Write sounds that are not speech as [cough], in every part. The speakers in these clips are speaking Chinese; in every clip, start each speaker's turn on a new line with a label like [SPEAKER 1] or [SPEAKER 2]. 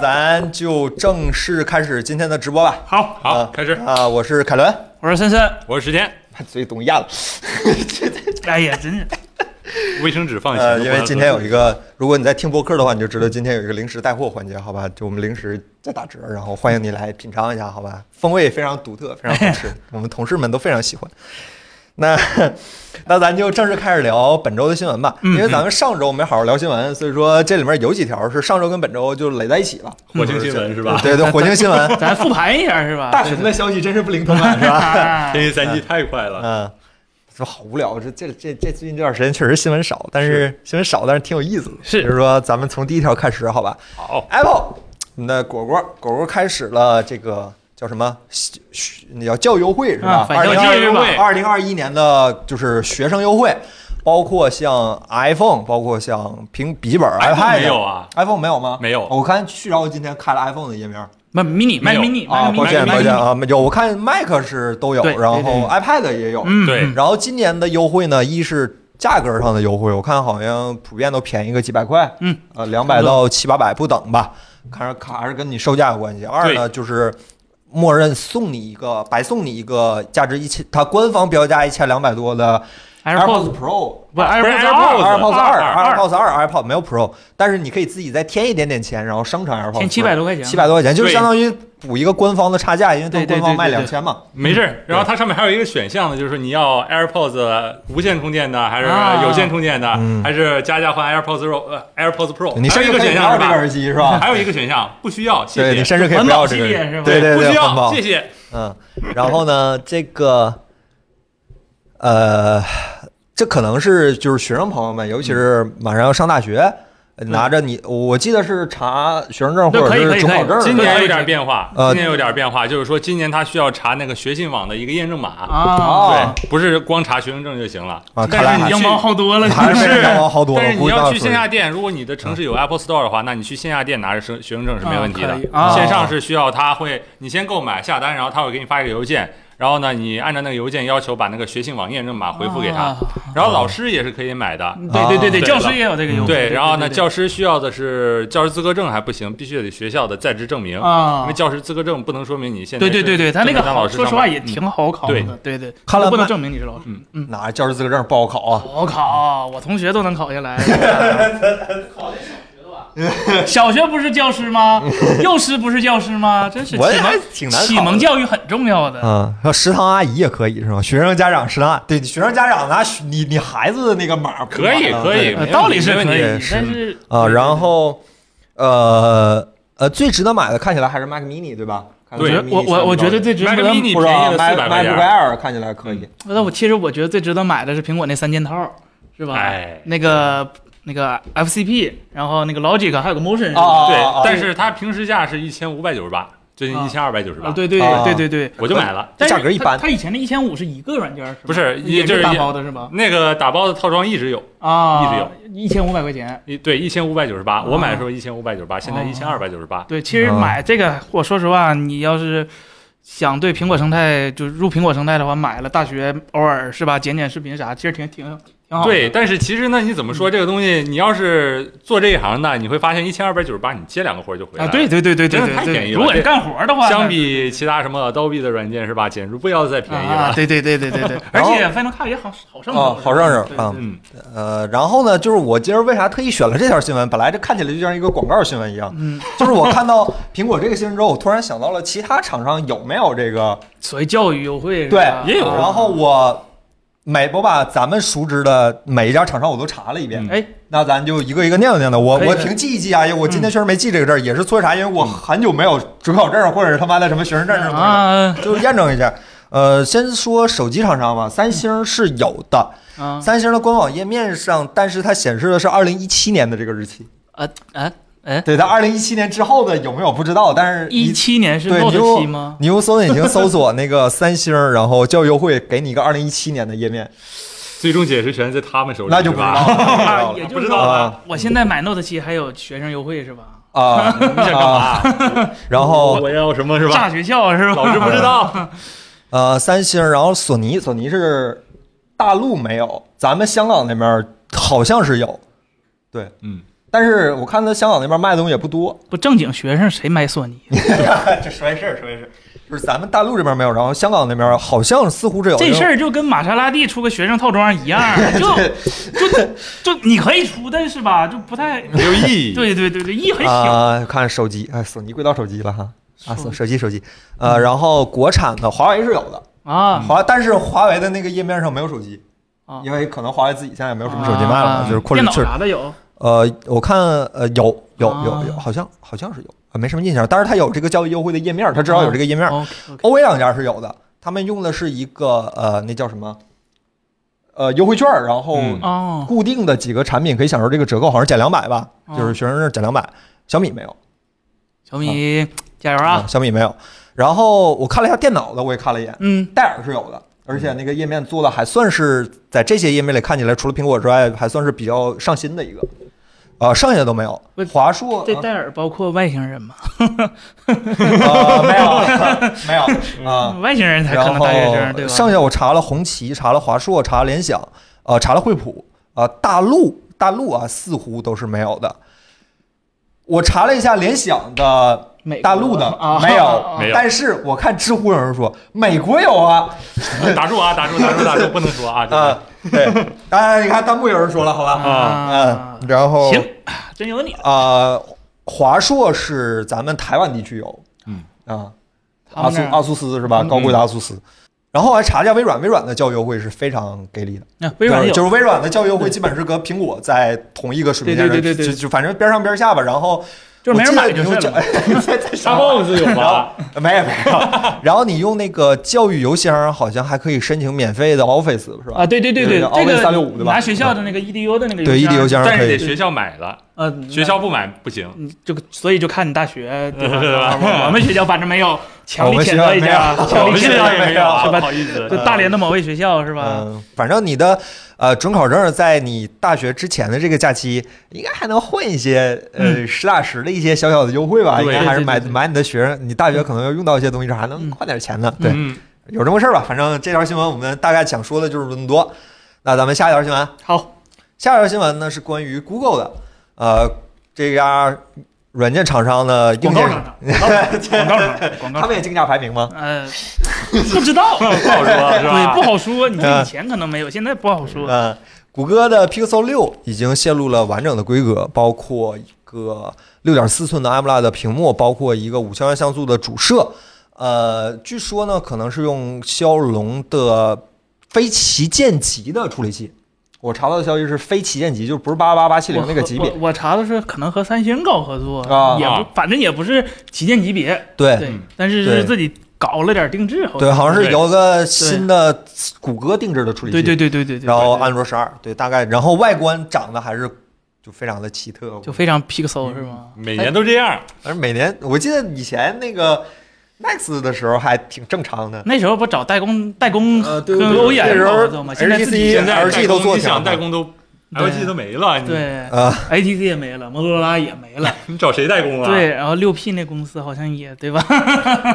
[SPEAKER 1] 咱就正式开始今天的直播吧。
[SPEAKER 2] 好好、
[SPEAKER 1] 啊
[SPEAKER 2] 开始，
[SPEAKER 1] 啊、我是凯伦，
[SPEAKER 3] 我说
[SPEAKER 1] 呃
[SPEAKER 3] 森森，
[SPEAKER 2] 我是时间，
[SPEAKER 1] [laughs] 嘴总咽了。
[SPEAKER 3] 哎呀，真是
[SPEAKER 2] 卫生纸放
[SPEAKER 1] [laughs]
[SPEAKER 2] 一
[SPEAKER 1] 呃，
[SPEAKER 2] 下。
[SPEAKER 1] 因为今天
[SPEAKER 2] [laughs]
[SPEAKER 1] 有一个，如果你在听播客的话，你就知道今天有一个零食带货环节，好吧？就我们零食在打折，然后欢迎你来品尝一下，好 [laughs] 吧？风味非常独特，非常好吃， [laughs] 我们同事们都非常喜欢。那 [laughs] 那咱就正式开始聊本周的新闻吧，因为咱们上周没好好聊新闻，所以说这里面有几条是上周跟本周就垒在一起了。
[SPEAKER 2] 火星新闻是吧？
[SPEAKER 1] 对对，火星新 [laughs] 闻，
[SPEAKER 3] [laughs] 咱复盘一下是吧？
[SPEAKER 1] 大神的消息真是不灵通啊，是吧？
[SPEAKER 3] 啊
[SPEAKER 2] [laughs] 这三季太快了，
[SPEAKER 1] 嗯，这好无聊，这这这这最近这段时间确实新闻少，但是新闻少，但是挺有意思的。
[SPEAKER 3] 是
[SPEAKER 1] 就是说咱们从第一条开始，好吧
[SPEAKER 2] 好，
[SPEAKER 1] ？Apple，我们的果果果果开始了这个叫什么？嘘嘘你要叫优惠是吧
[SPEAKER 3] 啊？
[SPEAKER 1] 二
[SPEAKER 3] 反
[SPEAKER 1] 零
[SPEAKER 3] 向
[SPEAKER 1] 二
[SPEAKER 3] 优惠
[SPEAKER 1] 二零二一年的就是学生优惠。包括像 iPhone，包括像平笔记本
[SPEAKER 2] iPhone
[SPEAKER 1] iPad
[SPEAKER 2] 没有啊
[SPEAKER 1] ？iPhone 没有吗？
[SPEAKER 2] 没有
[SPEAKER 1] 我看旭钊今天开了 iPhone 的页面，
[SPEAKER 3] 卖 mini 卖
[SPEAKER 2] 没有哦
[SPEAKER 3] mini
[SPEAKER 1] 啊，
[SPEAKER 3] 卖
[SPEAKER 1] 抱
[SPEAKER 3] mini，
[SPEAKER 1] 歉
[SPEAKER 3] 卖
[SPEAKER 1] 抱歉
[SPEAKER 3] mini，
[SPEAKER 1] 啊，有我看 Mac 是都有，
[SPEAKER 3] 对对
[SPEAKER 1] 然后
[SPEAKER 3] 对
[SPEAKER 1] iPad 也有，
[SPEAKER 3] 嗯，
[SPEAKER 2] 对
[SPEAKER 3] 嗯
[SPEAKER 1] 然后今年的优惠呢，一是价格上的优惠，我看好像普遍都便宜个几百块，
[SPEAKER 3] 嗯，
[SPEAKER 1] 呃，两百到七八百不等吧，看着还是跟你售价有关系。二呢就是。默认送你一个，白送你一个价值一千，它官方标价一千两百多的
[SPEAKER 3] AirPods
[SPEAKER 1] Pro，
[SPEAKER 3] 不
[SPEAKER 2] 不是
[SPEAKER 3] AirPods
[SPEAKER 1] 二
[SPEAKER 2] AirPods
[SPEAKER 3] 二
[SPEAKER 1] AirPods
[SPEAKER 3] 二
[SPEAKER 1] 二、AirPods 二、AirPods 没有 Pro，但是你可以自己再添一点点钱，然后生成 AirPods。
[SPEAKER 3] 添700多块钱
[SPEAKER 1] 七百多块钱就是
[SPEAKER 2] 对
[SPEAKER 1] 相当于补一个官方的差价，因为它
[SPEAKER 3] 对对
[SPEAKER 1] 官方
[SPEAKER 3] 对
[SPEAKER 1] 卖
[SPEAKER 3] 对
[SPEAKER 1] 两
[SPEAKER 3] 对
[SPEAKER 1] 千嘛。
[SPEAKER 2] 没事儿。然后它上面还有一个选项呢，就是说你要 AirPods 无线充电的，还
[SPEAKER 3] 啊
[SPEAKER 2] 是有线充电的
[SPEAKER 1] 嗯，
[SPEAKER 2] 还是加价换 AirPods Pro？呃，AirPods Pro，
[SPEAKER 1] 你
[SPEAKER 2] 还
[SPEAKER 1] 甚
[SPEAKER 2] 有
[SPEAKER 1] 至可以
[SPEAKER 2] 一个选
[SPEAKER 1] 不
[SPEAKER 2] 项
[SPEAKER 1] 要这个耳
[SPEAKER 2] 是吧？啊
[SPEAKER 1] 机是吧？
[SPEAKER 2] 还有一个选项不需要，谢
[SPEAKER 1] 对你
[SPEAKER 2] 谢。
[SPEAKER 1] 甚至可以不
[SPEAKER 3] 环保
[SPEAKER 1] 要这个
[SPEAKER 3] 系列是
[SPEAKER 1] 人，
[SPEAKER 3] 吧
[SPEAKER 1] 对对
[SPEAKER 2] 不
[SPEAKER 1] 对，
[SPEAKER 2] 需
[SPEAKER 1] 环
[SPEAKER 2] 要，
[SPEAKER 1] 保
[SPEAKER 2] 谢。谢。
[SPEAKER 1] 嗯，然后呢，这个，呃，这可能是就是学生朋友们，尤
[SPEAKER 2] 嗯
[SPEAKER 1] 其是马上要上大学，拿着你，我记得是查学生证
[SPEAKER 3] 对
[SPEAKER 1] 或者
[SPEAKER 3] 可以可
[SPEAKER 1] 是
[SPEAKER 3] 以
[SPEAKER 1] 准考
[SPEAKER 3] 可以
[SPEAKER 1] 证
[SPEAKER 2] 今
[SPEAKER 1] 的。
[SPEAKER 2] 年有点变化，
[SPEAKER 1] 呃
[SPEAKER 2] 今年有点变化，就是说今年它需要查那个学信网的一个验证码，
[SPEAKER 3] 啊
[SPEAKER 1] 哦，
[SPEAKER 2] 对，不是光查学生证就行了。
[SPEAKER 1] 啊看来
[SPEAKER 2] 但是你
[SPEAKER 3] 羊
[SPEAKER 2] 去
[SPEAKER 3] 毛薅多了，
[SPEAKER 1] 还是被
[SPEAKER 3] 是啊
[SPEAKER 1] 人家薅多了，
[SPEAKER 2] 但是你
[SPEAKER 1] 估计
[SPEAKER 2] 要
[SPEAKER 1] 到
[SPEAKER 2] 去
[SPEAKER 1] 时候嗯
[SPEAKER 2] 线下店，如果你的城市有 Apple Store 的话，那你去线下店拿着生学生证是没问题
[SPEAKER 3] 啊可以
[SPEAKER 2] 的。
[SPEAKER 3] 啊
[SPEAKER 2] 线上是需要他会，你先购买下单，然后他会给你发一个邮件，然后呢，你按照那个邮件要求把那个学信网验证码回复给他
[SPEAKER 3] 啊。
[SPEAKER 2] 然后老师也是可以买的，
[SPEAKER 1] 嗯
[SPEAKER 3] 对对对对，
[SPEAKER 2] 对
[SPEAKER 3] 教师也有这个优惠，
[SPEAKER 2] 对。然后呢，
[SPEAKER 3] 对
[SPEAKER 2] 教师需要的是教师资格证还不行，必须得学校的在职证明，
[SPEAKER 3] 啊
[SPEAKER 2] 因为教师资格证不能说明你现在
[SPEAKER 3] 对对对对，他那个
[SPEAKER 2] 当老师
[SPEAKER 3] 说实
[SPEAKER 2] 上
[SPEAKER 3] 话
[SPEAKER 2] 班嗯
[SPEAKER 3] 也挺好考的，对对，
[SPEAKER 1] 看了
[SPEAKER 3] 不能
[SPEAKER 1] 慢
[SPEAKER 3] 证明你是老师，
[SPEAKER 1] 拿着教师资格证不好考啊。
[SPEAKER 3] 好考，我同学都能考
[SPEAKER 1] [laughs]
[SPEAKER 3] 下来。小学不是教师吗？幼师不是教师吗？真是
[SPEAKER 1] 我也
[SPEAKER 3] 启
[SPEAKER 1] 还
[SPEAKER 3] 蒙
[SPEAKER 1] 挺难考的
[SPEAKER 3] 启蒙教育很重
[SPEAKER 1] [laughs]
[SPEAKER 3] 要的。
[SPEAKER 1] 嗯，然后食堂阿姨也可以是吗？学生家长食堂阿对学生家长拿学你你孩子的那个码
[SPEAKER 2] 可以
[SPEAKER 1] 啊
[SPEAKER 2] 可
[SPEAKER 1] 对
[SPEAKER 2] 以没
[SPEAKER 3] 呃
[SPEAKER 2] 问题
[SPEAKER 3] 道理是
[SPEAKER 2] 没问
[SPEAKER 3] 可
[SPEAKER 2] 题
[SPEAKER 3] 以
[SPEAKER 1] 对，是
[SPEAKER 3] 但是
[SPEAKER 1] 啊，然后呃呃，最值得买的看起来还是 Mac Mini 对吧？看
[SPEAKER 2] 对
[SPEAKER 3] 我
[SPEAKER 1] Mac
[SPEAKER 3] 我
[SPEAKER 1] Mini
[SPEAKER 3] 我我觉得最值
[SPEAKER 2] Mac
[SPEAKER 3] 得，
[SPEAKER 2] mini
[SPEAKER 1] 不知
[SPEAKER 2] 便
[SPEAKER 1] 道
[SPEAKER 2] 宜了
[SPEAKER 1] Mac
[SPEAKER 2] 四百块
[SPEAKER 1] Mac
[SPEAKER 2] 钱，
[SPEAKER 1] Air 看起来可以，
[SPEAKER 3] 那我其实我觉得最值得买的是苹果那三件套，是吧？
[SPEAKER 2] 哎
[SPEAKER 3] 那个那个 FCP，然后那个 Logic，还有个 Motion 是吧
[SPEAKER 1] 哦啊啊
[SPEAKER 2] 对，但是它平时价是一千五百九十八，最近
[SPEAKER 3] 啊
[SPEAKER 2] 一千二百九十八
[SPEAKER 3] 啊，，对对
[SPEAKER 1] 啊
[SPEAKER 3] 对对对，
[SPEAKER 2] 我就买了。
[SPEAKER 3] 但是
[SPEAKER 1] 价格一般
[SPEAKER 3] 它它以前的一千五是一个软件，吧
[SPEAKER 2] 不是
[SPEAKER 3] 也
[SPEAKER 2] 就是
[SPEAKER 3] 是打包的是吧？
[SPEAKER 2] 那个打包的套装一直有，
[SPEAKER 3] 啊，一千五百块钱。
[SPEAKER 2] 一对一千五百九十八，我买的时候一千五百九十八，现在一千二百九十八。
[SPEAKER 3] 对，其实
[SPEAKER 1] 啊
[SPEAKER 3] 买这个，我说实话，你要是想对苹果生态就是入苹果生态的话，买了大学偶尔是吧，剪剪视频啥，其实挺挺挺好的。
[SPEAKER 2] 对，但是其实呢，你怎么说这个东西？你要是做这一行的，你会发现一千二百九十八，你接两个活就回来
[SPEAKER 3] 啊，
[SPEAKER 2] 了。
[SPEAKER 3] 对对对对对
[SPEAKER 2] 真的太
[SPEAKER 3] 对
[SPEAKER 2] 便
[SPEAKER 3] 对，
[SPEAKER 2] 宜了
[SPEAKER 3] 如果
[SPEAKER 2] 这
[SPEAKER 3] 是干活的话，
[SPEAKER 2] 相比其他什么 Adobe 的软件是吧，简直不要再便宜
[SPEAKER 3] 啊，
[SPEAKER 2] 了。
[SPEAKER 3] 对对对
[SPEAKER 2] [laughs]
[SPEAKER 3] 对对对，而
[SPEAKER 1] 然后
[SPEAKER 3] 且 Final Cut 也好好上手，
[SPEAKER 1] 哦好上手
[SPEAKER 3] 对
[SPEAKER 1] 啊
[SPEAKER 3] 对
[SPEAKER 2] 嗯，
[SPEAKER 1] 呃，然后呢，就是我今儿为啥特意选了这条新闻？本来这看起来就像一个广告新闻一
[SPEAKER 3] [laughs]
[SPEAKER 1] 样，
[SPEAKER 3] 嗯，
[SPEAKER 1] 就是我看到苹果这个新闻之后，我突然想到了其他厂商有没有这个
[SPEAKER 3] 所谓教育优惠是
[SPEAKER 1] 对
[SPEAKER 3] 吧
[SPEAKER 2] 也有
[SPEAKER 3] 啊
[SPEAKER 1] 然后我每我把咱们熟知的每一家厂商我都查了一遍，
[SPEAKER 2] 嗯
[SPEAKER 3] 哎，
[SPEAKER 1] 那咱就一个一个念叨念叨。我
[SPEAKER 3] 可以嗯
[SPEAKER 1] 我
[SPEAKER 3] 可以
[SPEAKER 1] 凭记一记啊，因为我今天确实没记这个证儿，也是错啥，因为我很久没有准考证儿或者是他妈的什么学生证儿这种东西了，
[SPEAKER 3] 啊
[SPEAKER 1] 就是验证一下。呃，先说手机厂商吧，三星是有的，
[SPEAKER 3] 啊
[SPEAKER 1] 三星的官网页面上，但是它显示的是二零一七年的这个日期，
[SPEAKER 3] 啊啊！哎，
[SPEAKER 1] 对，它二零一七年之后的有没有不知道，但是
[SPEAKER 3] 一七年是
[SPEAKER 1] 对你
[SPEAKER 3] Note 七
[SPEAKER 1] 用
[SPEAKER 3] 吗？
[SPEAKER 1] 你用搜索引擎搜索那个三星，然后教育优惠，给你一个二零一七年的页面，
[SPEAKER 2] 最终解释权在他们手里，
[SPEAKER 1] 那就不
[SPEAKER 2] 是
[SPEAKER 1] 知道
[SPEAKER 2] 吧？
[SPEAKER 1] 了
[SPEAKER 3] 啊，
[SPEAKER 2] [laughs]
[SPEAKER 3] 也
[SPEAKER 2] 不
[SPEAKER 3] 就
[SPEAKER 2] 知
[SPEAKER 3] 是
[SPEAKER 2] 道
[SPEAKER 3] 说，
[SPEAKER 1] 啊
[SPEAKER 3] 我现在买 Note 七还有学生优惠是吧？
[SPEAKER 1] 啊
[SPEAKER 2] 你想干
[SPEAKER 1] 啊！
[SPEAKER 2] 嘛？
[SPEAKER 1] [laughs] 然
[SPEAKER 2] 我
[SPEAKER 1] 后
[SPEAKER 2] 我要什么是
[SPEAKER 3] 炸
[SPEAKER 2] 吧？
[SPEAKER 3] 学校是吧？
[SPEAKER 2] 老师不知道，
[SPEAKER 1] 呃，三星，然后索尼，索尼是呃大陆没有，咱们香港那边好像是有，对，
[SPEAKER 2] 嗯，
[SPEAKER 1] 但是我看他香港那边卖的东西也不多，
[SPEAKER 3] 不正经学生谁买索尼？
[SPEAKER 1] 这说一事儿说一事儿，就是咱们大陆这边没有，然后香港那边好像似乎这有
[SPEAKER 3] 这事
[SPEAKER 1] 儿，
[SPEAKER 3] 儿就跟玛莎拉蒂出个学生套装一样，
[SPEAKER 2] [laughs]
[SPEAKER 3] 就就就你可以出，但是吧，就不太
[SPEAKER 2] 没有意义。
[SPEAKER 3] 对对对对，意义很小。
[SPEAKER 1] 啊、看手机，哎，索尼归到手机了哈，啊，手手机手机，呃，然后国产的华为是有的，
[SPEAKER 3] 啊，
[SPEAKER 1] 华但是华为的那个页面上没有手机
[SPEAKER 3] 啊，
[SPEAKER 1] 因为可能华为自己现在也没有什么手机卖了，
[SPEAKER 3] 啊
[SPEAKER 1] 就是或者
[SPEAKER 3] 电脑
[SPEAKER 1] 确实
[SPEAKER 3] 啥的有，
[SPEAKER 1] 呃，我看呃有有有
[SPEAKER 3] 啊
[SPEAKER 1] 有，好像好像是有啊，没什么印象，但是它有这个教育优惠的页面，它至少有这个页面。
[SPEAKER 3] 哦
[SPEAKER 1] 欧美两家是有的，他们用的是一个呃那叫什么呃优惠券儿，然后
[SPEAKER 2] 嗯
[SPEAKER 3] 哦，
[SPEAKER 1] 固定的几个产品可以享受这个折扣，好像是减两百吧，
[SPEAKER 3] 啊
[SPEAKER 1] 就是学生证减两百。小米没有
[SPEAKER 3] 小米加油
[SPEAKER 1] 啊
[SPEAKER 3] 啊，，
[SPEAKER 1] 小米没有。然后我看了一下电脑的，我也看了一眼，
[SPEAKER 3] 嗯，
[SPEAKER 1] 戴尔是有的，而且那个页面做的还算是在这些页面里看起来，除了苹果之外，还算是比较上新的一个。呃，剩下的都没有
[SPEAKER 3] 不。
[SPEAKER 1] 华硕
[SPEAKER 3] 这
[SPEAKER 1] 啊
[SPEAKER 3] 戴尔包括外星人吗？ [laughs]
[SPEAKER 1] 呃，没有，没有啊。
[SPEAKER 3] 外星人才可
[SPEAKER 1] 然
[SPEAKER 3] 能大学生
[SPEAKER 1] 后
[SPEAKER 3] 对吧？
[SPEAKER 1] 剩下我查了红旗，查了华硕，查了联想，呃，查了惠普，呃，大陆大陆啊，似乎都是没有的。我查了一下联想的
[SPEAKER 3] 美国
[SPEAKER 1] 大陆的
[SPEAKER 3] 啊
[SPEAKER 1] 没
[SPEAKER 3] 啊
[SPEAKER 1] 有，
[SPEAKER 2] 没有
[SPEAKER 1] 但是我看知乎有人说美国有啊，
[SPEAKER 2] 打住啊，打住，打住，打住，不能说啊。这
[SPEAKER 1] [laughs]
[SPEAKER 2] 个
[SPEAKER 1] 啊，对，哎，你看弹幕有人说了，好吧，
[SPEAKER 3] 啊
[SPEAKER 1] 嗯，，然后
[SPEAKER 3] 行，真有你，
[SPEAKER 1] 啊，华硕是咱们台湾地区有，
[SPEAKER 2] 嗯
[SPEAKER 1] 啊，阿
[SPEAKER 3] 他们
[SPEAKER 1] 苏
[SPEAKER 3] 那儿
[SPEAKER 1] 阿苏斯是吧？
[SPEAKER 3] 嗯
[SPEAKER 1] 高贵的阿苏斯。然后我还查一下微软，微软的教育优惠是非常给力的，
[SPEAKER 3] 那微软
[SPEAKER 1] 就是就
[SPEAKER 3] 有
[SPEAKER 1] 是微软的教育优惠基本是跟苹果在同一个水平线上，
[SPEAKER 3] 对对对对对
[SPEAKER 1] 就就反正边上边下吧。然后
[SPEAKER 3] 就是没人买就是
[SPEAKER 1] 我记
[SPEAKER 3] 了
[SPEAKER 1] 得你用 [laughs]
[SPEAKER 3] [laughs]
[SPEAKER 1] 在在
[SPEAKER 2] 沙
[SPEAKER 1] 啥？
[SPEAKER 2] 包子有
[SPEAKER 1] 然后
[SPEAKER 2] 吧？
[SPEAKER 1] 没有没有， [laughs] 然后你用那个教育邮箱，好像还可以申请免费的 Office 是吧？
[SPEAKER 3] 啊，对对对
[SPEAKER 1] 对
[SPEAKER 3] 对，
[SPEAKER 1] 对
[SPEAKER 3] 这
[SPEAKER 1] ，Office
[SPEAKER 3] 个
[SPEAKER 1] 365对吧
[SPEAKER 3] 拿学校的那个 EDU 的那个
[SPEAKER 1] 对，ED 邮箱上
[SPEAKER 2] 但
[SPEAKER 1] 可
[SPEAKER 2] 是
[SPEAKER 1] 以
[SPEAKER 3] 嗯
[SPEAKER 2] 得。学校买了，
[SPEAKER 3] 呃，
[SPEAKER 2] 学校不买不行。
[SPEAKER 3] 嗯，就所以就看你大学对吧？
[SPEAKER 2] 对吧
[SPEAKER 3] 我我们学校反正没有，强力
[SPEAKER 1] 我们
[SPEAKER 3] 谴责一
[SPEAKER 1] 学校
[SPEAKER 3] 下，
[SPEAKER 2] 我
[SPEAKER 3] 强
[SPEAKER 2] 们
[SPEAKER 3] 力谴
[SPEAKER 2] 学
[SPEAKER 3] 责
[SPEAKER 2] 校
[SPEAKER 3] 一
[SPEAKER 2] 也哦
[SPEAKER 3] 下
[SPEAKER 2] 没有啊，
[SPEAKER 3] 是
[SPEAKER 2] 不
[SPEAKER 3] 吧？
[SPEAKER 2] 好意思。
[SPEAKER 3] 就大连的某位学校是吧？
[SPEAKER 1] 嗯，反正你的呃准考证在你大学之前的这个假期，应该还能混一些呃实打实的一些小小的优惠吧？
[SPEAKER 2] 对
[SPEAKER 1] 应该还是
[SPEAKER 3] 嗯对对
[SPEAKER 1] 买
[SPEAKER 3] 对对
[SPEAKER 1] 买你的学生，你大学可能要用到一些东西，这还能
[SPEAKER 3] 嗯
[SPEAKER 1] 换点钱呢。对，
[SPEAKER 2] 嗯，
[SPEAKER 1] 有这么个事儿吧？反正这条新闻我们大概想说的就是这么多。那咱们下一条新闻，啊
[SPEAKER 3] 好，
[SPEAKER 1] 下一条新闻呢是关于 Google 的，呃，这家软件厂商的 [laughs] 硬
[SPEAKER 3] 广告
[SPEAKER 1] 件，
[SPEAKER 3] 上场，广告上场，广告
[SPEAKER 1] 他
[SPEAKER 3] 上场，
[SPEAKER 1] 们也竞价排名吗？
[SPEAKER 3] 呃， [laughs] 不知道，
[SPEAKER 2] 不好说，是
[SPEAKER 3] 对，不
[SPEAKER 2] 吧？
[SPEAKER 3] 好说。你
[SPEAKER 1] 嗯
[SPEAKER 3] 以前可能没有，现在不好说。
[SPEAKER 1] 嗯，谷歌的 Pixel 六已经泄露了完整的规格，包括一个六点四寸的 AMOLED 的屏幕，包括一个五千万像素的主摄。呃，据说呢，可能是用骁龙的非旗舰级的处理器。我查到的消息是非旗舰级，就不是八八八七零
[SPEAKER 3] 我
[SPEAKER 1] 那个级
[SPEAKER 3] 我
[SPEAKER 1] 别。
[SPEAKER 3] 我查的是可能和三星搞合作
[SPEAKER 1] 啊，
[SPEAKER 3] 也
[SPEAKER 2] 啊
[SPEAKER 3] 不，反正也不是旗舰级别，
[SPEAKER 1] 对
[SPEAKER 3] 对
[SPEAKER 2] 嗯，
[SPEAKER 3] 但是
[SPEAKER 1] 对
[SPEAKER 3] 是自己搞了点定制，
[SPEAKER 1] 对，好像是
[SPEAKER 2] 对
[SPEAKER 1] 有个新的谷歌定制的处理器。
[SPEAKER 3] 对对对对对对，
[SPEAKER 1] 然后
[SPEAKER 3] 对对
[SPEAKER 1] 安卓十二，对，大概，然后外观长得还是就非常的奇特，
[SPEAKER 3] 就非常 pixel 是吗？
[SPEAKER 1] 嗯
[SPEAKER 2] 每年都这样，
[SPEAKER 1] 而每年我记得以前那个 Max 的时候还挺正常
[SPEAKER 2] [laughs]
[SPEAKER 1] 的，
[SPEAKER 3] 那时候不找代工代工
[SPEAKER 1] 呃对
[SPEAKER 3] 跟
[SPEAKER 1] 对
[SPEAKER 3] 欧
[SPEAKER 1] 那
[SPEAKER 3] 眼
[SPEAKER 1] 时候
[SPEAKER 3] 合作吗？现在自
[SPEAKER 1] HTC
[SPEAKER 3] 己
[SPEAKER 2] 现在
[SPEAKER 1] LG 哎都做
[SPEAKER 2] 你
[SPEAKER 1] 起来了
[SPEAKER 2] 想代工都
[SPEAKER 3] 对
[SPEAKER 2] LG 都没了，你
[SPEAKER 3] 对
[SPEAKER 1] 呃，
[SPEAKER 3] ，ATC 也没了，摩托罗拉也没了，
[SPEAKER 2] 你找谁代工啊？
[SPEAKER 3] 对，然后六 P 那公司好像也对吧？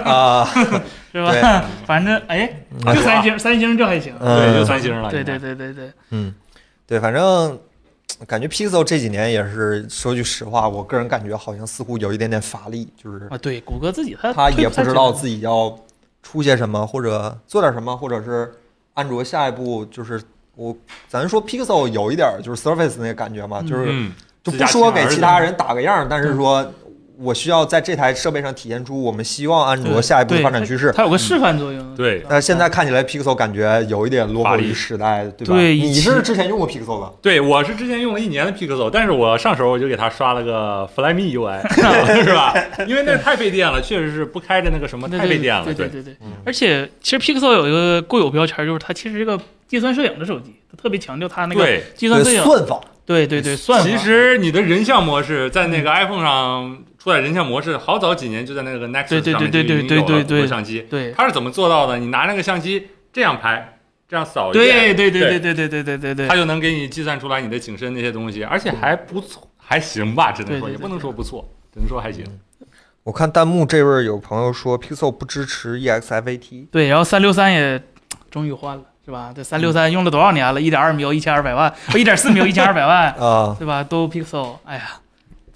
[SPEAKER 1] 啊，
[SPEAKER 3] 是吧
[SPEAKER 1] 对？
[SPEAKER 3] [laughs] 反正哎，
[SPEAKER 1] 嗯
[SPEAKER 3] 就三星，三星这还行。
[SPEAKER 2] 对，就
[SPEAKER 1] 嗯
[SPEAKER 2] 三星了。
[SPEAKER 3] 对对
[SPEAKER 2] 你看，
[SPEAKER 3] 对对对，
[SPEAKER 1] 嗯，对，反正感觉 Pixel 这几年也是，说句实话，我个人感觉好像似乎有一点点乏力，就是
[SPEAKER 2] 哦
[SPEAKER 3] 啊，对，谷歌自己他
[SPEAKER 1] 他也不知道自
[SPEAKER 3] 己
[SPEAKER 1] 己要出些什么，或者做点什么，或者是安卓下一步就是我，咱说 Pixel 有一点儿就是 Surface 那个感觉嘛，
[SPEAKER 3] 嗯
[SPEAKER 1] 就是
[SPEAKER 2] 嗯，
[SPEAKER 1] 就
[SPEAKER 2] 自
[SPEAKER 1] 不
[SPEAKER 2] 家
[SPEAKER 1] 说
[SPEAKER 2] 亲儿
[SPEAKER 1] 给
[SPEAKER 2] 子
[SPEAKER 1] 其他人打个样儿，但是说我需要在这台设备上体现出我们希望安卓下一步的发展趋势。嗯
[SPEAKER 3] 它有个示范作用。
[SPEAKER 2] 对
[SPEAKER 1] 但是现在看起来，Pixel 感觉有一点落后
[SPEAKER 2] 乏
[SPEAKER 1] 于
[SPEAKER 2] 力
[SPEAKER 1] 时代，对吧？
[SPEAKER 3] 对
[SPEAKER 1] 你
[SPEAKER 3] 以
[SPEAKER 1] 是
[SPEAKER 3] 前
[SPEAKER 1] 之前用过 Pixel 的，
[SPEAKER 2] 对，我是之前用了一年的 Pixel，但是我上手我就给它刷了个 Flyme
[SPEAKER 3] [laughs]
[SPEAKER 2] UI，是吧？因为那太费电了，确实是不开着那个什么
[SPEAKER 3] 对
[SPEAKER 2] 太费电了。
[SPEAKER 3] 对对对对
[SPEAKER 1] 嗯，
[SPEAKER 3] 而且其实 Pixel 有一个固有标签，就是它其实是个计算摄影的手机，它特别强调它那个
[SPEAKER 2] 对，
[SPEAKER 3] 计算摄啊
[SPEAKER 1] 对
[SPEAKER 3] 影。
[SPEAKER 1] 算法，
[SPEAKER 3] 对对对，嗯算法。
[SPEAKER 2] 其实你的人像模式在那个 iPhone 上出来，人像模式好早几年就在那个 Nexus
[SPEAKER 3] 对
[SPEAKER 2] 上面就
[SPEAKER 3] 对
[SPEAKER 2] 已
[SPEAKER 3] 对
[SPEAKER 2] 经
[SPEAKER 3] 对
[SPEAKER 2] 有
[SPEAKER 3] 对
[SPEAKER 2] 了
[SPEAKER 3] 对
[SPEAKER 2] 谷
[SPEAKER 3] 对
[SPEAKER 2] 歌相机。
[SPEAKER 3] 对
[SPEAKER 2] 它是怎么做到的？你拿那个相机这样拍，这样扫一
[SPEAKER 3] 对
[SPEAKER 2] 遍，
[SPEAKER 3] 对
[SPEAKER 2] 对
[SPEAKER 3] 对对对对对对对
[SPEAKER 2] 它。就能给你计算出来你的景深那些东西，而且还不错，还行吧，只能
[SPEAKER 3] 对对
[SPEAKER 2] 说
[SPEAKER 3] 对
[SPEAKER 2] 也不能说不错，只能说还行。
[SPEAKER 1] 我看弹幕这位有朋友说 Pixel 不支持 E EXFAT，
[SPEAKER 3] 对，然后三六三也终于换了，是吧？这三六三用了多少年了？一点二秒一千二百万，一点四秒一千二百万，
[SPEAKER 1] 啊、
[SPEAKER 3] 对吧？都 Pixel，哎呀，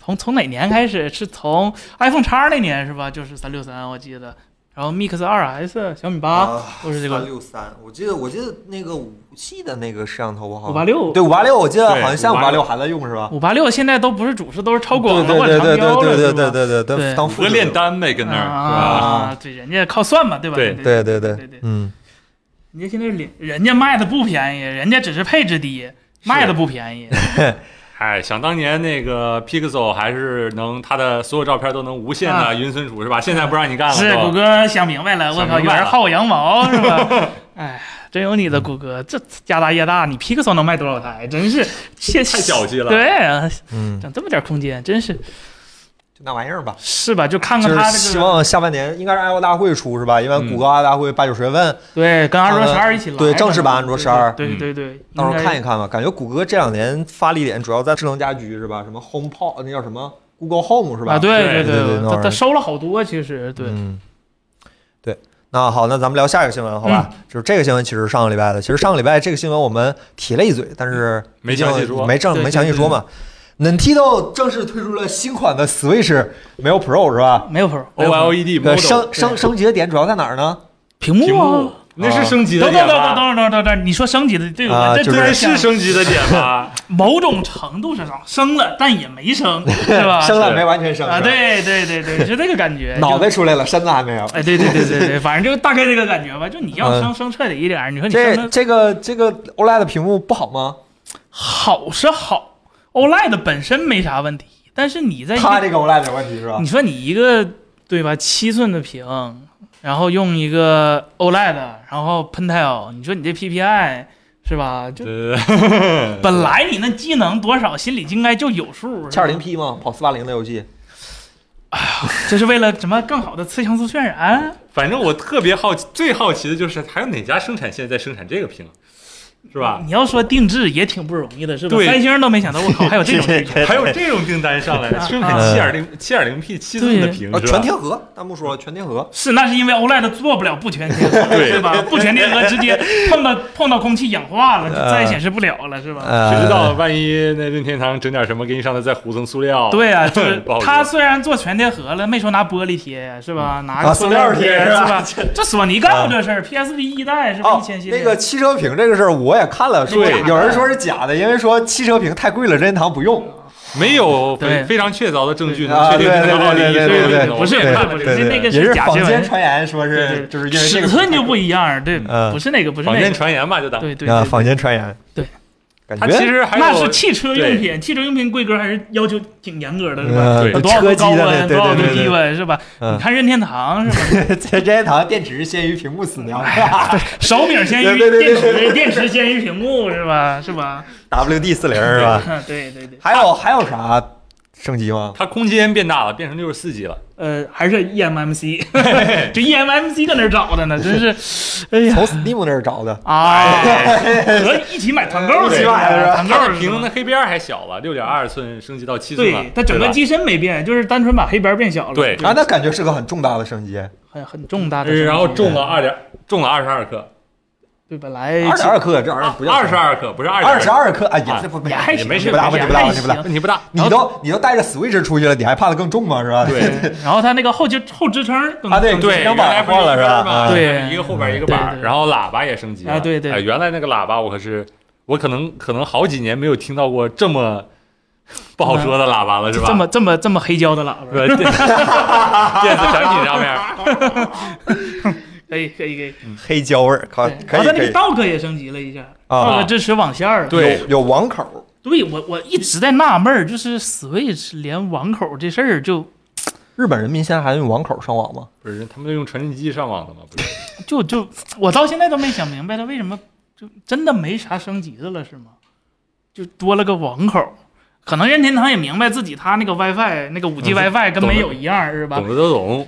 [SPEAKER 3] 从从哪年开始？是从 iPhone 叉那年是吧？就是三六三，我记得。然后 Mix 二 S、小米八都是这
[SPEAKER 1] 啊三
[SPEAKER 3] 个
[SPEAKER 1] 六三，我记得我记得那个五系的那个摄像头，我好
[SPEAKER 3] 五
[SPEAKER 1] 像
[SPEAKER 3] 八六。
[SPEAKER 1] 对五八六，我记得好像
[SPEAKER 2] 对
[SPEAKER 1] 现在五八六
[SPEAKER 2] 586
[SPEAKER 1] 还在用是吧？
[SPEAKER 3] 五八六现在都不是主视，都是超广
[SPEAKER 1] 对
[SPEAKER 3] 了
[SPEAKER 1] 对
[SPEAKER 3] 或者
[SPEAKER 1] 对对
[SPEAKER 3] 长焦了，
[SPEAKER 1] 对对
[SPEAKER 3] 是吧
[SPEAKER 1] 对对对
[SPEAKER 3] 对
[SPEAKER 1] 当
[SPEAKER 2] 五
[SPEAKER 1] 副
[SPEAKER 2] 个
[SPEAKER 1] 制
[SPEAKER 2] 炼
[SPEAKER 1] 的，
[SPEAKER 2] 丹呗，跟那儿是吧？
[SPEAKER 3] 啊，对，人家靠算嘛，对吧？
[SPEAKER 2] 对
[SPEAKER 3] 对
[SPEAKER 1] 对对
[SPEAKER 3] 对
[SPEAKER 1] 对，
[SPEAKER 3] 对，
[SPEAKER 1] 嗯，
[SPEAKER 3] 人家现在人人家卖的不便宜，人家只是配置低，卖的不便宜。
[SPEAKER 2] 哎，想当年那个 Pixel 还是能，它的所有照片都能无限
[SPEAKER 3] 啊
[SPEAKER 2] 的云存储是吧？现在不让你干了，
[SPEAKER 3] 是
[SPEAKER 2] 都
[SPEAKER 3] 谷歌想明白了，我
[SPEAKER 2] 想
[SPEAKER 3] 靠，
[SPEAKER 2] 明
[SPEAKER 3] 有
[SPEAKER 2] 白
[SPEAKER 3] 人
[SPEAKER 2] 了
[SPEAKER 3] 薅我羊毛是
[SPEAKER 2] [laughs]
[SPEAKER 3] 吧？哎，真有你的谷歌，
[SPEAKER 2] 嗯
[SPEAKER 3] 这家大业大，你 Pixel 能卖多少台？真是太
[SPEAKER 2] 太小气了
[SPEAKER 3] 对啊，
[SPEAKER 1] 嗯，
[SPEAKER 3] 整这么点空间，真是
[SPEAKER 1] 就那玩意儿吧。
[SPEAKER 3] 是吧？就看
[SPEAKER 1] 就
[SPEAKER 3] 看
[SPEAKER 1] 是
[SPEAKER 3] 它这
[SPEAKER 1] 希
[SPEAKER 3] 个，
[SPEAKER 1] 望下半年应该是 i o 大会出是吧？因为
[SPEAKER 2] 嗯
[SPEAKER 1] 谷歌 i o 大会八九十月份，
[SPEAKER 3] 对，跟安卓
[SPEAKER 1] 看
[SPEAKER 3] 十
[SPEAKER 1] 看
[SPEAKER 3] 二一起来，
[SPEAKER 1] 呃对正式版
[SPEAKER 3] 可能
[SPEAKER 1] 安卓12
[SPEAKER 3] 对对对对，
[SPEAKER 1] 到时候
[SPEAKER 3] 应该
[SPEAKER 1] 看一看吧。感觉谷歌这两年发力点主要在智能家居是吧？什么 HomePod 呃那叫什么 Google Home 是吧？
[SPEAKER 3] 啊，对
[SPEAKER 2] 对
[SPEAKER 1] 对对
[SPEAKER 3] 对，
[SPEAKER 1] 那
[SPEAKER 3] 他
[SPEAKER 1] 玩意
[SPEAKER 3] 他
[SPEAKER 1] 儿
[SPEAKER 3] 收了好多，其实对，
[SPEAKER 1] 嗯，对。那好，那咱们聊下一个新闻，好吧？
[SPEAKER 3] 嗯
[SPEAKER 1] 就是这个新闻其实是上个礼拜的，其实上个礼拜这个新闻我们提了一嘴，但是
[SPEAKER 2] 没
[SPEAKER 1] 毕竟
[SPEAKER 2] 详细说
[SPEAKER 1] 没正
[SPEAKER 3] 对
[SPEAKER 1] 没详细说嘛。Nintendo 正式推出了新款的 Switch，没有 Pro 是吧？
[SPEAKER 3] 没有 Pro，没有 Pro，
[SPEAKER 2] OLED
[SPEAKER 1] 呃，
[SPEAKER 2] model
[SPEAKER 1] 升升
[SPEAKER 3] 对
[SPEAKER 1] 升级的点主要在哪儿呢？
[SPEAKER 3] 屏
[SPEAKER 2] E 屏
[SPEAKER 3] 幕
[SPEAKER 2] 幕
[SPEAKER 3] 啊。，
[SPEAKER 2] 那是升级的
[SPEAKER 3] 等
[SPEAKER 2] 点
[SPEAKER 3] 等等
[SPEAKER 2] 吧？
[SPEAKER 3] 等等等等等，你说升级的对
[SPEAKER 1] 啊
[SPEAKER 3] 我这
[SPEAKER 1] 就
[SPEAKER 3] 突
[SPEAKER 2] 对，
[SPEAKER 3] 然
[SPEAKER 2] 是
[SPEAKER 3] 想，
[SPEAKER 2] 升级的点吧？
[SPEAKER 3] [laughs] 某种程度上升了，但也
[SPEAKER 1] [laughs]
[SPEAKER 3] 没升，是吧？
[SPEAKER 1] 升了
[SPEAKER 2] 是
[SPEAKER 1] 没完全升
[SPEAKER 3] 啊，
[SPEAKER 1] 是吧，，
[SPEAKER 3] 对对对对，就这个感觉
[SPEAKER 1] [laughs] 脑
[SPEAKER 3] 就
[SPEAKER 1] 袋出来了，身子还没有。
[SPEAKER 3] 哎，对对对对对，反正就大概这个感觉吧。就你
[SPEAKER 1] [laughs]
[SPEAKER 3] 要升升彻底一点儿，你说你
[SPEAKER 1] 嗯这
[SPEAKER 3] 升的
[SPEAKER 1] 这个这个 OLED 屏幕不好吗？
[SPEAKER 3] 好是好，OLED 本身没啥问题，但是哎你在一
[SPEAKER 1] 它
[SPEAKER 3] 个
[SPEAKER 1] 这个啊 OLED 有问题是吧
[SPEAKER 3] 你？说你一个对吧，七寸的屏，然后用一个 OLED，然后 Pentel，你说你这 PPI 是吧？就
[SPEAKER 2] 呃，
[SPEAKER 3] 本来你那技能多少，心里应该就有数。
[SPEAKER 1] 七二零
[SPEAKER 3] 是吧
[SPEAKER 1] P 吗？跑四八零的游戏，
[SPEAKER 3] 这是为了什么更好的次像素渲染？
[SPEAKER 2] 反正我特别好奇，最好奇的就是还有哪家生产线在生产这个屏，是吧？
[SPEAKER 3] 你要说定制也挺不容易的，是吧？
[SPEAKER 2] 对
[SPEAKER 3] 三星都没想到，我靠，还
[SPEAKER 1] [laughs]
[SPEAKER 3] 有这种需求。
[SPEAKER 2] 还有这种订单上来，生产七点零七点零 P 七寸的屏
[SPEAKER 1] 啊，
[SPEAKER 2] 是吧
[SPEAKER 1] 全？贴合。弹幕说全贴合，
[SPEAKER 3] 是，那是因为 OLED 做不了不全
[SPEAKER 1] [laughs]
[SPEAKER 3] 贴合，
[SPEAKER 2] 对
[SPEAKER 3] 对吧？不全贴合直接碰到碰到空气氧化了，就
[SPEAKER 1] 啊
[SPEAKER 3] 再也显示不了了，是吧？
[SPEAKER 1] 呃
[SPEAKER 2] 谁知道万一那任天堂整点什么给你上的再糊层塑料？
[SPEAKER 3] 对
[SPEAKER 1] 嗯
[SPEAKER 3] 啊，就是
[SPEAKER 2] 不好说
[SPEAKER 3] 它虽然做全贴合了，没说拿玻璃贴呀，是吧？拿
[SPEAKER 1] 啊
[SPEAKER 3] 个
[SPEAKER 1] 塑料
[SPEAKER 3] 料
[SPEAKER 1] 贴
[SPEAKER 3] 是
[SPEAKER 1] 是吧
[SPEAKER 3] 吧？这索尼干过这事儿，PSP 一代是吧？
[SPEAKER 1] 哦
[SPEAKER 3] 一千系，列
[SPEAKER 1] 那个汽车屏这个事儿我也看了，说
[SPEAKER 2] 对
[SPEAKER 1] 有人说是假的，因为说汽车屏太贵了，任天堂不用。
[SPEAKER 2] 没有非
[SPEAKER 3] 对
[SPEAKER 2] 非常确凿的证据
[SPEAKER 1] 对啊
[SPEAKER 2] 能确定这
[SPEAKER 1] 对
[SPEAKER 2] 个
[SPEAKER 1] 对
[SPEAKER 2] 奥利一
[SPEAKER 1] 对
[SPEAKER 2] 是
[SPEAKER 1] 对对
[SPEAKER 2] 这
[SPEAKER 1] 对
[SPEAKER 2] 种
[SPEAKER 3] 不是
[SPEAKER 2] 我也
[SPEAKER 3] 不
[SPEAKER 2] 看
[SPEAKER 3] 是
[SPEAKER 2] 了
[SPEAKER 3] 不
[SPEAKER 2] 这
[SPEAKER 3] 是
[SPEAKER 2] 个
[SPEAKER 3] 那个
[SPEAKER 1] 也是
[SPEAKER 3] 假
[SPEAKER 1] 坊
[SPEAKER 3] 新
[SPEAKER 1] 间
[SPEAKER 3] 闻，
[SPEAKER 1] 传言，说
[SPEAKER 3] 对
[SPEAKER 1] 是
[SPEAKER 3] 对
[SPEAKER 1] 就是因为这
[SPEAKER 3] 尺
[SPEAKER 1] 个
[SPEAKER 3] 寸就不一样，对，
[SPEAKER 1] 嗯
[SPEAKER 3] 不是那个，不是
[SPEAKER 2] 坊
[SPEAKER 3] 那
[SPEAKER 2] 间
[SPEAKER 3] 个，
[SPEAKER 2] 传言吧，就当。
[SPEAKER 3] 对对
[SPEAKER 1] 啊，
[SPEAKER 3] 对
[SPEAKER 1] 坊间传言。
[SPEAKER 3] 对，
[SPEAKER 1] 感
[SPEAKER 2] 它
[SPEAKER 1] 觉
[SPEAKER 2] 其实还
[SPEAKER 3] 那是
[SPEAKER 2] 有
[SPEAKER 3] 汽车用品，汽车用品规格还是要求挺严格的，是吧？
[SPEAKER 1] 呃
[SPEAKER 2] 对
[SPEAKER 3] 多少
[SPEAKER 1] 车
[SPEAKER 3] 度
[SPEAKER 1] 机
[SPEAKER 3] 高
[SPEAKER 1] 的那
[SPEAKER 3] 温，
[SPEAKER 1] 对
[SPEAKER 3] 多少度
[SPEAKER 1] 对对
[SPEAKER 3] 低
[SPEAKER 1] 对，
[SPEAKER 3] 温，是吧？你
[SPEAKER 1] 嗯，
[SPEAKER 3] 看任天堂是吧？
[SPEAKER 1] [laughs] 在任天堂电池是先于屏幕死掉 [laughs]
[SPEAKER 3] 哎
[SPEAKER 1] 的
[SPEAKER 3] 手柄先于
[SPEAKER 1] 对对对
[SPEAKER 3] 电
[SPEAKER 1] 对
[SPEAKER 3] 池，电池先于屏幕是吧？是吧？ [laughs]
[SPEAKER 1] ，WD 四零是吧？
[SPEAKER 3] 嗯，对对对，
[SPEAKER 1] 还有还有啥升级吗？
[SPEAKER 2] 它空间变大了，变成六十四 G 了。
[SPEAKER 3] 呃，还是 eMMC，这 [laughs] E eMMC 搁哪儿找的呢？真是，哎呀
[SPEAKER 1] 从 Steam 那儿找的。
[SPEAKER 3] 啊，和一起买团购
[SPEAKER 1] 哎对
[SPEAKER 3] 去吧，团
[SPEAKER 2] 它
[SPEAKER 3] 购
[SPEAKER 2] 的屏
[SPEAKER 3] 呢？
[SPEAKER 2] 那黑边儿还小了，六点二寸升级到七寸了
[SPEAKER 3] 对，。它整个
[SPEAKER 2] 吧
[SPEAKER 3] 机身没变，就是单纯把黑边变小了，
[SPEAKER 2] 对
[SPEAKER 1] 啊，那感觉是个很重大的升级，
[SPEAKER 3] 很很重大的
[SPEAKER 2] 呃
[SPEAKER 3] 升级，
[SPEAKER 2] 然后重了二点，重了二十二克，啊
[SPEAKER 3] 对本来
[SPEAKER 1] 二十二克，这玩意儿不叫
[SPEAKER 2] 二十二克不是二
[SPEAKER 1] 二十，二克，哎呀，
[SPEAKER 2] 啊
[SPEAKER 1] 这不
[SPEAKER 3] 也还
[SPEAKER 2] 也没事
[SPEAKER 1] 不大
[SPEAKER 2] 没
[SPEAKER 1] 问
[SPEAKER 2] 事
[SPEAKER 1] 题不大
[SPEAKER 3] 还
[SPEAKER 1] 问题不大
[SPEAKER 3] 行。
[SPEAKER 2] 问题不大。哦
[SPEAKER 1] 你都你都带着 Switch 出去了，你还怕它更重吗？是吧？
[SPEAKER 2] 对
[SPEAKER 3] 对，然后它那个后支后支撑更
[SPEAKER 1] 啊对
[SPEAKER 3] 更
[SPEAKER 2] 对，
[SPEAKER 1] 你
[SPEAKER 2] 原
[SPEAKER 1] 两把
[SPEAKER 2] 来不是
[SPEAKER 1] 换了
[SPEAKER 2] 一
[SPEAKER 1] 是
[SPEAKER 2] 根
[SPEAKER 1] 吧
[SPEAKER 2] 儿嘛，
[SPEAKER 3] 对
[SPEAKER 2] 一个后边一个板
[SPEAKER 3] 对
[SPEAKER 2] 儿，
[SPEAKER 3] 对
[SPEAKER 2] 然后喇叭也升级了。
[SPEAKER 3] 啊对对
[SPEAKER 2] 哎原来那个喇叭我可是我可能可能好几年没有听到过这么
[SPEAKER 3] [laughs]
[SPEAKER 2] 不好说的喇叭了，是吧？
[SPEAKER 3] 这
[SPEAKER 2] [laughs]
[SPEAKER 3] 么这么这么黑胶的喇叭，
[SPEAKER 2] 呃电电子产品上面，
[SPEAKER 3] 可以可以可以。
[SPEAKER 1] 黑胶味儿，可
[SPEAKER 3] 对，
[SPEAKER 1] 啊可
[SPEAKER 3] 然后
[SPEAKER 1] 以
[SPEAKER 3] 它那
[SPEAKER 1] 可
[SPEAKER 3] 个
[SPEAKER 1] 以
[SPEAKER 3] Dock 也升级了一下
[SPEAKER 1] 啊
[SPEAKER 3] ，Dock 支持网线了。
[SPEAKER 2] 对
[SPEAKER 1] 有有网口，
[SPEAKER 3] 对我我一直在纳闷儿，就是 Switch 连网口这事儿就
[SPEAKER 1] 日本人民现在还用网口上网吗？
[SPEAKER 2] 不是他们都用传真机上网的吗？不是，
[SPEAKER 3] 就就我到现在都没想明白它为什么就真的没啥升级的了是吗？就多了个网口，可能任天堂也明白自己它那个 WiFi 那个5 G
[SPEAKER 2] 嗯
[SPEAKER 3] WiFi 跟
[SPEAKER 2] 懂
[SPEAKER 3] 没
[SPEAKER 2] 了
[SPEAKER 3] 有一样是吧
[SPEAKER 2] 懂？的都懂。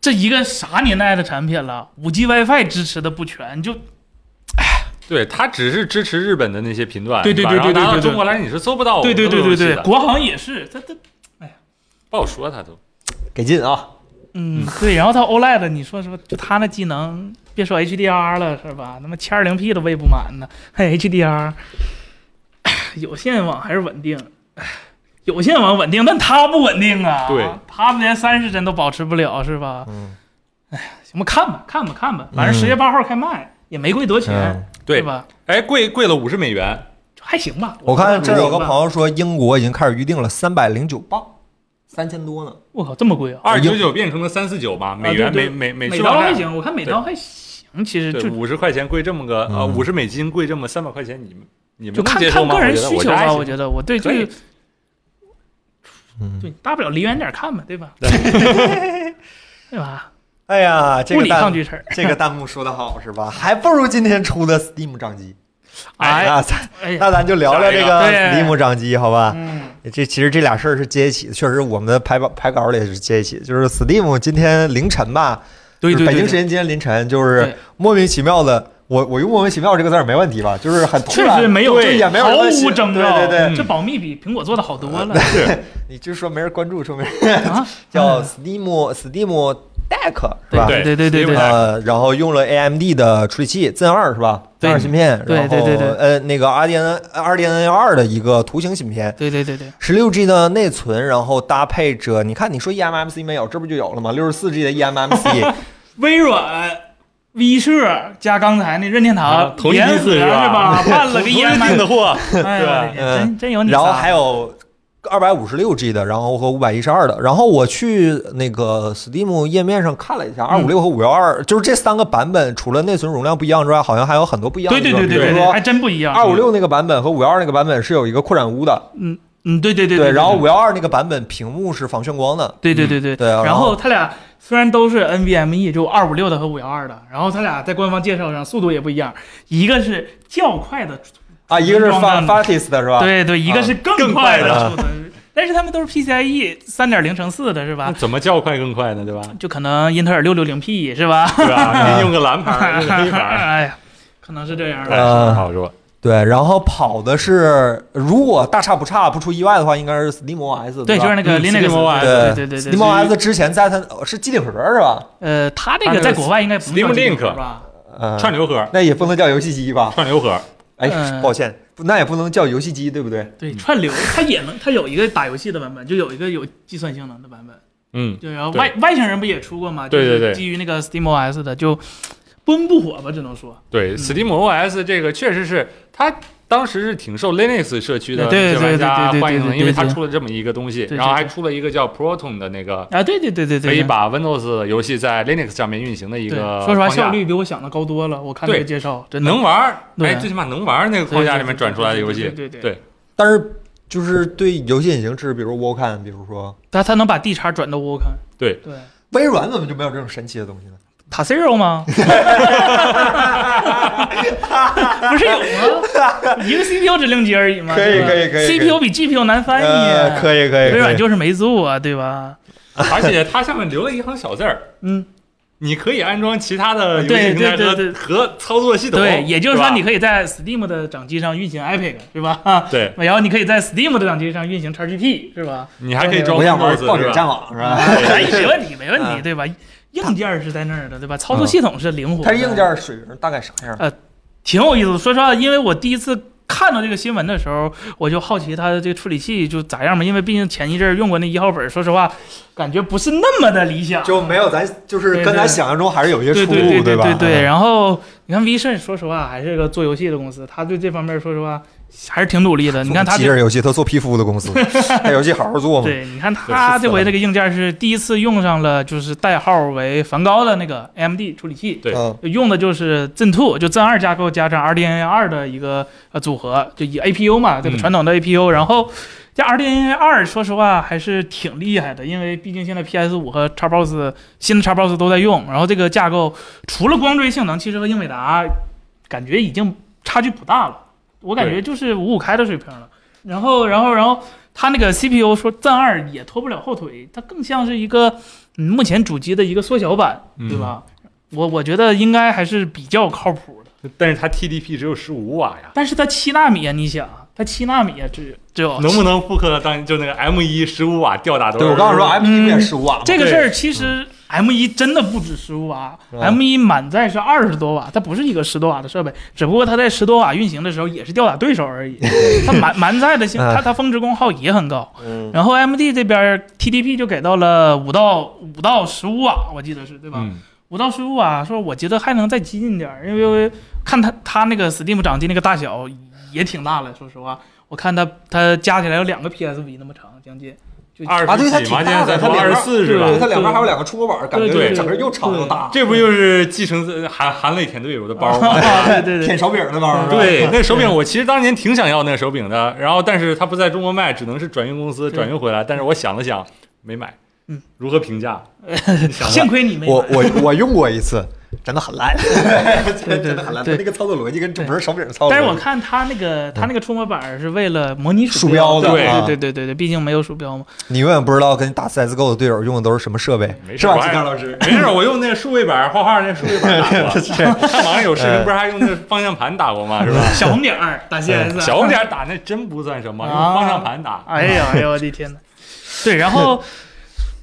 [SPEAKER 3] 这一个啥年代的产品了，5 G WiFi 支持的不全，就
[SPEAKER 2] 哦对，它只是支持日本的那些频段，
[SPEAKER 3] 对对对
[SPEAKER 2] 是吧
[SPEAKER 3] 对对
[SPEAKER 2] 然后拿
[SPEAKER 3] 对
[SPEAKER 2] 到
[SPEAKER 3] 对
[SPEAKER 2] 中国来你是搜不到我
[SPEAKER 3] 对
[SPEAKER 2] 们
[SPEAKER 3] 对
[SPEAKER 2] 这
[SPEAKER 3] 对
[SPEAKER 2] 种东
[SPEAKER 3] 对
[SPEAKER 2] 西
[SPEAKER 3] 对，
[SPEAKER 2] 的，
[SPEAKER 3] 国行也是它它
[SPEAKER 2] 不好说它都。
[SPEAKER 1] 给劲啊！
[SPEAKER 3] 嗯，对，然后它 OLED，你说说，就它那机能，别说 HDR 了，是吧？那么 720P 都喂 [coughs] 不满呢，还 HDR，唉有线网还是稳定。唉哎有线网稳定，但它不稳定啊。
[SPEAKER 2] 对，
[SPEAKER 3] 它连三十帧都保持不了，是吧？哎
[SPEAKER 1] 嗯，
[SPEAKER 3] 行吧，看吧，看吧，看吧，反正十月八号开卖，也没贵多
[SPEAKER 1] 嗯
[SPEAKER 3] 钱，
[SPEAKER 2] 对，
[SPEAKER 3] 吧？
[SPEAKER 2] 哎，贵贵了五十美元，
[SPEAKER 3] 还行吧。
[SPEAKER 1] 我看这有个
[SPEAKER 3] 友，
[SPEAKER 1] 朋友说，英国已经开始预定了三百零九磅，三千多呢。
[SPEAKER 3] 我靠，这么贵啊！
[SPEAKER 2] 二九九变成了三四九嘛，美元、
[SPEAKER 3] 啊对对
[SPEAKER 2] 美美美
[SPEAKER 3] 美刀还
[SPEAKER 2] 去
[SPEAKER 3] 行，我看美刀还行，其实
[SPEAKER 2] 网站
[SPEAKER 3] 就
[SPEAKER 2] 对，五十块钱贵这么个呃，
[SPEAKER 1] 嗯
[SPEAKER 2] 五十美金贵这么三百块钱，你们你们
[SPEAKER 3] 就
[SPEAKER 2] 能
[SPEAKER 3] 看
[SPEAKER 2] 接受
[SPEAKER 3] 看
[SPEAKER 2] 吗？
[SPEAKER 3] 个人
[SPEAKER 2] 我觉得我
[SPEAKER 3] 需求
[SPEAKER 2] 觉得还
[SPEAKER 3] 吧，
[SPEAKER 2] 行
[SPEAKER 3] 我觉得我对
[SPEAKER 2] 可
[SPEAKER 3] 这
[SPEAKER 2] 以
[SPEAKER 3] 个
[SPEAKER 1] 嗯，
[SPEAKER 3] 对大不了离远点看吧，对吧？ [laughs] 对吧？
[SPEAKER 1] 哎呀，这
[SPEAKER 3] 物
[SPEAKER 1] 个
[SPEAKER 3] 理抗
[SPEAKER 1] 弹
[SPEAKER 3] 拒词儿，
[SPEAKER 1] 这个弹幕说的好是吧？还不如今天出的 Steam 掌机。
[SPEAKER 3] 哎
[SPEAKER 1] 那咱
[SPEAKER 3] 哎呀，
[SPEAKER 1] 那咱就聊聊这个
[SPEAKER 3] 下一个对
[SPEAKER 1] Steam 掌机，好吧？
[SPEAKER 3] 嗯，
[SPEAKER 1] 这其实这俩事儿是接一起的，确实我们的排稿排稿里也是接一起的。就是 Steam 今天凌晨吧，
[SPEAKER 3] 对
[SPEAKER 1] 就是
[SPEAKER 3] 对
[SPEAKER 1] 北京
[SPEAKER 3] 对
[SPEAKER 1] 时
[SPEAKER 3] 对，
[SPEAKER 1] 间今天凌晨，就是
[SPEAKER 3] 对
[SPEAKER 1] 莫名其妙的，我我用莫名其妙这个字儿没问题吧？就是很突
[SPEAKER 3] 确
[SPEAKER 1] 然，
[SPEAKER 3] 实没有，
[SPEAKER 1] 对，也没有
[SPEAKER 3] 毫
[SPEAKER 1] 人
[SPEAKER 3] 无
[SPEAKER 1] 信
[SPEAKER 3] 征
[SPEAKER 1] 对
[SPEAKER 3] 兆，嗯
[SPEAKER 1] 对对，
[SPEAKER 3] 这保密比苹果做的好多
[SPEAKER 2] [laughs]
[SPEAKER 3] 了
[SPEAKER 2] 是
[SPEAKER 1] 你就说没人关注，说没人
[SPEAKER 3] 啊！
[SPEAKER 1] [laughs] 叫 Steam Steam Deck 是吧？
[SPEAKER 3] 对对对对对
[SPEAKER 1] 呃，然后用了 AMD 的处理器 Zen 二是吧？Zen
[SPEAKER 3] 对
[SPEAKER 1] 二芯片，
[SPEAKER 3] 对
[SPEAKER 1] 然后
[SPEAKER 3] 对对对
[SPEAKER 1] 呃，那个 RDNA RDNA 二的一个图形芯片，
[SPEAKER 3] 对对对对，
[SPEAKER 1] 十六 G 的内存，然后搭配着，你看你说 E eMMC 没有，这不就有了吗？六十四 G 的 E
[SPEAKER 3] [laughs]
[SPEAKER 1] eMMC，
[SPEAKER 3] 微软、威社加刚才那任天堂
[SPEAKER 2] 啊同一批
[SPEAKER 3] 联合
[SPEAKER 2] 次
[SPEAKER 3] 是
[SPEAKER 2] 是吧
[SPEAKER 3] 吧？办了
[SPEAKER 2] [laughs]
[SPEAKER 3] 个
[SPEAKER 2] 同时
[SPEAKER 3] EMI
[SPEAKER 2] 订的
[SPEAKER 3] [laughs]
[SPEAKER 2] 货，
[SPEAKER 3] 哎呦，我的天
[SPEAKER 1] 嗯
[SPEAKER 3] 真真有你仨，
[SPEAKER 1] 然后还有二百五十六 G 的，然后和五百一十二的。然后我去那个 Steam 页面上看了一下，二五六和五幺二，就是这三个版本，除了内存容量不一样之外，好像还有很多不一样的
[SPEAKER 3] 对
[SPEAKER 1] 地
[SPEAKER 3] 对
[SPEAKER 1] 方。
[SPEAKER 3] 对对对
[SPEAKER 1] 比
[SPEAKER 3] 对，
[SPEAKER 1] 如
[SPEAKER 3] 还
[SPEAKER 1] 说
[SPEAKER 3] 真不一样。
[SPEAKER 1] 二五六那个版本和五幺二那个版本是有一个扩展坞的，
[SPEAKER 3] 嗯嗯，对对对对，
[SPEAKER 1] 然后五幺二那个版本屏幕是防眩光的。
[SPEAKER 3] 对对对
[SPEAKER 2] 嗯
[SPEAKER 3] 对
[SPEAKER 1] 对啊然
[SPEAKER 3] 然
[SPEAKER 1] 后
[SPEAKER 3] 后他俩虽然都是 NVMe，就二五六的和五幺二的，然后他俩在官方介绍上速度也不一样，一个是较快的，
[SPEAKER 1] 啊，一个是
[SPEAKER 3] 防眩
[SPEAKER 1] fa
[SPEAKER 3] 光
[SPEAKER 1] f a t i s 的是吧？，
[SPEAKER 3] 对对，一个是
[SPEAKER 2] 啊更
[SPEAKER 3] 快
[SPEAKER 2] 快的
[SPEAKER 3] 的速度。但是他们都是 PCIe E 三点零乘四的是
[SPEAKER 2] 那
[SPEAKER 3] 吧？
[SPEAKER 2] 怎么叫快更快呢？对吧？
[SPEAKER 3] 就可能英特尔六六零 P 是吧？
[SPEAKER 2] 对
[SPEAKER 3] [laughs]
[SPEAKER 2] 吧？你用个蓝牌，用个 [laughs] 黑牌，
[SPEAKER 3] 哎呀，可能是这样
[SPEAKER 2] 哎
[SPEAKER 3] 的。
[SPEAKER 1] 啊
[SPEAKER 2] 好说。
[SPEAKER 1] 对，然后跑的是，如果大差不差，不出意外的话，应该是 SteamOS
[SPEAKER 3] 对，
[SPEAKER 1] 吧
[SPEAKER 3] 就是那个
[SPEAKER 2] 嗯
[SPEAKER 3] Linux，
[SPEAKER 2] SteamOS
[SPEAKER 3] 对
[SPEAKER 1] 对
[SPEAKER 3] 对对对对。
[SPEAKER 1] ，SteamOS 之前在它呃是机顶盒是吧？
[SPEAKER 3] 呃，他这
[SPEAKER 2] 它那
[SPEAKER 3] 个
[SPEAKER 2] 个
[SPEAKER 3] 在国外应该不叫
[SPEAKER 2] Steam Link
[SPEAKER 3] 是吧？
[SPEAKER 1] 嗯，
[SPEAKER 2] 串流盒，
[SPEAKER 1] 那也不能叫游戏机吧？
[SPEAKER 2] 串流盒，
[SPEAKER 1] 哎，
[SPEAKER 3] 嗯
[SPEAKER 1] 抱歉，不那也不能叫游戏机，对不对？
[SPEAKER 2] 嗯
[SPEAKER 3] 对，串流它也能，它有一个打游戏的版本，就有一个有计算性能的版本。
[SPEAKER 2] 嗯，
[SPEAKER 3] 对，然后
[SPEAKER 2] 对
[SPEAKER 3] 外外星人不也出过吗？
[SPEAKER 2] 对对
[SPEAKER 3] 就是
[SPEAKER 2] 对
[SPEAKER 3] 基于那个 SteamOS 的，就不温不火吧，只能说。
[SPEAKER 2] 对，Steam OS 这个确实是它。当时是挺受 Linux 社区的
[SPEAKER 3] 对
[SPEAKER 2] 这些玩家
[SPEAKER 3] 对对对对对
[SPEAKER 2] 欢迎的，
[SPEAKER 3] 对
[SPEAKER 2] 因为它
[SPEAKER 3] 对对
[SPEAKER 2] 出了这么一个东西，
[SPEAKER 3] 对
[SPEAKER 2] 然后还
[SPEAKER 3] 对
[SPEAKER 2] 出了一个叫 Proton 的那个
[SPEAKER 3] 啊，对对对对对，
[SPEAKER 2] 可以把 Windows 的游戏在 Linux 上面运行的一
[SPEAKER 3] 对
[SPEAKER 2] 个
[SPEAKER 3] 说实话，
[SPEAKER 2] 框架
[SPEAKER 3] 效率比我想的高多了。我看这
[SPEAKER 2] 对
[SPEAKER 3] 个介绍，真的
[SPEAKER 2] 能玩儿，
[SPEAKER 3] 对
[SPEAKER 2] 哎，最起码能玩儿那个框架里面转出来的游戏，
[SPEAKER 3] 对对对对
[SPEAKER 2] 对
[SPEAKER 1] 但是就是对游戏引擎制，比如 Wokan，比如说
[SPEAKER 3] 它它能把 D 叉转到 w o c a
[SPEAKER 2] 对
[SPEAKER 3] 对
[SPEAKER 1] 微软怎么就没有这种神奇的东西呢？
[SPEAKER 3] 塔 Zero [laughs] 吗？不是有吗？一个 CPU 指令集而已嘛。
[SPEAKER 1] 可以
[SPEAKER 3] 对吧
[SPEAKER 1] 可以可以可以
[SPEAKER 3] CPU 比 GPU 难翻
[SPEAKER 1] 呃，
[SPEAKER 3] 译。
[SPEAKER 1] 可以可以，
[SPEAKER 3] 哎微软
[SPEAKER 1] 可以
[SPEAKER 3] 就是没做啊，对吧？
[SPEAKER 2] 而且它下面留了一行小字儿，
[SPEAKER 3] 嗯，
[SPEAKER 2] 你可以安装其他的游戏
[SPEAKER 3] 对
[SPEAKER 2] 平台
[SPEAKER 3] 对
[SPEAKER 2] 和
[SPEAKER 3] 对对
[SPEAKER 2] 和操作系统，
[SPEAKER 3] 对，也就是说
[SPEAKER 2] 吧
[SPEAKER 3] 你可以在 Steam 的掌机上运行 Epic 是吧？
[SPEAKER 2] 对，
[SPEAKER 3] 然后你可以在 Steam 的掌机上运行 XGP 是吧？
[SPEAKER 2] 你还可以装
[SPEAKER 1] 我想玩
[SPEAKER 2] Windows
[SPEAKER 1] 暴雪
[SPEAKER 2] 是吧？
[SPEAKER 1] 战网是吧？
[SPEAKER 3] 可以，没问题，没问
[SPEAKER 1] 啊嗯
[SPEAKER 3] 题，对吧？硬件是在那儿的，对吧？操作系统是灵活的，
[SPEAKER 1] 它硬件水平大概啥样？
[SPEAKER 3] 嗯挺有意思的。说实话，因为我第一次看到这个新闻的时候，我就好奇它的这个处理器就咋样嘛，因为毕竟前一阵儿用过那一号本儿，说实话，感觉不是那么的理想。
[SPEAKER 1] 就没有咱就是
[SPEAKER 3] 对
[SPEAKER 1] 跟咱
[SPEAKER 3] 对
[SPEAKER 1] 想象中还是有一些
[SPEAKER 3] 对
[SPEAKER 1] 出
[SPEAKER 3] 对
[SPEAKER 1] 入，
[SPEAKER 3] 对对
[SPEAKER 1] 吧？
[SPEAKER 3] 对对，
[SPEAKER 1] 嗯
[SPEAKER 3] 然后你看 V 胜，说实话还是个做游戏的公司，他对这方面说实话还是挺努力的。你看他
[SPEAKER 1] 机器
[SPEAKER 3] 这，
[SPEAKER 1] 人游戏，他做皮肤的公
[SPEAKER 3] [laughs]
[SPEAKER 1] 司，他游戏好好做嘛。
[SPEAKER 3] 对，你看他这回这个硬件是第一次用上了，就是代号为梵高的那个 AMD 处理器，
[SPEAKER 2] 对
[SPEAKER 1] 嗯
[SPEAKER 3] 用的就是 Zen 2，就 Zen 2架构加上 RDNA 2的一个呃组合，就以 APU 嘛，这个
[SPEAKER 2] 嗯
[SPEAKER 3] 传统的 APU，、然后这 RDNA 2说实话还是挺厉害的，因为毕竟现在 PS 5和 Xbox 新的 Xbox 都在用，然后这个架构除了光追性能，其实和英伟达感觉已经差距不大了，我感觉就是五五开的水平了。然后，然后，然后它那个 CPU 说 Zen 2也拖不了后腿，它更像是一个嗯目前主机的一个缩小版，
[SPEAKER 2] 嗯
[SPEAKER 3] 对吧？我我觉得应该还是比较靠谱的。
[SPEAKER 2] 但是它 TDP 只有十五瓦呀，
[SPEAKER 3] 但是它七纳米啊，你想啊，它七纳米啊，只只有
[SPEAKER 2] 能不能复刻当就那个 M 一十五瓦吊打多
[SPEAKER 1] 对，
[SPEAKER 2] 少？
[SPEAKER 1] 我刚刚说
[SPEAKER 3] 嗯
[SPEAKER 2] 是
[SPEAKER 1] 啊
[SPEAKER 2] 吧
[SPEAKER 1] M 一不也十五瓦吗？
[SPEAKER 2] 嗯
[SPEAKER 3] 这个事儿其实 M 一真的不止十五瓦、
[SPEAKER 1] 嗯
[SPEAKER 3] m 一满载是二十多瓦，它不是一个十多瓦的设备，只不过它在十多瓦运行的时候也是吊打对手而已。它满满载的性，
[SPEAKER 2] [laughs]
[SPEAKER 1] 嗯
[SPEAKER 3] 它它峰值功耗也很高。
[SPEAKER 1] 嗯
[SPEAKER 3] 然后 AMD 这边 TDP 就给到了五到五到十五瓦，我记得是对吧？
[SPEAKER 2] 嗯
[SPEAKER 3] 五到十五瓦，啊说我觉得还能再激进点儿，因为看它它那个 Steam 掌机那个大小也挺大了，说实话，我看它它加起来有两个 PSV 那么长，将近。就
[SPEAKER 2] 二
[SPEAKER 1] 啊对
[SPEAKER 2] 十
[SPEAKER 1] 它
[SPEAKER 2] 几
[SPEAKER 1] 挺
[SPEAKER 2] 嘛，
[SPEAKER 1] 大
[SPEAKER 2] 现在
[SPEAKER 1] 的
[SPEAKER 2] 才
[SPEAKER 1] 它
[SPEAKER 2] 说
[SPEAKER 1] 两
[SPEAKER 2] 二
[SPEAKER 1] 边
[SPEAKER 2] 十四是吧
[SPEAKER 3] 对？
[SPEAKER 1] 它两边还有两个触摸板，感
[SPEAKER 3] 对
[SPEAKER 1] 觉
[SPEAKER 2] 对
[SPEAKER 1] 整个又长又大，
[SPEAKER 2] 这不就是继承呃含含泪舔队友的
[SPEAKER 3] [laughs]
[SPEAKER 2] 包吗？
[SPEAKER 3] 对对
[SPEAKER 1] [laughs]
[SPEAKER 3] 对
[SPEAKER 1] 舔手柄的玩意儿。
[SPEAKER 2] 对，那手柄我其实当年挺想要那个手柄的，然后但是它不在中国卖，只能是转运公司
[SPEAKER 3] 对
[SPEAKER 2] 转运回来。但是我想了想，没买。
[SPEAKER 3] 嗯，
[SPEAKER 2] 如何评价？
[SPEAKER 3] 幸亏你没
[SPEAKER 1] 我
[SPEAKER 3] 买
[SPEAKER 1] 我我用过一次，真的很烂，
[SPEAKER 3] 对
[SPEAKER 1] [laughs]
[SPEAKER 3] 对
[SPEAKER 1] 真的很烂。它
[SPEAKER 3] 对
[SPEAKER 1] 那个操作逻辑跟这不是手柄操作逻辑。
[SPEAKER 3] 但是我看它那个它那个触摸板是为了模拟
[SPEAKER 1] 鼠标
[SPEAKER 3] 的，
[SPEAKER 1] 的
[SPEAKER 3] 对
[SPEAKER 1] 啊
[SPEAKER 3] 对对对对，毕竟没有鼠标嘛。
[SPEAKER 1] 你永远不知道跟你打 CSGO 的队友用的都是什么设备，
[SPEAKER 2] 没事
[SPEAKER 1] 是吧？
[SPEAKER 2] 我
[SPEAKER 1] 金
[SPEAKER 2] 还
[SPEAKER 1] 刚老师，
[SPEAKER 2] [laughs] 没事，我用那个数位板画画，那数位板打过。看网上有视频，
[SPEAKER 1] 哎
[SPEAKER 2] 不是还用那个方向盘打过吗？是吧？
[SPEAKER 3] 小红点儿打啊 CS，
[SPEAKER 2] 小不点儿打那真不算什么，用
[SPEAKER 3] 啊
[SPEAKER 2] 方向盘打。
[SPEAKER 3] 哎 [laughs] 呀，哎呀，我的天呐！对，然后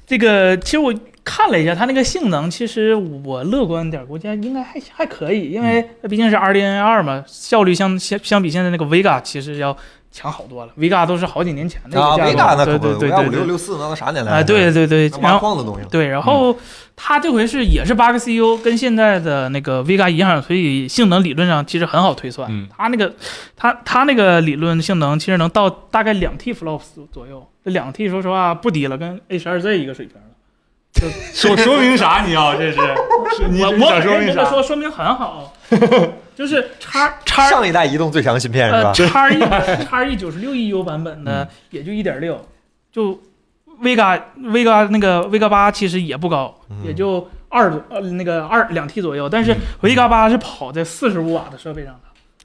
[SPEAKER 3] 这个其实我看了一下它那个性能，其实我乐观点儿，我觉得应该还还可以，因为它毕竟是 RDNA 二嘛，效率相相相比现在那个 Vega 其实要强好多了。Vega 都是好几年前那
[SPEAKER 1] 啊，
[SPEAKER 3] 个
[SPEAKER 1] 没
[SPEAKER 3] 价格
[SPEAKER 1] 干那
[SPEAKER 3] 了，对
[SPEAKER 1] 可不，
[SPEAKER 3] 对对
[SPEAKER 1] 五幺五
[SPEAKER 3] 对
[SPEAKER 1] 六
[SPEAKER 3] 对，
[SPEAKER 1] 六四那都啥年代
[SPEAKER 3] 哎，
[SPEAKER 1] 了？
[SPEAKER 3] 对对对
[SPEAKER 1] 那，
[SPEAKER 3] 然
[SPEAKER 1] 挖
[SPEAKER 3] 后。
[SPEAKER 1] 矿的东西了。
[SPEAKER 3] 对，然
[SPEAKER 2] 嗯
[SPEAKER 3] 后它这回是也是八个 CPU，跟现在的那个 Vega 一样，所以性能理论上其实很好推算。
[SPEAKER 2] 嗯
[SPEAKER 3] 它那个它它那个理论性能其实能到大概两 T flops 左左右，这两 T 说实话不低了，跟 H 2 Z 一个水平了。
[SPEAKER 2] 说说明啥？你要这是？是你
[SPEAKER 3] 我
[SPEAKER 2] 你
[SPEAKER 3] 我
[SPEAKER 2] 想
[SPEAKER 3] 很
[SPEAKER 2] 说
[SPEAKER 3] 认
[SPEAKER 2] 明
[SPEAKER 3] 真的
[SPEAKER 2] 啥？
[SPEAKER 3] 说，说明很
[SPEAKER 2] [laughs]
[SPEAKER 3] 好，就是叉叉
[SPEAKER 1] 上一代移动最强芯片是
[SPEAKER 3] 呃
[SPEAKER 1] 吧？嗯 [laughs]
[SPEAKER 3] 叉 E 叉 E 九十六 EU 版本的也就一点六，就 Vega Vega 那个 Vega 八其实也不高，
[SPEAKER 1] 嗯
[SPEAKER 3] 也就二左呃那个二两 T 左右，但是 Vega 八是跑在四十五瓦的设备上的，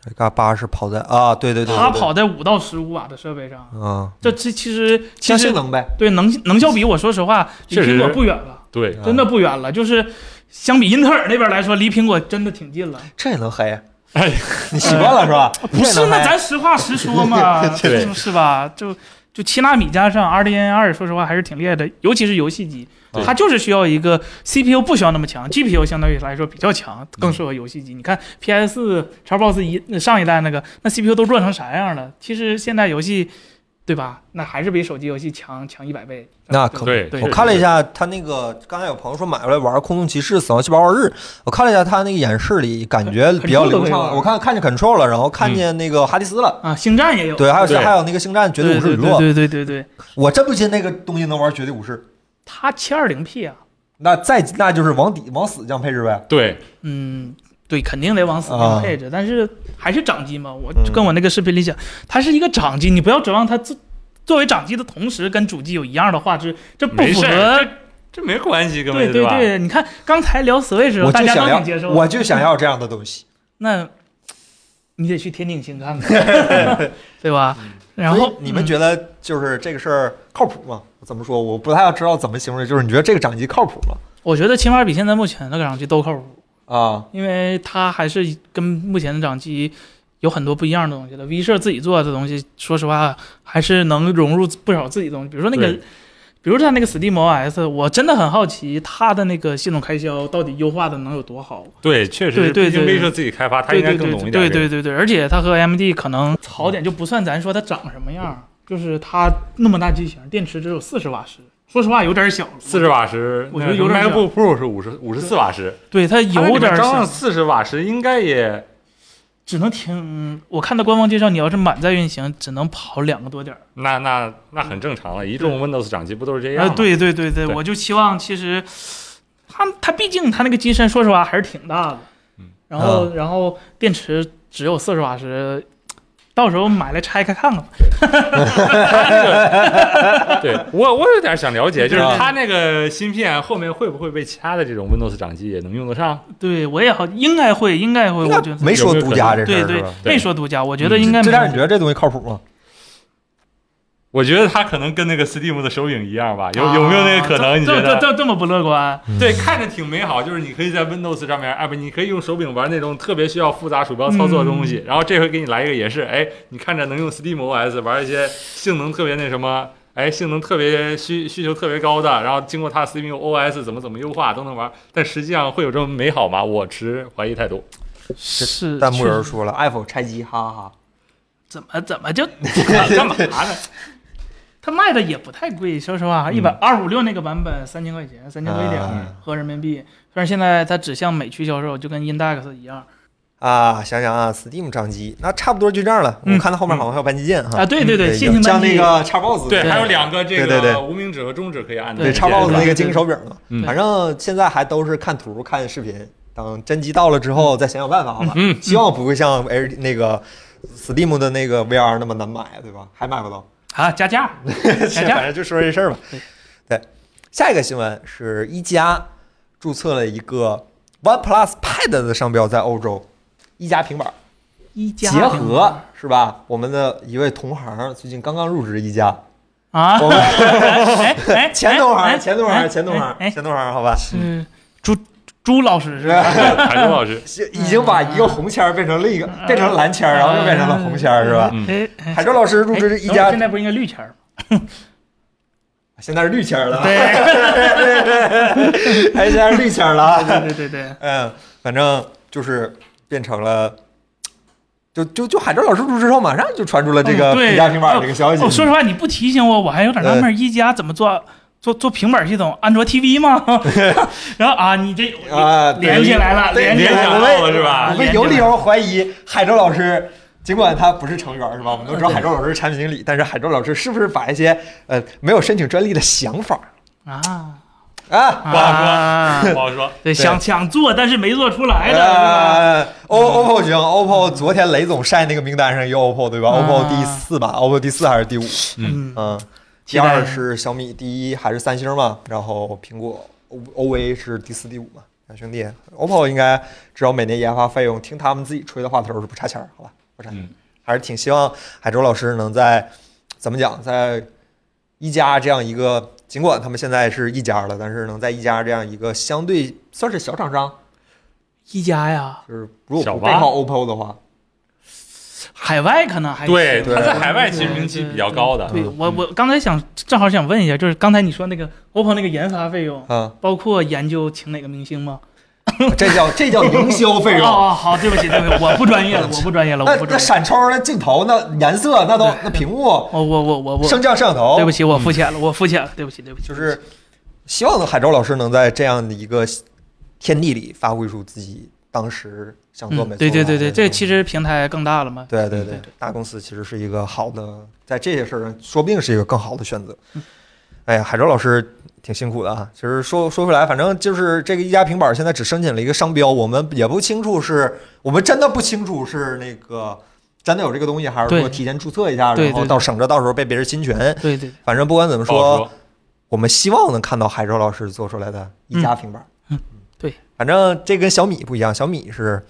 [SPEAKER 1] 哎嘎八是跑在啊，对对对，
[SPEAKER 3] 它
[SPEAKER 1] 对
[SPEAKER 3] 跑在五到十五瓦的设备上，
[SPEAKER 1] 嗯，
[SPEAKER 3] 这其其实其
[SPEAKER 1] 相
[SPEAKER 3] 实
[SPEAKER 1] 性能呗，
[SPEAKER 3] 对能能效比，我说实话离
[SPEAKER 2] 确实
[SPEAKER 3] 苹果不远了。
[SPEAKER 1] 啊
[SPEAKER 2] 对，
[SPEAKER 3] 真的不远了，就是相比英特尔那边来说，离苹果真的挺近了。
[SPEAKER 1] 这也能黑？啊
[SPEAKER 2] 哎
[SPEAKER 1] 你习惯了是吧？
[SPEAKER 3] 不
[SPEAKER 1] 这
[SPEAKER 3] 是，
[SPEAKER 1] 也能
[SPEAKER 3] 那
[SPEAKER 1] 黑
[SPEAKER 3] 咱实话实说 [laughs] 嘛，
[SPEAKER 2] 对
[SPEAKER 3] 是是吧？就就七纳米加上 RDNA 二，说实话还是挺厉害的，尤其是游戏机，
[SPEAKER 1] 对
[SPEAKER 3] 它就是需要一个 CPU 不需要那么强，GPU 相对于来说比较强，更适合游戏机。你看 PS 叉 box 一上一代那个，那 CPU 都弱成啥样了？其实现在游戏。对吧？那还是比手机游戏强强一百倍。
[SPEAKER 1] 那
[SPEAKER 3] 对
[SPEAKER 1] 可不
[SPEAKER 2] 对
[SPEAKER 3] 对
[SPEAKER 1] 我看了一下他那个，刚才有朋友说买回来玩《空洞骑士：死亡细胞二日》，我看了一下他那个演示里，感觉比较流
[SPEAKER 3] Control 都可以玩
[SPEAKER 1] 畅。我看看见 Control 了，然后看见那个哈迪斯了，
[SPEAKER 3] 啊，星战也有。
[SPEAKER 1] 对，还有
[SPEAKER 2] 对
[SPEAKER 1] 还有那个星战绝
[SPEAKER 3] 嗯对
[SPEAKER 1] 武士
[SPEAKER 3] 对
[SPEAKER 1] 陨落，
[SPEAKER 3] 对对对对对，
[SPEAKER 1] 我真不信那个东西能玩绝地武士。
[SPEAKER 3] 它七二零 P 啊，
[SPEAKER 1] 那再那就是往底往死降配置呗。
[SPEAKER 2] 对，
[SPEAKER 3] 嗯，对，肯定得往死上配置，但是还是掌机嘛。我
[SPEAKER 1] 啊嗯
[SPEAKER 3] 跟我那个视频里讲，它是一个掌机，你不要指望它作作为掌机的同时跟主机有一样的画质，这不
[SPEAKER 2] 没
[SPEAKER 3] 符
[SPEAKER 2] 事
[SPEAKER 3] 合。
[SPEAKER 2] 这没关系，根本
[SPEAKER 3] 对对
[SPEAKER 2] 吧？
[SPEAKER 3] 对，你看刚才聊 Switch 的时候，
[SPEAKER 1] 我
[SPEAKER 3] 大
[SPEAKER 1] 就
[SPEAKER 3] 家都
[SPEAKER 1] 想
[SPEAKER 3] 挺接受
[SPEAKER 1] 要，
[SPEAKER 3] 的。
[SPEAKER 1] 我就想要这样的东西。
[SPEAKER 3] 那，你得去天津星看看， [laughs] 对吧？然
[SPEAKER 1] 嗯所
[SPEAKER 3] 后嗯
[SPEAKER 1] 以你们觉得就是这个事儿靠谱吗？怎么说？我不太要知道怎么形容，就是你觉得这个掌机靠谱吗？
[SPEAKER 3] 嗯我觉得起码比现在目前的掌机都靠谱，
[SPEAKER 1] 啊，
[SPEAKER 3] 因为它还是跟目前的掌机有很多不一样的东西的。V 社自己做的东西，说实话还是能融入不少自己的东西，比如说那个
[SPEAKER 2] 对，
[SPEAKER 3] 比如它那个 Steam OS，我真的很好奇它的那个系统开销到底优化的能有多好。
[SPEAKER 2] 对，确实
[SPEAKER 3] 对
[SPEAKER 2] 是，
[SPEAKER 3] 对
[SPEAKER 2] 毕竟
[SPEAKER 3] 对
[SPEAKER 2] 威社自己开发，他
[SPEAKER 3] 对
[SPEAKER 2] 应该
[SPEAKER 3] 对
[SPEAKER 2] 更
[SPEAKER 3] 对
[SPEAKER 2] 懂一点。
[SPEAKER 3] 对对对对，而且它和 AMD 可能槽点就不算咱说它长什么样，就是它那么大机型，电池只有四十瓦时，说实话有点小。
[SPEAKER 2] 四十瓦时，
[SPEAKER 3] 我觉得有点像
[SPEAKER 2] MacBook Pro 是五十五十四瓦时，
[SPEAKER 3] 对它有点
[SPEAKER 2] 张上
[SPEAKER 3] 小，
[SPEAKER 2] 四十瓦时应该也
[SPEAKER 3] 只能挺。我看它官方介绍，你要是满载运行，只能跑两个多点儿。
[SPEAKER 2] 那那那很正常了。一众 Windows 掌机不都是这样
[SPEAKER 3] 啊，
[SPEAKER 2] 吗？
[SPEAKER 3] 对对对对，
[SPEAKER 2] 对
[SPEAKER 3] 我就期望其实它它毕竟它那个机身说实话还是挺大的，
[SPEAKER 2] 嗯，
[SPEAKER 3] 然
[SPEAKER 1] 啊
[SPEAKER 3] 后、然后电池只有四十瓦时，到时候买来拆开看看吧。
[SPEAKER 2] 对，我我有点想了解，就是
[SPEAKER 1] 啊
[SPEAKER 2] 它那个芯片后面会不会被掐的这种 Windows 掌机也能用得上？
[SPEAKER 3] 对我也好，应该会应该会，我觉得
[SPEAKER 1] 没说独家这事
[SPEAKER 3] 对
[SPEAKER 1] 儿是
[SPEAKER 3] 对
[SPEAKER 1] 吧？，嗯
[SPEAKER 2] 对嗯
[SPEAKER 3] 没说独家，我觉得应该
[SPEAKER 1] 这
[SPEAKER 3] 没
[SPEAKER 1] 点
[SPEAKER 3] 问
[SPEAKER 1] 你
[SPEAKER 3] 题。
[SPEAKER 1] 觉得这东西靠谱吗？
[SPEAKER 2] 我觉得它可能跟那个 Steam 的手柄一样吧，有有没有那个可
[SPEAKER 3] 啊
[SPEAKER 2] 能？你觉
[SPEAKER 3] 这这
[SPEAKER 2] 得？
[SPEAKER 3] 这这么不乐观？
[SPEAKER 1] 嗯
[SPEAKER 2] 对，看着挺美好，就是你可以在 Windows 上面，哎不，你可以用手柄玩那种特别需要复杂鼠标操作的东西。然后这回给你来一个也是，哎，你看着能用 Steam OS 玩一些性能特别那什么哎，性能特别需需求特别高的，然后经过它 CPU OS 怎么怎么优化都能玩，但实际上会有这么美好吗？我持怀疑态度。
[SPEAKER 3] 呃是
[SPEAKER 1] 弹幕
[SPEAKER 3] 确
[SPEAKER 1] 人
[SPEAKER 3] 实
[SPEAKER 1] 说了，iPhone 拆机，哈哈哈。
[SPEAKER 3] 怎么怎么就
[SPEAKER 2] 干嘛呢？
[SPEAKER 3] 它卖的也不太贵，说实
[SPEAKER 2] 嗯
[SPEAKER 3] 话，一百二五六那个版本三千块钱，三千多一点
[SPEAKER 1] 啊
[SPEAKER 3] 合人民币。虽然现在它只向美区销售，就跟 Index 一样
[SPEAKER 1] 啊，想想啊，Steam 掌机，那差不多就这样了。我
[SPEAKER 3] 嗯
[SPEAKER 1] 们看到后面好像还有扳机键哈
[SPEAKER 3] 啊。，对对对，线性
[SPEAKER 1] 像
[SPEAKER 3] 扳
[SPEAKER 1] 那
[SPEAKER 3] 机，
[SPEAKER 1] 个叉 box，
[SPEAKER 2] 对，
[SPEAKER 3] 对
[SPEAKER 2] 还有两个这
[SPEAKER 1] 对对
[SPEAKER 2] 个
[SPEAKER 1] 对
[SPEAKER 2] 无名指和中指可以按
[SPEAKER 3] 对
[SPEAKER 1] 对
[SPEAKER 2] 键键。
[SPEAKER 1] 叉 box
[SPEAKER 3] 对
[SPEAKER 1] 那
[SPEAKER 3] 对
[SPEAKER 1] 个精英手柄嘛。
[SPEAKER 2] 嗯
[SPEAKER 1] 反正现在还都是看图、看视频，等真机到了之后再想想办法，好吧？
[SPEAKER 2] 嗯，
[SPEAKER 1] 希望不会像 L 那个 Steam 的那个 VR 那么难买，对吧？还买不
[SPEAKER 3] [laughs]
[SPEAKER 1] 到，
[SPEAKER 3] 啊加价，加价
[SPEAKER 1] 反正就说这事
[SPEAKER 3] [laughs]
[SPEAKER 1] 儿吧。对，下一个新闻是一加注册了一个 OnePlus Pad 的商标在欧洲，一加平板。
[SPEAKER 3] 一加
[SPEAKER 1] 结合是吧？我们的一位同行最近刚刚入职一家，
[SPEAKER 3] 啊，
[SPEAKER 1] 我们
[SPEAKER 3] 哎哎，
[SPEAKER 1] [laughs] 前同行，
[SPEAKER 3] 哎
[SPEAKER 1] 前同行，
[SPEAKER 3] 哎
[SPEAKER 1] 前同行， [laughs]
[SPEAKER 3] 哎，
[SPEAKER 1] 前同行，好吧，
[SPEAKER 3] 是朱朱老师是吧？
[SPEAKER 2] 海东老师，
[SPEAKER 1] 已经把一个红签儿变成另一个，变成蓝
[SPEAKER 3] 嗯
[SPEAKER 1] 签儿， [laughs] 然后又变成了红签儿，是吧？
[SPEAKER 2] 嗯
[SPEAKER 3] 哎哎
[SPEAKER 1] 海舟老师入职一
[SPEAKER 3] 等会
[SPEAKER 1] 家
[SPEAKER 3] 儿哎现，在不是应该绿签儿吗？
[SPEAKER 1] 现在是绿签儿了，
[SPEAKER 3] [laughs] 对
[SPEAKER 1] 哎，现在是绿签儿了啊，
[SPEAKER 3] 对对对，
[SPEAKER 1] [laughs] 嗯，反正就是变成了。就就就海舟老师入职后，马上就传出了这个
[SPEAKER 3] 嗯对
[SPEAKER 1] 一加平板儿这个消息。
[SPEAKER 3] 哦，说实话，你不提醒我，我还有点纳闷，一加怎么做做做平板系统？安卓
[SPEAKER 1] [laughs]
[SPEAKER 3] TV 吗？ [laughs] 然后啊，你这
[SPEAKER 1] 啊，对
[SPEAKER 3] 连起来了，
[SPEAKER 1] 对
[SPEAKER 3] 连起来
[SPEAKER 2] 联想
[SPEAKER 1] 我
[SPEAKER 2] 到
[SPEAKER 3] 了，
[SPEAKER 1] 们
[SPEAKER 2] 了是吧
[SPEAKER 1] 我们有理由怀疑海舟老师，尽管他不是成员是吧？我们都知道海舟老师是产品经理，但是海舟老师是不是把一些呃没有申请专利的想法
[SPEAKER 3] 啊
[SPEAKER 1] 啊？
[SPEAKER 2] 不好说
[SPEAKER 3] 啊！
[SPEAKER 2] 不好说。
[SPEAKER 3] 对，想想做，但是没做出来的，是吧？
[SPEAKER 1] 呃，O OPPO 行，OPPO 昨天雷总晒那个名单上也有 OPPO 对吧
[SPEAKER 3] 啊
[SPEAKER 1] ？OPPO 第四吧，OPPO 第四还是第五？
[SPEAKER 3] 嗯，
[SPEAKER 1] 嗯，第
[SPEAKER 3] 期待
[SPEAKER 1] 二是小米，第一还是三星嘛？然后苹果 O OVA 是第四、第五嘛？两兄弟，OPPO 应该至少每年研发费用，听他们自己吹的话头是不差钱儿，好吧？不差钱儿，
[SPEAKER 2] 嗯
[SPEAKER 1] 还是挺希望海舟老师能在怎么讲，在一加这样一个，尽管他们现在是一家了，但是能在一加这样一个相对算是小厂商，
[SPEAKER 3] 一加呀，
[SPEAKER 1] 就是如果
[SPEAKER 2] 小
[SPEAKER 1] 不
[SPEAKER 2] 吧
[SPEAKER 1] 背靠 OPPO 的话，
[SPEAKER 3] 海外可能还
[SPEAKER 2] 对，
[SPEAKER 3] 行
[SPEAKER 2] 他在海外其实名气比较高的。
[SPEAKER 3] 对
[SPEAKER 1] 嗯
[SPEAKER 3] 我，我刚才想正好想问一下，就是刚才你说那个 OPPO 那个研发费用，
[SPEAKER 1] 啊、
[SPEAKER 3] 包括研究请哪个明星吗？
[SPEAKER 1] [laughs] 这叫这叫营销费用。
[SPEAKER 3] 哦，哦好，对不起，对
[SPEAKER 1] [laughs]
[SPEAKER 3] 不起，我不专业了，我不专业了，
[SPEAKER 1] 那
[SPEAKER 3] 我不
[SPEAKER 1] 那
[SPEAKER 3] 专业了。
[SPEAKER 1] 闪充、那镜头、那颜色、那都那屏幕、
[SPEAKER 3] 哦我我我我
[SPEAKER 1] 升
[SPEAKER 3] 我，
[SPEAKER 1] 降摄像头，
[SPEAKER 3] 对不起，我肤浅了，我肤浅了，对不起，对不起。
[SPEAKER 1] 哦嗯就是希望海舟老师能在这样的一个天地里发挥出自己当时想做
[SPEAKER 3] 嗯
[SPEAKER 1] 美，术、
[SPEAKER 3] 对对对对，这其
[SPEAKER 1] 实
[SPEAKER 3] 实平台更大了嘛。
[SPEAKER 1] 对对
[SPEAKER 3] 嗯对
[SPEAKER 1] 对
[SPEAKER 3] 对，
[SPEAKER 1] 大公司其实是一个好的，在这些事儿上说不定是一个更好的选择。
[SPEAKER 3] 嗯
[SPEAKER 1] 哎呀，海舟老师挺辛苦的啊。其实说说回来，反正就是这个一加平板现在只申请了一个商标，我们也不清楚是我们真的不清楚是那个真的有这个东西，还是
[SPEAKER 3] 对
[SPEAKER 1] 说提前注册一下，
[SPEAKER 3] 对
[SPEAKER 1] 然后
[SPEAKER 3] 对
[SPEAKER 1] 到省着到时候被别人侵权。
[SPEAKER 3] 对对，
[SPEAKER 1] 反正不管怎么
[SPEAKER 2] 不好说，
[SPEAKER 1] 我们希望能看到海舟老师做出来的一加平板。
[SPEAKER 3] 嗯对，
[SPEAKER 1] 反正这跟小米不一样，小米是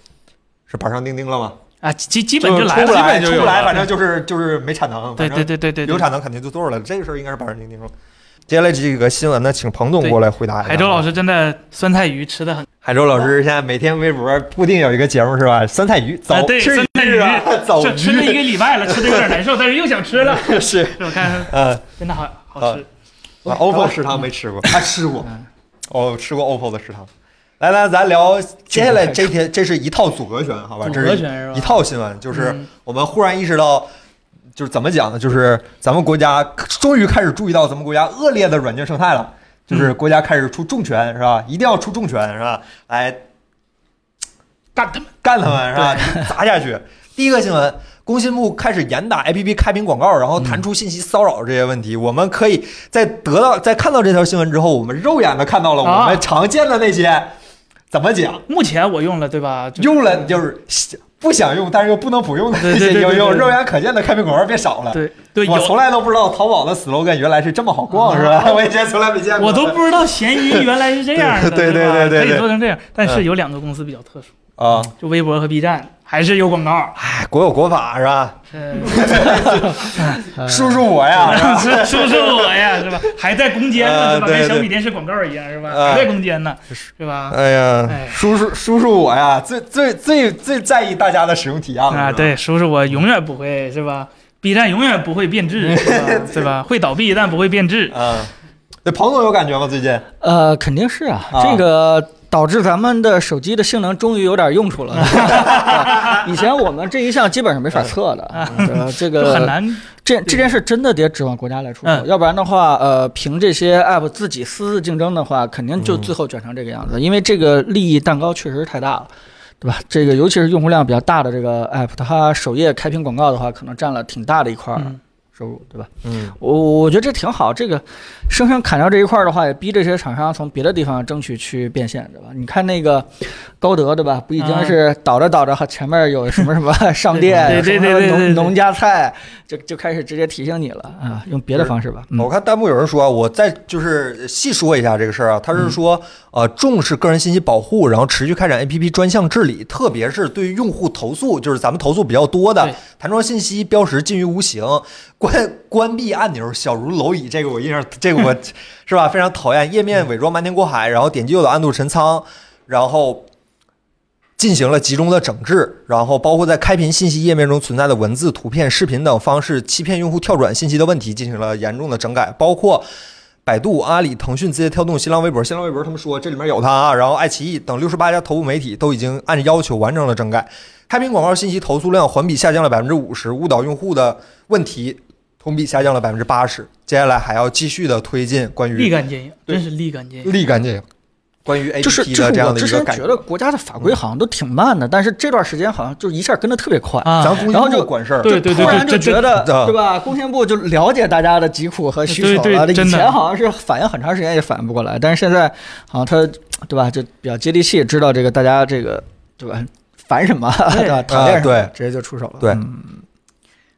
[SPEAKER 1] 是板上钉钉了嘛，
[SPEAKER 3] 啊，基基本就
[SPEAKER 2] 就
[SPEAKER 3] 来
[SPEAKER 1] 出不
[SPEAKER 3] 了。
[SPEAKER 1] 来
[SPEAKER 2] 基本
[SPEAKER 1] 出
[SPEAKER 2] 就有了
[SPEAKER 1] 不来，反正就是就是没产能，
[SPEAKER 3] 对
[SPEAKER 1] 反
[SPEAKER 3] 对
[SPEAKER 1] 正
[SPEAKER 3] 对对对对，
[SPEAKER 1] 有产能肯定就做出来了，这个事儿应该是板上钉钉了。接下来这个新闻呢，请彭总过来回答一下。
[SPEAKER 3] 海州老
[SPEAKER 1] 师，
[SPEAKER 3] 师真的酸菜鱼吃的很，
[SPEAKER 1] 海舟老师现在每天微博固定有一个节目是吧？酸菜鱼，走
[SPEAKER 3] 啊对
[SPEAKER 1] 吃
[SPEAKER 3] 酸菜鱼
[SPEAKER 1] 啊， [laughs] 走
[SPEAKER 3] 这吃了一
[SPEAKER 1] 鱼
[SPEAKER 3] 个礼拜了，吃的有点难受，但是又想吃了。
[SPEAKER 1] 是
[SPEAKER 3] 我看
[SPEAKER 1] [laughs] 呃
[SPEAKER 3] 真的好好吃，
[SPEAKER 1] [laughs] 啊，OPPO 食堂没吃过， [laughs] 啊，吃过
[SPEAKER 3] 嗯，
[SPEAKER 1] 哦，吃过 OPPO 的食堂。来来，咱聊 [laughs] 接下来这天，这是一套组合拳，好吧？
[SPEAKER 3] 组
[SPEAKER 1] 这
[SPEAKER 3] 合
[SPEAKER 1] 是
[SPEAKER 3] 拳是吧？
[SPEAKER 1] 一套新闻，就是
[SPEAKER 3] 嗯
[SPEAKER 1] 我们忽然意识到，就是怎么讲呢？就是咱们国家终于开始注意到咱们国家恶劣的软件生态了，就是
[SPEAKER 3] 嗯
[SPEAKER 1] 国家开始出重拳，是吧？一定要出重拳，是吧？来
[SPEAKER 3] 干他们！
[SPEAKER 1] 干他们，是吧？砸下去。第一个新闻，工信部开始严打 APP 开屏广告，然
[SPEAKER 3] 嗯
[SPEAKER 1] 后弹出信息骚扰这些问题。我们可以在得到在看到这条新闻之后，我们肉眼的看到了
[SPEAKER 3] 啊
[SPEAKER 1] 我们常见的那些、怎么讲
[SPEAKER 3] 目前我用了，对吧？就是
[SPEAKER 1] 用了就是不想用，但是又不能不用的
[SPEAKER 3] 对
[SPEAKER 1] 这
[SPEAKER 3] 对
[SPEAKER 1] 些
[SPEAKER 3] 对
[SPEAKER 1] 应
[SPEAKER 3] 对
[SPEAKER 1] 用，
[SPEAKER 3] 对
[SPEAKER 1] 肉眼可见的开屏广告变少了。
[SPEAKER 3] 对对，
[SPEAKER 1] 我
[SPEAKER 3] 有啊
[SPEAKER 1] 从来都不知道淘宝的 slogan 原来是这么好逛，是吧？ [laughs] 我以前从来没见过。
[SPEAKER 3] 我都不知道闲鱼原来是这样的，
[SPEAKER 1] [laughs] 对对
[SPEAKER 3] 吧
[SPEAKER 1] 对对对
[SPEAKER 3] 可以
[SPEAKER 1] 对嗯
[SPEAKER 3] 做成这样。但是有两个公司比较特殊，
[SPEAKER 1] 啊，
[SPEAKER 3] 就微博和 B 站，还是有广告。
[SPEAKER 1] 哎，国有国法是吧？
[SPEAKER 3] 嗯，
[SPEAKER 1] 叔叔我呀，是吧？
[SPEAKER 3] [laughs] 是叔叔我呀，是吧？还在攻坚呢，
[SPEAKER 1] 呃
[SPEAKER 3] 是吧？
[SPEAKER 1] 对
[SPEAKER 3] 跟
[SPEAKER 1] 对
[SPEAKER 3] 小米电视广告一样，是吧？
[SPEAKER 1] 呃
[SPEAKER 3] 还在攻坚呢，是吧？
[SPEAKER 1] 哎呀
[SPEAKER 3] 哎，
[SPEAKER 1] 叔叔叔叔我呀，最最最最在意大家的使用体验了
[SPEAKER 3] 啊，，
[SPEAKER 1] 是吧
[SPEAKER 3] 对，叔叔我永远不会，是吧？ B 站永远不会变质，对
[SPEAKER 1] [laughs]
[SPEAKER 3] 吧？对吧？会倒闭但不会变质。
[SPEAKER 1] 嗯，对，彭总有感觉吗？最近
[SPEAKER 4] 呃，肯定是啊，
[SPEAKER 1] 啊
[SPEAKER 4] 这个导致咱们的手机的性能终于有点用处了。以前我们这一项基本是没法测的，呃
[SPEAKER 3] 就
[SPEAKER 4] 这个
[SPEAKER 3] 很难，
[SPEAKER 4] 这这件事真的得指望国家来出手，
[SPEAKER 3] 嗯
[SPEAKER 4] 要不然的话，呃，凭这些 app 自己私自竞争的话，肯定就最后卷成这个样子，因为这个利益蛋糕确实太大了。对吧？这个尤其是用户量比较大的这个 app，它首页开屏广告的话，可能占了挺大的一块儿
[SPEAKER 3] 嗯
[SPEAKER 4] 收入，对吧？
[SPEAKER 1] 嗯
[SPEAKER 4] 我我觉得这挺好，这个生生砍掉这一块儿的话，也逼这些厂商从别的地方争取去变现，对吧？你看那个高德，对吧？不已经是倒着倒着，前面有什么什么 [laughs] 商店，
[SPEAKER 3] 啊对对对
[SPEAKER 4] 有什
[SPEAKER 3] 对对
[SPEAKER 4] 么
[SPEAKER 3] 对对
[SPEAKER 4] 农农家菜，就就开始直接提醒你了啊，用别的方式吧。
[SPEAKER 1] 我
[SPEAKER 4] 嗯，
[SPEAKER 1] 看弹幕有人说啊，我再就是细说一下这个事儿啊，他是说，呃，重视个人信息保护，然后持续开展 APP 专项治理，特别是对于用户投诉，就是咱们投诉比较多的
[SPEAKER 3] 对
[SPEAKER 1] 弹窗信息标识近于无形，关关闭按钮小如蝼蚁，这个我印象，这个我 [laughs] 是吧非常讨厌，页面伪装瞒天过海，然后点击右的暗度陈仓，然后进行了集中的整治，然后包括在开屏信息页面中存在的文字、图片、视频等方式欺骗用户跳转信息的问题进行了严重的整改，包括。百度、阿里、腾讯、字节跳动、新浪微博、新浪微博，他们说这里面有它啊，然后爱奇艺等六十八家头部媒体都已经按要求完成了整改。开屏广告信息投诉量环比下降了百分之五十，误导用户的问题同比下降了百分之八十。接下来还要继续的推进关于
[SPEAKER 3] 立竿见影，
[SPEAKER 1] 对
[SPEAKER 3] 真是立竿见影。
[SPEAKER 1] 立竿见影，关于 A
[SPEAKER 4] 就
[SPEAKER 1] P
[SPEAKER 4] 是
[SPEAKER 1] P
[SPEAKER 4] 就
[SPEAKER 1] 的
[SPEAKER 4] 是
[SPEAKER 1] 这
[SPEAKER 4] 我
[SPEAKER 1] 样的
[SPEAKER 4] 之
[SPEAKER 1] 一个嗯
[SPEAKER 4] 前
[SPEAKER 1] 改
[SPEAKER 4] 觉得国家的法规好像都挺慢的，但是这段时间好像就一下跟得特别快。
[SPEAKER 3] 啊
[SPEAKER 1] 咱工
[SPEAKER 4] 然后
[SPEAKER 1] 信部
[SPEAKER 4] 就
[SPEAKER 1] 管事儿，
[SPEAKER 3] 对对对
[SPEAKER 4] 突然
[SPEAKER 3] 对这
[SPEAKER 4] 就觉得
[SPEAKER 1] 这
[SPEAKER 4] 对吧？工信部就了解大家的疾苦和需求
[SPEAKER 3] 对
[SPEAKER 4] 了。
[SPEAKER 3] 对真
[SPEAKER 4] 以
[SPEAKER 3] 的
[SPEAKER 4] 前好像是反应很长时间也反应不过来，但是现在好像他对吧，就比较接地气，知道这个大家这个对吧烦什么
[SPEAKER 3] 对
[SPEAKER 4] 对吧，讨厌什么，
[SPEAKER 1] 对
[SPEAKER 4] 直接就出手了。
[SPEAKER 1] 对
[SPEAKER 4] 嗯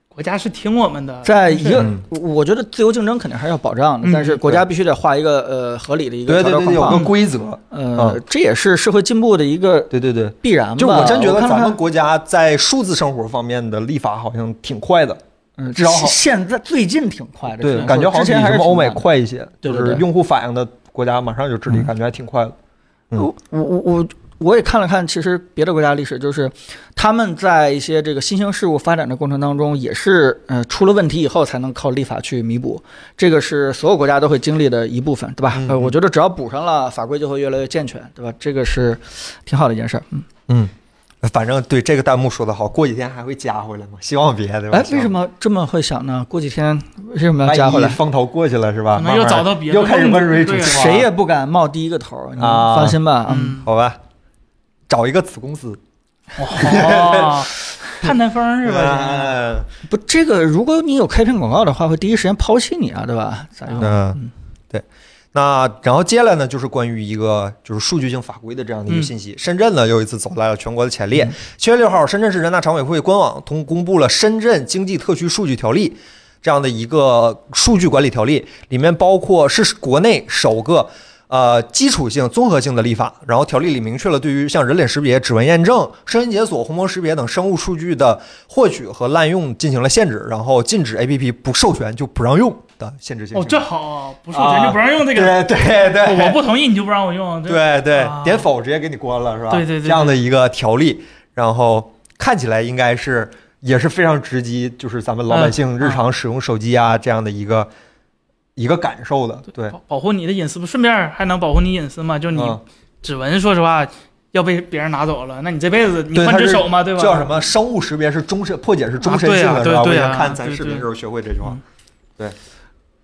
[SPEAKER 3] 国家是听我们的，
[SPEAKER 4] 在一个
[SPEAKER 1] 嗯，
[SPEAKER 4] 我觉得自由竞争肯定还是要保障的
[SPEAKER 3] 嗯，
[SPEAKER 4] 但是国家必须得画一个呃合理的一
[SPEAKER 1] 对
[SPEAKER 4] 个条
[SPEAKER 1] 对
[SPEAKER 4] 条
[SPEAKER 1] 对
[SPEAKER 4] 框
[SPEAKER 1] 对，有
[SPEAKER 4] 框
[SPEAKER 1] 个。规则，
[SPEAKER 4] 呃，这也是社会进步的一个
[SPEAKER 1] 对对对。
[SPEAKER 4] 必然吧。
[SPEAKER 1] 就我真觉得
[SPEAKER 4] 看
[SPEAKER 1] 咱
[SPEAKER 4] 看
[SPEAKER 1] 们国家在数字生活方面的立法好像挺快的，
[SPEAKER 4] 嗯
[SPEAKER 1] 至少好
[SPEAKER 4] 现在最近挺快的，只
[SPEAKER 1] 对，
[SPEAKER 4] 能
[SPEAKER 1] 感觉
[SPEAKER 4] 说
[SPEAKER 1] 好
[SPEAKER 4] 之
[SPEAKER 1] 像
[SPEAKER 4] 前
[SPEAKER 1] 比
[SPEAKER 4] 还
[SPEAKER 1] 什
[SPEAKER 4] 是
[SPEAKER 1] 么欧
[SPEAKER 4] 挺
[SPEAKER 1] 美
[SPEAKER 4] 慢的
[SPEAKER 1] 快一些，
[SPEAKER 4] 对
[SPEAKER 1] 就
[SPEAKER 4] 对
[SPEAKER 1] 是
[SPEAKER 4] 对
[SPEAKER 1] 用户反映的国家马上就治理，
[SPEAKER 4] 嗯
[SPEAKER 1] 感觉还挺快的。嗯
[SPEAKER 4] 我我我我也看了看，其实别的国家历史就是他们在一些这个新兴事物发展的过程当中，也是呃出了问题以后才能靠立法去弥补，这个是所有国家都会经历的一部分，对吧？
[SPEAKER 1] 嗯
[SPEAKER 4] 呃，
[SPEAKER 1] 嗯
[SPEAKER 4] 我觉得只要补上了，法规就会越来越健全，对吧？这个是挺好的一件事儿。嗯，
[SPEAKER 1] 嗯，反正对这个弹幕说的好，过几天还会加回来吗？希望别，对吧？
[SPEAKER 4] 哎，为什么这么会想呢？过几天为什么要
[SPEAKER 1] 啊万
[SPEAKER 4] 加回
[SPEAKER 1] 一
[SPEAKER 4] 来？
[SPEAKER 1] 风头过去了是吧？
[SPEAKER 3] 可能
[SPEAKER 1] 慢
[SPEAKER 3] 又
[SPEAKER 1] 慢
[SPEAKER 3] 找到别的
[SPEAKER 1] 又开始
[SPEAKER 3] 梦
[SPEAKER 1] 温水煮
[SPEAKER 3] 对啊
[SPEAKER 1] 青蛙，
[SPEAKER 4] 谁也不敢冒第一个头儿，你
[SPEAKER 1] 啊
[SPEAKER 4] 放心吧。
[SPEAKER 3] 嗯，
[SPEAKER 1] 好吧？找一个子公司
[SPEAKER 3] 哦，探探风
[SPEAKER 1] [laughs]
[SPEAKER 3] 是吧？
[SPEAKER 1] 嗯
[SPEAKER 4] 不，这个如果你有开屏广告的话，会第一时间抛弃你啊，对吧？咋用？
[SPEAKER 1] 嗯，对。那然后接下来呢，就是关于一个就是数据性法规的这样的一个
[SPEAKER 3] 嗯
[SPEAKER 1] 信息。深圳呢又一次走在了全国的前列。七月六号，深圳市人大常委会官网通公布了《深圳经济特区数据条例》这样的一个数据管理条例，里面包括是国内首个。呃，基础性、综合性的立法，然后条例里明确了对于像人脸识别、指纹验证、声音解锁、虹膜识别等生物数据的获取和滥用进行了限制，然后禁止 APP 不授权就不让用的限制性行
[SPEAKER 3] 哦，
[SPEAKER 1] 为。
[SPEAKER 3] 这好啊，不授权就不让用这个，哦
[SPEAKER 1] 对对对，
[SPEAKER 3] 我不同意你就不让我用，这
[SPEAKER 1] 对对
[SPEAKER 3] 啊，
[SPEAKER 1] 点否直接给你关了是吧？
[SPEAKER 3] 对对对对
[SPEAKER 1] 这样的一个条例，然后看起来应该是也是非常直击，就是咱们老百姓
[SPEAKER 3] 嗯
[SPEAKER 1] 日常使用手机啊这样的一个一个感受的，对，
[SPEAKER 3] 保保护你的隐私，不顺便还能保护你隐私吗？就你
[SPEAKER 1] 嗯
[SPEAKER 3] 指纹，说实话要被别人拿走了，那你这辈子你
[SPEAKER 1] 对
[SPEAKER 3] 换
[SPEAKER 1] 它
[SPEAKER 3] 只
[SPEAKER 1] 是
[SPEAKER 3] 手嘛，对吧？
[SPEAKER 1] 叫什么生物识别是终身破解是终身
[SPEAKER 3] 啊对
[SPEAKER 1] 性
[SPEAKER 3] 啊
[SPEAKER 1] 的是
[SPEAKER 3] 对
[SPEAKER 1] 吧？我以
[SPEAKER 3] 对啊
[SPEAKER 1] 前看咱
[SPEAKER 3] 对
[SPEAKER 1] 视频
[SPEAKER 3] 对
[SPEAKER 1] 时候学会这句话
[SPEAKER 3] 嗯，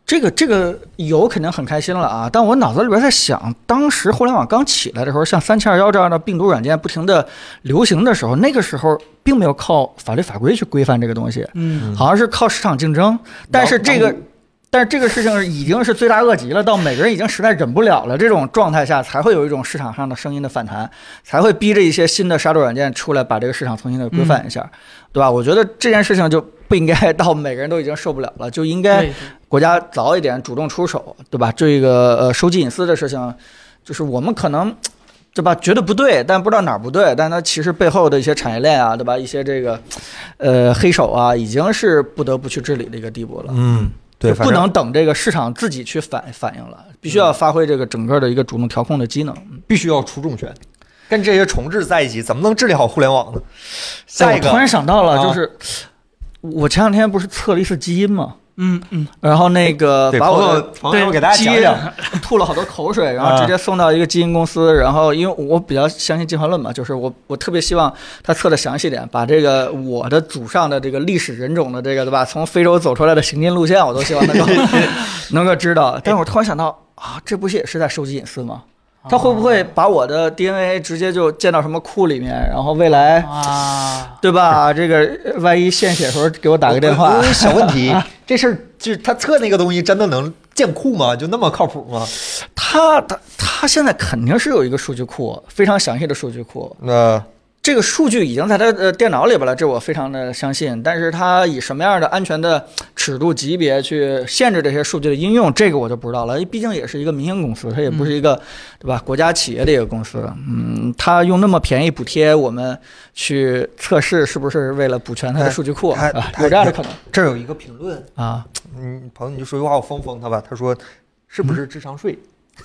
[SPEAKER 4] 这个这个有肯定很开心了啊，但我脑子里边在想，当时互联网刚起来的时候，像三七二幺这样的病毒软件不停的流行的时候，那个时候并没有靠法律法规去规范这个东西，
[SPEAKER 3] 嗯，
[SPEAKER 4] 好像是靠市场竞争。但是这个，但是这个事情已经是罪大恶极了，到每个人已经实在忍不了了这种状态下，才会有一种市场上的声音的反弹，才会逼着一些新的杀毒软件出来，把这个市场重新的规范一下，对吧？我觉得这件事情就不应该到每个人都已经受不了了，就应该。
[SPEAKER 3] 对，
[SPEAKER 4] 国家早一点主动出手，对吧？这个呃收集隐私的事情，就是我们可能，对吧？觉得不对，但不知道哪儿不对，但它其实背后的一些产业链啊，对吧？一些这个，呃黑手啊，已经是不得不去治理的一个地步了。
[SPEAKER 1] 嗯，对，
[SPEAKER 4] 就不能等这个市场自己去反反应了，必须要发挥这个整个的一个主动调控的机能。
[SPEAKER 1] 必须要出重拳，跟这些重置在一起，怎么能治理好互联网呢？
[SPEAKER 4] 哎
[SPEAKER 1] 下一
[SPEAKER 4] 我突
[SPEAKER 1] 个
[SPEAKER 4] 然想到了，
[SPEAKER 1] 啊
[SPEAKER 4] 就是、我前两天不是测了一次基因嘛，
[SPEAKER 3] 嗯
[SPEAKER 1] [laughs]
[SPEAKER 3] 嗯，
[SPEAKER 4] 然后那个
[SPEAKER 1] 对，
[SPEAKER 4] 把
[SPEAKER 1] 朋
[SPEAKER 4] 我的
[SPEAKER 1] 友朋友给大家
[SPEAKER 4] 基
[SPEAKER 1] 讲
[SPEAKER 4] 因
[SPEAKER 1] 讲，
[SPEAKER 4] [laughs]
[SPEAKER 1] 啊
[SPEAKER 4] 吐了好多口水，然后直接送到一个基因公司，然后因为我比较相信进化论嘛，就是我我特别希望他测的详细点，把这个我的祖上的这个历史人种的这个对吧，从非洲走出来的行进路线，我都希望
[SPEAKER 1] [laughs]
[SPEAKER 4] 能够能够知道。但是我突然想到啊，这不是也是在收集隐私吗？他会不
[SPEAKER 1] 哦
[SPEAKER 4] 会把我的 DNA 直接就建到什么库里面，然后未来
[SPEAKER 1] 哦
[SPEAKER 3] 啊？
[SPEAKER 4] 对吧？这个呃万一献血的时候给我打个电话
[SPEAKER 1] 我有一个小问
[SPEAKER 4] [laughs]
[SPEAKER 1] 题，这事儿就是他测那个东西真的能建库吗？就那么靠谱吗？
[SPEAKER 4] 他他他现在肯定是有一个数据库，非常详细的数据库。
[SPEAKER 1] 那
[SPEAKER 4] 这个数据已经在他的电脑里边了，这我非常的相信。但是他以什么样的安全的尺度级别去限制这些数据的应用，这个我就不知道了。因为毕竟也是一个民营公司，它也不是一个、对吧国家企业的一个公司。嗯，他用那么便宜补贴我们去测试，是不是为了补全他的数据库？
[SPEAKER 1] 他
[SPEAKER 4] 啊
[SPEAKER 1] 他
[SPEAKER 4] 有这样的可能
[SPEAKER 1] 这儿有一个评论，
[SPEAKER 4] 啊？
[SPEAKER 1] 嗯，朋友你就说句话我封封他吧。他说是不是智商税？ [laughs]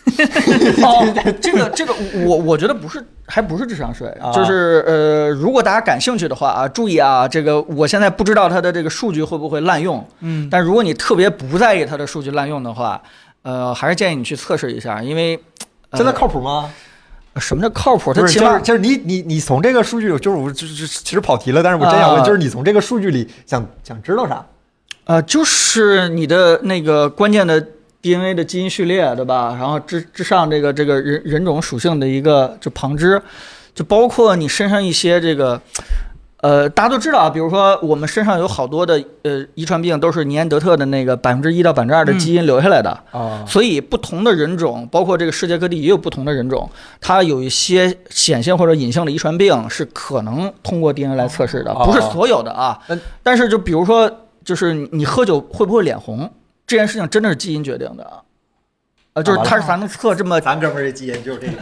[SPEAKER 4] 哦， [laughs] 这个这个，我我觉得不是，还不是智商税，
[SPEAKER 1] 啊
[SPEAKER 4] 就是呃，如果大家感兴趣的话啊，注意啊，这个我现在不知道它的这个数据会不会滥用，
[SPEAKER 3] 嗯，
[SPEAKER 4] 但如果你特别不在意它的数据滥用的话，呃，还是建议你去测试一下，因为、呃
[SPEAKER 1] 真的靠谱吗？
[SPEAKER 4] 什么叫靠谱？它
[SPEAKER 1] 不是，
[SPEAKER 4] 起
[SPEAKER 1] 就
[SPEAKER 4] 码
[SPEAKER 1] 是就是你你你从这个数据，就是我就是其实跑题了，但是我真想问，
[SPEAKER 4] 啊
[SPEAKER 1] 就是你从这个数据里想想知道啥？
[SPEAKER 4] 呃，就是你的那个关键的 DNA 的基因序列，对吧？然后之之上这个这个人人种属性的一个就旁支，就包括你身上一些这个。呃，大家都知道啊，比如说我们身上有好多的呃遗传病都是尼安德特的那个百分之一到百分之二的基因留下来的，
[SPEAKER 1] 啊，
[SPEAKER 4] 所以不同的人种，包括这个世界各地也有不同的人种，它有一些显性或者隐性的遗传病是可能通过 DNA 来测试的，
[SPEAKER 1] 哦
[SPEAKER 4] 不是所有的啊
[SPEAKER 1] 嗯。
[SPEAKER 4] 但是就比如说，就是你你喝酒会不会脸红这件事情，真的是基因决定的啊。呃，就是
[SPEAKER 1] 啊完啊
[SPEAKER 4] 它是咱们测这么
[SPEAKER 1] 咱哥们儿这基因就是这个，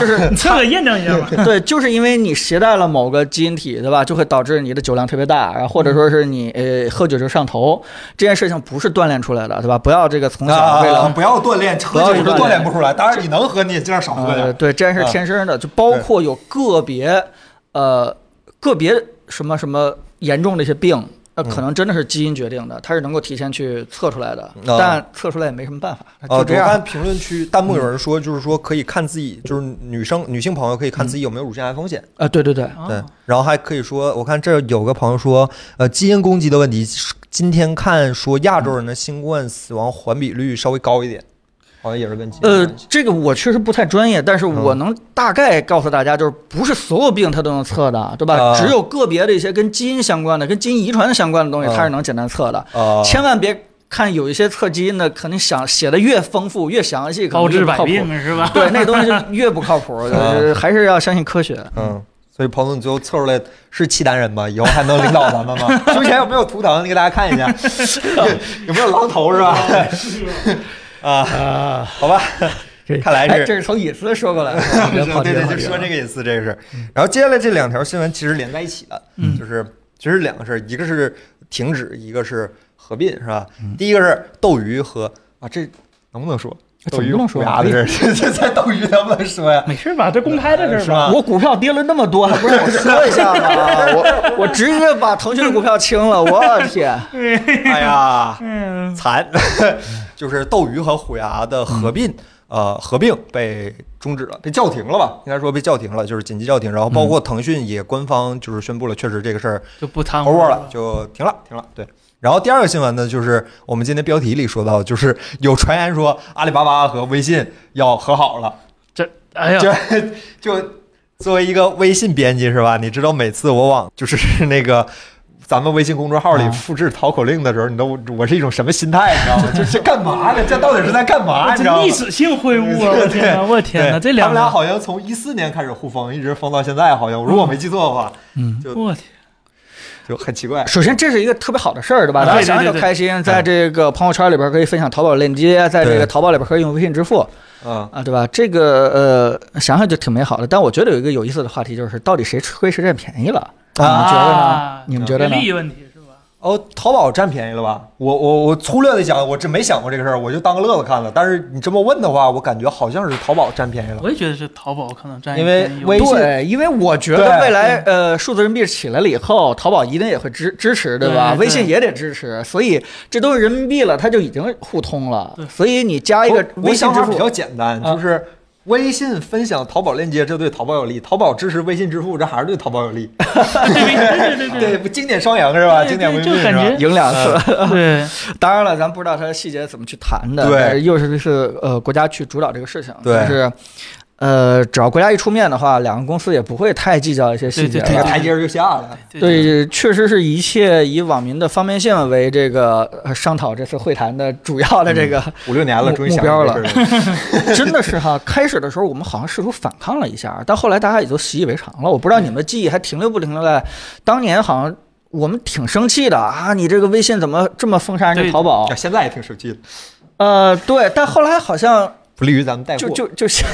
[SPEAKER 4] 就是
[SPEAKER 1] [laughs]
[SPEAKER 3] 啊你测个验证一下吧。
[SPEAKER 4] 对，就是因为你携带了某个基因体，对吧？就会导致你的酒量特别大，然后或者说是你呃喝酒就上头，这件事情不是锻炼出来的，对吧？不要这个从嗯小为了
[SPEAKER 1] 啊不要锻炼，喝
[SPEAKER 4] 要
[SPEAKER 1] 酒是
[SPEAKER 4] 锻
[SPEAKER 1] 锻炼
[SPEAKER 4] 炼
[SPEAKER 1] 不出来。当然你能喝，你也尽量少喝点
[SPEAKER 4] 呃，
[SPEAKER 1] 儿。
[SPEAKER 4] 对，这件事
[SPEAKER 1] 啊
[SPEAKER 4] 天生的，就包括有个别呃个别什么什么严重的一些病，那、
[SPEAKER 1] 嗯
[SPEAKER 4] 可能真的是基因决定的，它是能够提前去测出来的，
[SPEAKER 1] 啊
[SPEAKER 4] 但测出来也没什么办法，
[SPEAKER 1] 啊，
[SPEAKER 4] 就这
[SPEAKER 1] 我
[SPEAKER 4] 样。
[SPEAKER 1] 看评论区弹幕有人说，就是说可以看自己，就是女生女性朋友可以看自己有没有乳腺癌风险。
[SPEAKER 4] 啊，对对对，
[SPEAKER 1] 对
[SPEAKER 3] 啊，
[SPEAKER 1] 然后还可以说，我看这儿有个朋友说，呃，基因攻击的问题，今天看说亚洲人的新冠死亡环比率稍微高一点，好像也是跟基因有
[SPEAKER 4] 呃
[SPEAKER 1] 关系。，
[SPEAKER 4] 这个我确实不太专业，但是我
[SPEAKER 1] 嗯
[SPEAKER 4] 能大概告诉大家，就是不是所有病它都能测的，对吧？
[SPEAKER 1] 啊
[SPEAKER 4] 只有个别的一些跟基因相关的、跟基因遗传相关的东西，
[SPEAKER 1] 啊
[SPEAKER 4] 它是能简单测的。
[SPEAKER 1] 呃，
[SPEAKER 4] 千万别看有一些测基因的，肯定想写的越丰富越详细，可能
[SPEAKER 3] 包治
[SPEAKER 4] 越不
[SPEAKER 3] 百
[SPEAKER 4] 靠谱
[SPEAKER 3] 病是
[SPEAKER 4] [laughs]
[SPEAKER 3] 吧？
[SPEAKER 4] 对，那东西就越不靠 [laughs] 谱，就是还是要相信科学。
[SPEAKER 1] 嗯，所以彭总，你最后测出来是契丹人吗？以后还能领导咱们
[SPEAKER 4] [laughs]
[SPEAKER 1] 吗？胸前有没有图腾？你给大家看一下，有没有狼头是吧？ [laughs] 啊，
[SPEAKER 4] 啊，
[SPEAKER 1] 好
[SPEAKER 4] [laughs]
[SPEAKER 1] 吧，看来
[SPEAKER 4] 哎，
[SPEAKER 1] 是
[SPEAKER 4] 这是从隐私说过
[SPEAKER 1] [laughs]
[SPEAKER 4] 来的，
[SPEAKER 1] 对
[SPEAKER 4] 别跑题
[SPEAKER 1] 对，
[SPEAKER 4] 了
[SPEAKER 1] 就说这个隐私这个事儿。然后接下来这两条新闻其实连在一起了，
[SPEAKER 3] 嗯
[SPEAKER 1] 就是其实两个事儿，一个是停止，一个是合并，是吧？第一个是斗鱼和啊，这能不能说？
[SPEAKER 4] 怎
[SPEAKER 1] 斗
[SPEAKER 4] 么
[SPEAKER 1] 鱼
[SPEAKER 4] 不能
[SPEAKER 1] 虎
[SPEAKER 4] 说
[SPEAKER 1] 牙的事儿， [laughs] 这这在斗鱼能不能说
[SPEAKER 3] [laughs]
[SPEAKER 1] 呀？
[SPEAKER 3] 没事吧？这公开的事
[SPEAKER 1] 是
[SPEAKER 3] 儿吧？
[SPEAKER 1] 吧？
[SPEAKER 4] 我股票跌了那么多，还不让我说一下吗？
[SPEAKER 1] [laughs]
[SPEAKER 4] 我我直接把腾讯的股票清了，我天！
[SPEAKER 1] 哎呀，
[SPEAKER 3] 嗯，
[SPEAKER 1] 惨， [laughs] 就是斗鱼和虎牙的合并，呃，合并被终止了，被叫停了吧？应该说被叫停了，就是紧急叫停。然后包括腾讯也官方就是宣布了，确实这个事儿
[SPEAKER 3] 就不掺和
[SPEAKER 1] over 了，就停了，停了。对。然后第二个新闻呢，就是我们今天标题里说到，就是有传言说阿里巴巴和微信要和好了，
[SPEAKER 3] 这，哎呀，
[SPEAKER 1] 就就作为一个微信编辑是吧？你知道每次我往就是 [laughs] 那个咱们微信公众号里
[SPEAKER 4] 啊
[SPEAKER 1] 复制淘口令的时候，你都我是一种什么心态，你知道吗？就是干嘛呢？这到底是在干嘛？啊你知
[SPEAKER 3] 这
[SPEAKER 1] 道
[SPEAKER 3] 历
[SPEAKER 1] 吗？
[SPEAKER 3] 史性会
[SPEAKER 1] [laughs]
[SPEAKER 3] 晤啊！我天哪，我天哪，
[SPEAKER 1] 对
[SPEAKER 3] 这两
[SPEAKER 1] 他们俩，好像从一四年开始互封，一直封到现在，好像如果我没记错的话，
[SPEAKER 4] 嗯
[SPEAKER 1] 就
[SPEAKER 3] 我天，
[SPEAKER 1] 就很奇怪。
[SPEAKER 4] 首先这是一个特别好的事儿，对吧？
[SPEAKER 3] 啊
[SPEAKER 4] 大家
[SPEAKER 3] 对对
[SPEAKER 4] 想想
[SPEAKER 3] 对
[SPEAKER 4] 就
[SPEAKER 3] 对
[SPEAKER 4] 开心，在这个朋友圈里边可以分享淘宝链接，在这
[SPEAKER 1] 对
[SPEAKER 4] 个淘宝里边可以用微信支付
[SPEAKER 1] 嗯，
[SPEAKER 4] 啊，对吧？这个呃，想想就挺美好的。但我觉得有一个有意思的话题就是，到底谁亏谁占便宜了？你们觉得呢
[SPEAKER 3] 啊？
[SPEAKER 4] 你们觉得呢？
[SPEAKER 3] 利益问题是吧？
[SPEAKER 1] 哦，淘宝占便宜了吧？我我我粗略的想，我这没想过这个事儿，我就当个乐子看了。但是你这么问的话，我感觉好像是淘宝占便宜
[SPEAKER 4] 哦
[SPEAKER 1] 了。
[SPEAKER 3] 我也觉得是淘宝可能占一
[SPEAKER 1] 因为
[SPEAKER 3] 便宜
[SPEAKER 1] 微信
[SPEAKER 4] 对，因为我觉得
[SPEAKER 1] 对
[SPEAKER 4] 未来呃，数字人民币起来了以后，淘宝一定也会支支持，对吧？
[SPEAKER 3] 对对
[SPEAKER 4] 微信也得支持，所以这都是人民币了，它就已经互通了
[SPEAKER 3] 对。
[SPEAKER 4] 所以你加一个
[SPEAKER 1] 我
[SPEAKER 4] 微
[SPEAKER 1] 我
[SPEAKER 4] 信
[SPEAKER 1] 想
[SPEAKER 4] 支
[SPEAKER 1] 法比
[SPEAKER 4] 付，
[SPEAKER 1] 较简单，
[SPEAKER 4] 啊
[SPEAKER 1] 就是微信分享淘宝链接，这对淘宝有利；淘宝支持微信支付，这还是对淘宝有利。
[SPEAKER 3] [laughs] 对对对对
[SPEAKER 4] 嗯
[SPEAKER 1] 对，不经典双赢是吧？
[SPEAKER 3] 对
[SPEAKER 1] 经典
[SPEAKER 3] 对
[SPEAKER 1] 规
[SPEAKER 3] 就
[SPEAKER 1] 避是
[SPEAKER 3] 感
[SPEAKER 1] 吧
[SPEAKER 3] 觉？
[SPEAKER 4] 赢两次。
[SPEAKER 3] 对对，
[SPEAKER 4] [laughs] 当然了，咱不知道它的细节怎么去谈的，
[SPEAKER 1] 对
[SPEAKER 4] 但是又是是呃国家去主导这个事情，
[SPEAKER 1] 对
[SPEAKER 4] 但是呃，只要国家一出面的话，两个公司也不会太计较一些细节了。
[SPEAKER 1] 这
[SPEAKER 3] 对
[SPEAKER 1] 个
[SPEAKER 3] 对对
[SPEAKER 1] 台阶儿就下了。
[SPEAKER 4] 对，确实是一切以网民的方便性为这个呃商讨这次会谈的主要的这个，
[SPEAKER 1] 五六年了，
[SPEAKER 4] 目
[SPEAKER 1] 终于想
[SPEAKER 4] 目标
[SPEAKER 1] 明白这事儿了。
[SPEAKER 4] [laughs] 真的是哈。开始的时候我们好像试图反抗了一下，但后来大家也都习以为常了。我不知道你们的记忆还停留不停留在当年，好像我们挺生气的啊，你这个微信怎么这么封杀人家
[SPEAKER 3] 对
[SPEAKER 4] 淘宝
[SPEAKER 1] 啊？ [laughs] 现在也挺生气的，
[SPEAKER 4] 呃，对，但后来好像
[SPEAKER 1] 不利于咱们带货
[SPEAKER 4] 就。就就像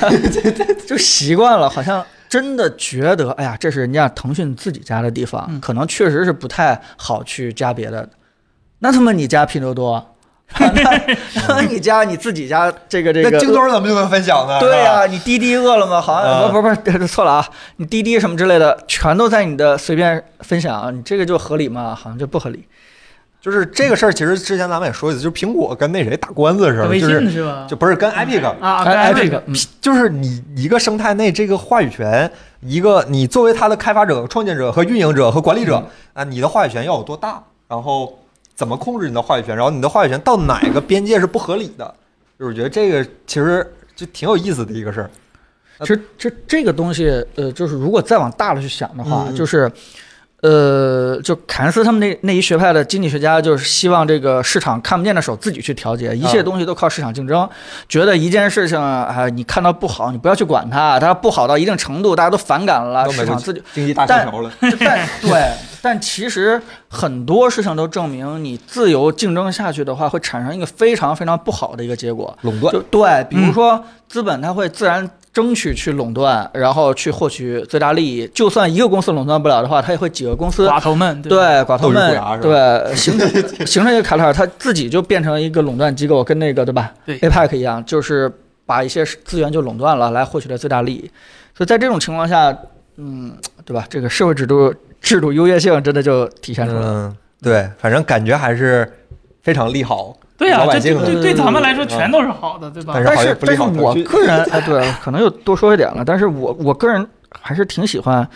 [SPEAKER 4] 就习惯了，好像真的觉得，哎呀，这是人家腾讯自己家的地方，
[SPEAKER 3] 嗯
[SPEAKER 4] 可能确实是不太好去加别的。那他妈你加拼多多， [laughs] 那他妈你加你自己家这个这
[SPEAKER 1] 那
[SPEAKER 4] 个。
[SPEAKER 1] 京东怎么就能分享呢？
[SPEAKER 4] 对
[SPEAKER 1] 啊是吧
[SPEAKER 4] 呀、你滴滴、饿了么好像
[SPEAKER 1] 啊
[SPEAKER 4] 不不不是错了啊，你滴滴什么之类的，全都在你的随便分享，啊你这个就合理吗？好像就不合理。
[SPEAKER 1] 就是这个事儿，其实之前咱们也说过，就是苹果跟那谁打官司的时候，
[SPEAKER 3] 微
[SPEAKER 1] 就
[SPEAKER 3] 信
[SPEAKER 1] 是
[SPEAKER 3] 是吧？
[SPEAKER 1] 就不是跟 Epic，
[SPEAKER 3] 啊，
[SPEAKER 4] 哎哎，
[SPEAKER 3] 对
[SPEAKER 4] 这个，嗯
[SPEAKER 1] 就是你一个生态内这个话语权，一个你作为它的开发者、创建者和运营者和管理者啊，你的话语权要有多大？然后怎么控制你的话语权？然后你的话语权到哪个边界是不合理的？就是我觉得这个其实就挺有意思的一个事儿。呃
[SPEAKER 4] 其实这这个东西，呃，就是如果再往大了去想的话，
[SPEAKER 1] 嗯
[SPEAKER 4] 就是，呃，就凯恩斯他们那那一学派的经济学家，就是希望这个市场看不见的手自己去调
[SPEAKER 1] 啊
[SPEAKER 4] 节，一切东西都靠市场竞争。觉得一件事情啊、你看到不好，你不要去管它，它不好到一定程度，大家都反感了，
[SPEAKER 1] 都没
[SPEAKER 4] 市场
[SPEAKER 1] 问
[SPEAKER 4] 自己。
[SPEAKER 1] 经济大萧条了，
[SPEAKER 4] 但 [laughs] 对，但其实很多事情都证明，你自由竞争下去的话，会产生一个非常非常不好的一个结果。
[SPEAKER 1] 垄断
[SPEAKER 4] 就对，比如说资本，它会自然争取去垄断，然后去获取最大利益。就算一个公司垄断不了的话，它也会几个公司
[SPEAKER 3] 寡头们，
[SPEAKER 4] 对寡
[SPEAKER 1] 斗
[SPEAKER 4] 头
[SPEAKER 1] 智
[SPEAKER 4] 们
[SPEAKER 1] 斗牙是吧
[SPEAKER 4] 对形成 [laughs] 形成一个卡塔尔，它自己就变成一个垄断机构，跟那个对吧
[SPEAKER 3] 对
[SPEAKER 4] ？APEC 一样，就是把一些资源就垄断了，来获取它最大利益。所以在这种情况下，嗯，对吧？这个社会制度制度优越性真的就体现出来了。
[SPEAKER 1] 嗯，对，反正感觉还是非常利好
[SPEAKER 3] 对呀
[SPEAKER 1] 老，百
[SPEAKER 3] 这
[SPEAKER 1] 姓的嗯
[SPEAKER 3] 对对对咱们来说全都是好的，对吧？
[SPEAKER 1] 但
[SPEAKER 4] 但
[SPEAKER 1] 好像
[SPEAKER 4] 是
[SPEAKER 1] 不利
[SPEAKER 4] 但是
[SPEAKER 1] 好腾
[SPEAKER 4] 我
[SPEAKER 1] 讯 [laughs]
[SPEAKER 4] 个人哎，对，可能又多说一点了。但是我我个人还是挺喜欢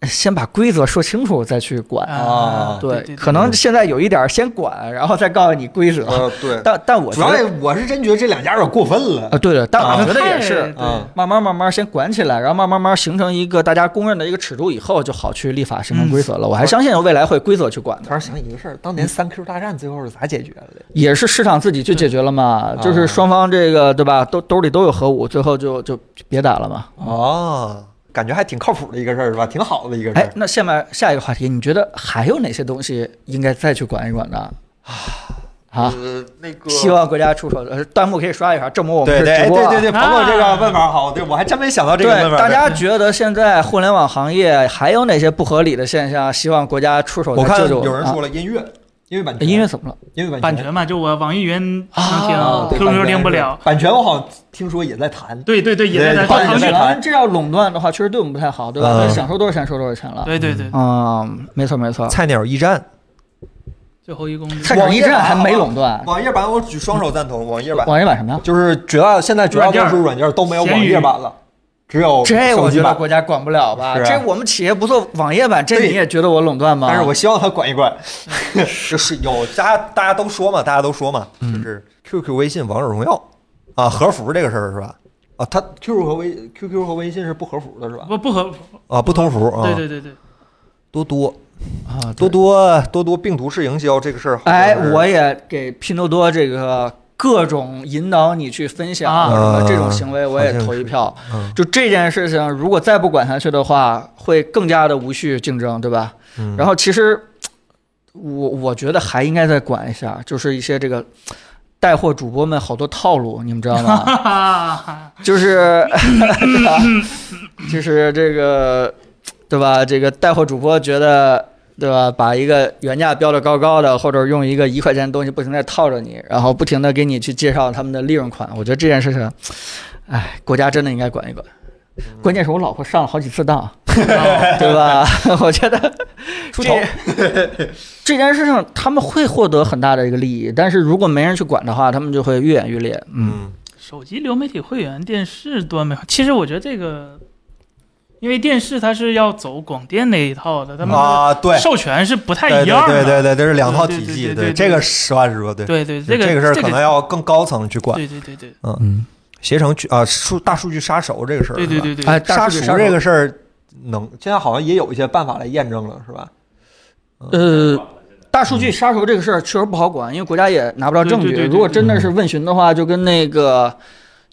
[SPEAKER 4] 呃先把规则说清楚再去管。
[SPEAKER 1] 啊
[SPEAKER 3] 对，对
[SPEAKER 4] 可能现在有一点儿先管，然后再告诉你规则。
[SPEAKER 1] 呃，对，
[SPEAKER 4] 但但我
[SPEAKER 1] 主
[SPEAKER 4] 觉
[SPEAKER 1] 要
[SPEAKER 4] 得
[SPEAKER 1] 也我是真觉得这两家有点过分了
[SPEAKER 4] 啊，。对的，但
[SPEAKER 1] 啊
[SPEAKER 4] 我觉得也
[SPEAKER 3] 太
[SPEAKER 4] 是
[SPEAKER 3] 对
[SPEAKER 1] 啊
[SPEAKER 4] 慢慢慢慢先管起来，然后慢慢慢慢形成一个大家公认的一个尺度以后，就好去立法形成规则了。我还相信未来会规则去管的
[SPEAKER 1] 突。然想起一个事儿，当年三 Q 大战最后是咋解决的？
[SPEAKER 4] 也是市场自己去解决了嘛，就是双方这个对吧，兜兜里都有核武，最后就就别打了嘛。
[SPEAKER 1] 哦，感觉还挺靠谱的一个事儿是吧？挺好的一个事
[SPEAKER 4] 哎
[SPEAKER 1] 儿，。
[SPEAKER 4] 那下面下一个话题，你觉得还有哪些东西应该再去管一管呢？啊，
[SPEAKER 1] 呃，那个
[SPEAKER 4] 希望国家出手，呃弹幕可以刷一刷，证明我们
[SPEAKER 1] 对
[SPEAKER 4] 是
[SPEAKER 1] 对
[SPEAKER 4] 直
[SPEAKER 1] 哎
[SPEAKER 4] 播啊。
[SPEAKER 1] 对对对，
[SPEAKER 3] 啊
[SPEAKER 1] 彭总这个问法好，对我还真没想到这个问法。
[SPEAKER 4] 大家觉得现在互联网行业还有哪些不合理的现象？希望国家出手
[SPEAKER 1] 我
[SPEAKER 4] 来
[SPEAKER 1] 看
[SPEAKER 4] 救救们
[SPEAKER 1] 有人说
[SPEAKER 4] 啊哎
[SPEAKER 1] 了音乐，音乐版权，
[SPEAKER 4] 音乐
[SPEAKER 1] [laughs]
[SPEAKER 4] 怎么了？
[SPEAKER 1] 音乐
[SPEAKER 3] 版
[SPEAKER 1] 版
[SPEAKER 3] 权嘛，就我网易云能
[SPEAKER 4] 啊
[SPEAKER 3] 听
[SPEAKER 1] 对版
[SPEAKER 3] ，QQ
[SPEAKER 1] 权
[SPEAKER 3] 听不
[SPEAKER 1] 是
[SPEAKER 3] 了。
[SPEAKER 1] 版权我好像听说也在谈，
[SPEAKER 3] 对对对，也在
[SPEAKER 1] 对
[SPEAKER 3] 咱
[SPEAKER 1] 版
[SPEAKER 3] 说
[SPEAKER 1] 权
[SPEAKER 3] 腾
[SPEAKER 1] 在
[SPEAKER 3] 讯
[SPEAKER 1] 哪，
[SPEAKER 4] 这要垄断的话，确实对我们不太好，对吧？
[SPEAKER 1] 嗯
[SPEAKER 4] 那想收多少钱收多少钱了。
[SPEAKER 3] 对对对，
[SPEAKER 4] 啊，没错没错。
[SPEAKER 1] 菜鸟驿站，
[SPEAKER 3] 最后一公里。
[SPEAKER 4] 菜鸟驿站还没垄断，
[SPEAKER 1] 网页版我举双手赞同，网页版
[SPEAKER 4] 网页版什么呀？
[SPEAKER 1] 就是绝大现在绝大多数软件都没有网页版了，只有
[SPEAKER 4] 这
[SPEAKER 1] 手
[SPEAKER 4] 我
[SPEAKER 1] 机
[SPEAKER 4] 觉得
[SPEAKER 1] 版。
[SPEAKER 4] 国家管不了吧？
[SPEAKER 1] 是啊
[SPEAKER 4] 这我们企业不做网页版，这
[SPEAKER 1] 对
[SPEAKER 4] 你也觉得我垄断
[SPEAKER 3] 啊
[SPEAKER 4] 吗？
[SPEAKER 1] 但是我希望他管一管，
[SPEAKER 3] 嗯
[SPEAKER 1] [laughs] 就是有大家大家都说嘛，大家都说嘛，就是 QQ、微信、王者荣耀啊，和服这个事儿是吧？啊，它 QQ 和微 QQ 和微信是不合服的是吧？
[SPEAKER 3] 不不合，
[SPEAKER 1] 啊，不同服啊，
[SPEAKER 3] 对对对对，
[SPEAKER 1] 多多
[SPEAKER 4] 啊，
[SPEAKER 1] 多多多多病毒式营销这个事儿好像
[SPEAKER 4] 哎，
[SPEAKER 1] 是，
[SPEAKER 4] 我也给拼多多这个各种引导你去分享
[SPEAKER 3] 啊
[SPEAKER 4] 什么这种行为，我也投一票。
[SPEAKER 1] 嗯
[SPEAKER 4] 就这件事情，如果再不管下去的话，会更加的无序竞争，对吧？
[SPEAKER 1] 嗯
[SPEAKER 4] 然后其实我我觉得还应该再管一下，就是一些这个带货主播们好多套路，你们知道吗？
[SPEAKER 3] [laughs] 哈哈，
[SPEAKER 4] 就是 [laughs] 就是这个，对吧？这个带货主播觉得对吧？把一个原价标的高高的，或者用一个一块钱的东西不停的套着你，然后不停的给你去介绍他们的利润款。我觉得这件事情，哎，国家真的应该管一管。关键是我老婆上了好几次当， [laughs] 对吧？ [laughs] 我觉得
[SPEAKER 1] 出
[SPEAKER 4] 这
[SPEAKER 1] 头
[SPEAKER 4] 这件事情他们会获得很大的一个利益，但是如果没人去管的话，他们就会愈演愈烈。嗯，
[SPEAKER 1] 嗯
[SPEAKER 3] 手机流媒体会员、电视端媒，其实我觉得这个，因为电视它是要走广电那一套的，他们
[SPEAKER 1] 啊，对，
[SPEAKER 3] 授权是不太
[SPEAKER 1] 对
[SPEAKER 3] 一样
[SPEAKER 1] 对
[SPEAKER 3] 的。
[SPEAKER 1] 对对，这是两套
[SPEAKER 3] 对
[SPEAKER 1] 体
[SPEAKER 3] 对
[SPEAKER 1] 系。
[SPEAKER 3] 对对对
[SPEAKER 1] 这个实话实说，对
[SPEAKER 3] 对对
[SPEAKER 1] 这
[SPEAKER 3] 这个
[SPEAKER 1] 事儿可能
[SPEAKER 3] 要
[SPEAKER 1] 要更高层去管。
[SPEAKER 3] 对对对对
[SPEAKER 4] 嗯，
[SPEAKER 1] 携程去啊，数大数据杀手这个事儿，
[SPEAKER 3] 对对
[SPEAKER 1] 是吧
[SPEAKER 3] 对对
[SPEAKER 4] 哎，
[SPEAKER 3] 对，
[SPEAKER 4] 大数据
[SPEAKER 1] 杀熟这个事儿能，现在好像也有一些办法来验证了，是吧？
[SPEAKER 4] 呃，大数据杀熟这个事儿确实不好管，因为国家也拿不到证据。
[SPEAKER 3] 对对对对
[SPEAKER 4] 如果真的是问询的话，就跟那个。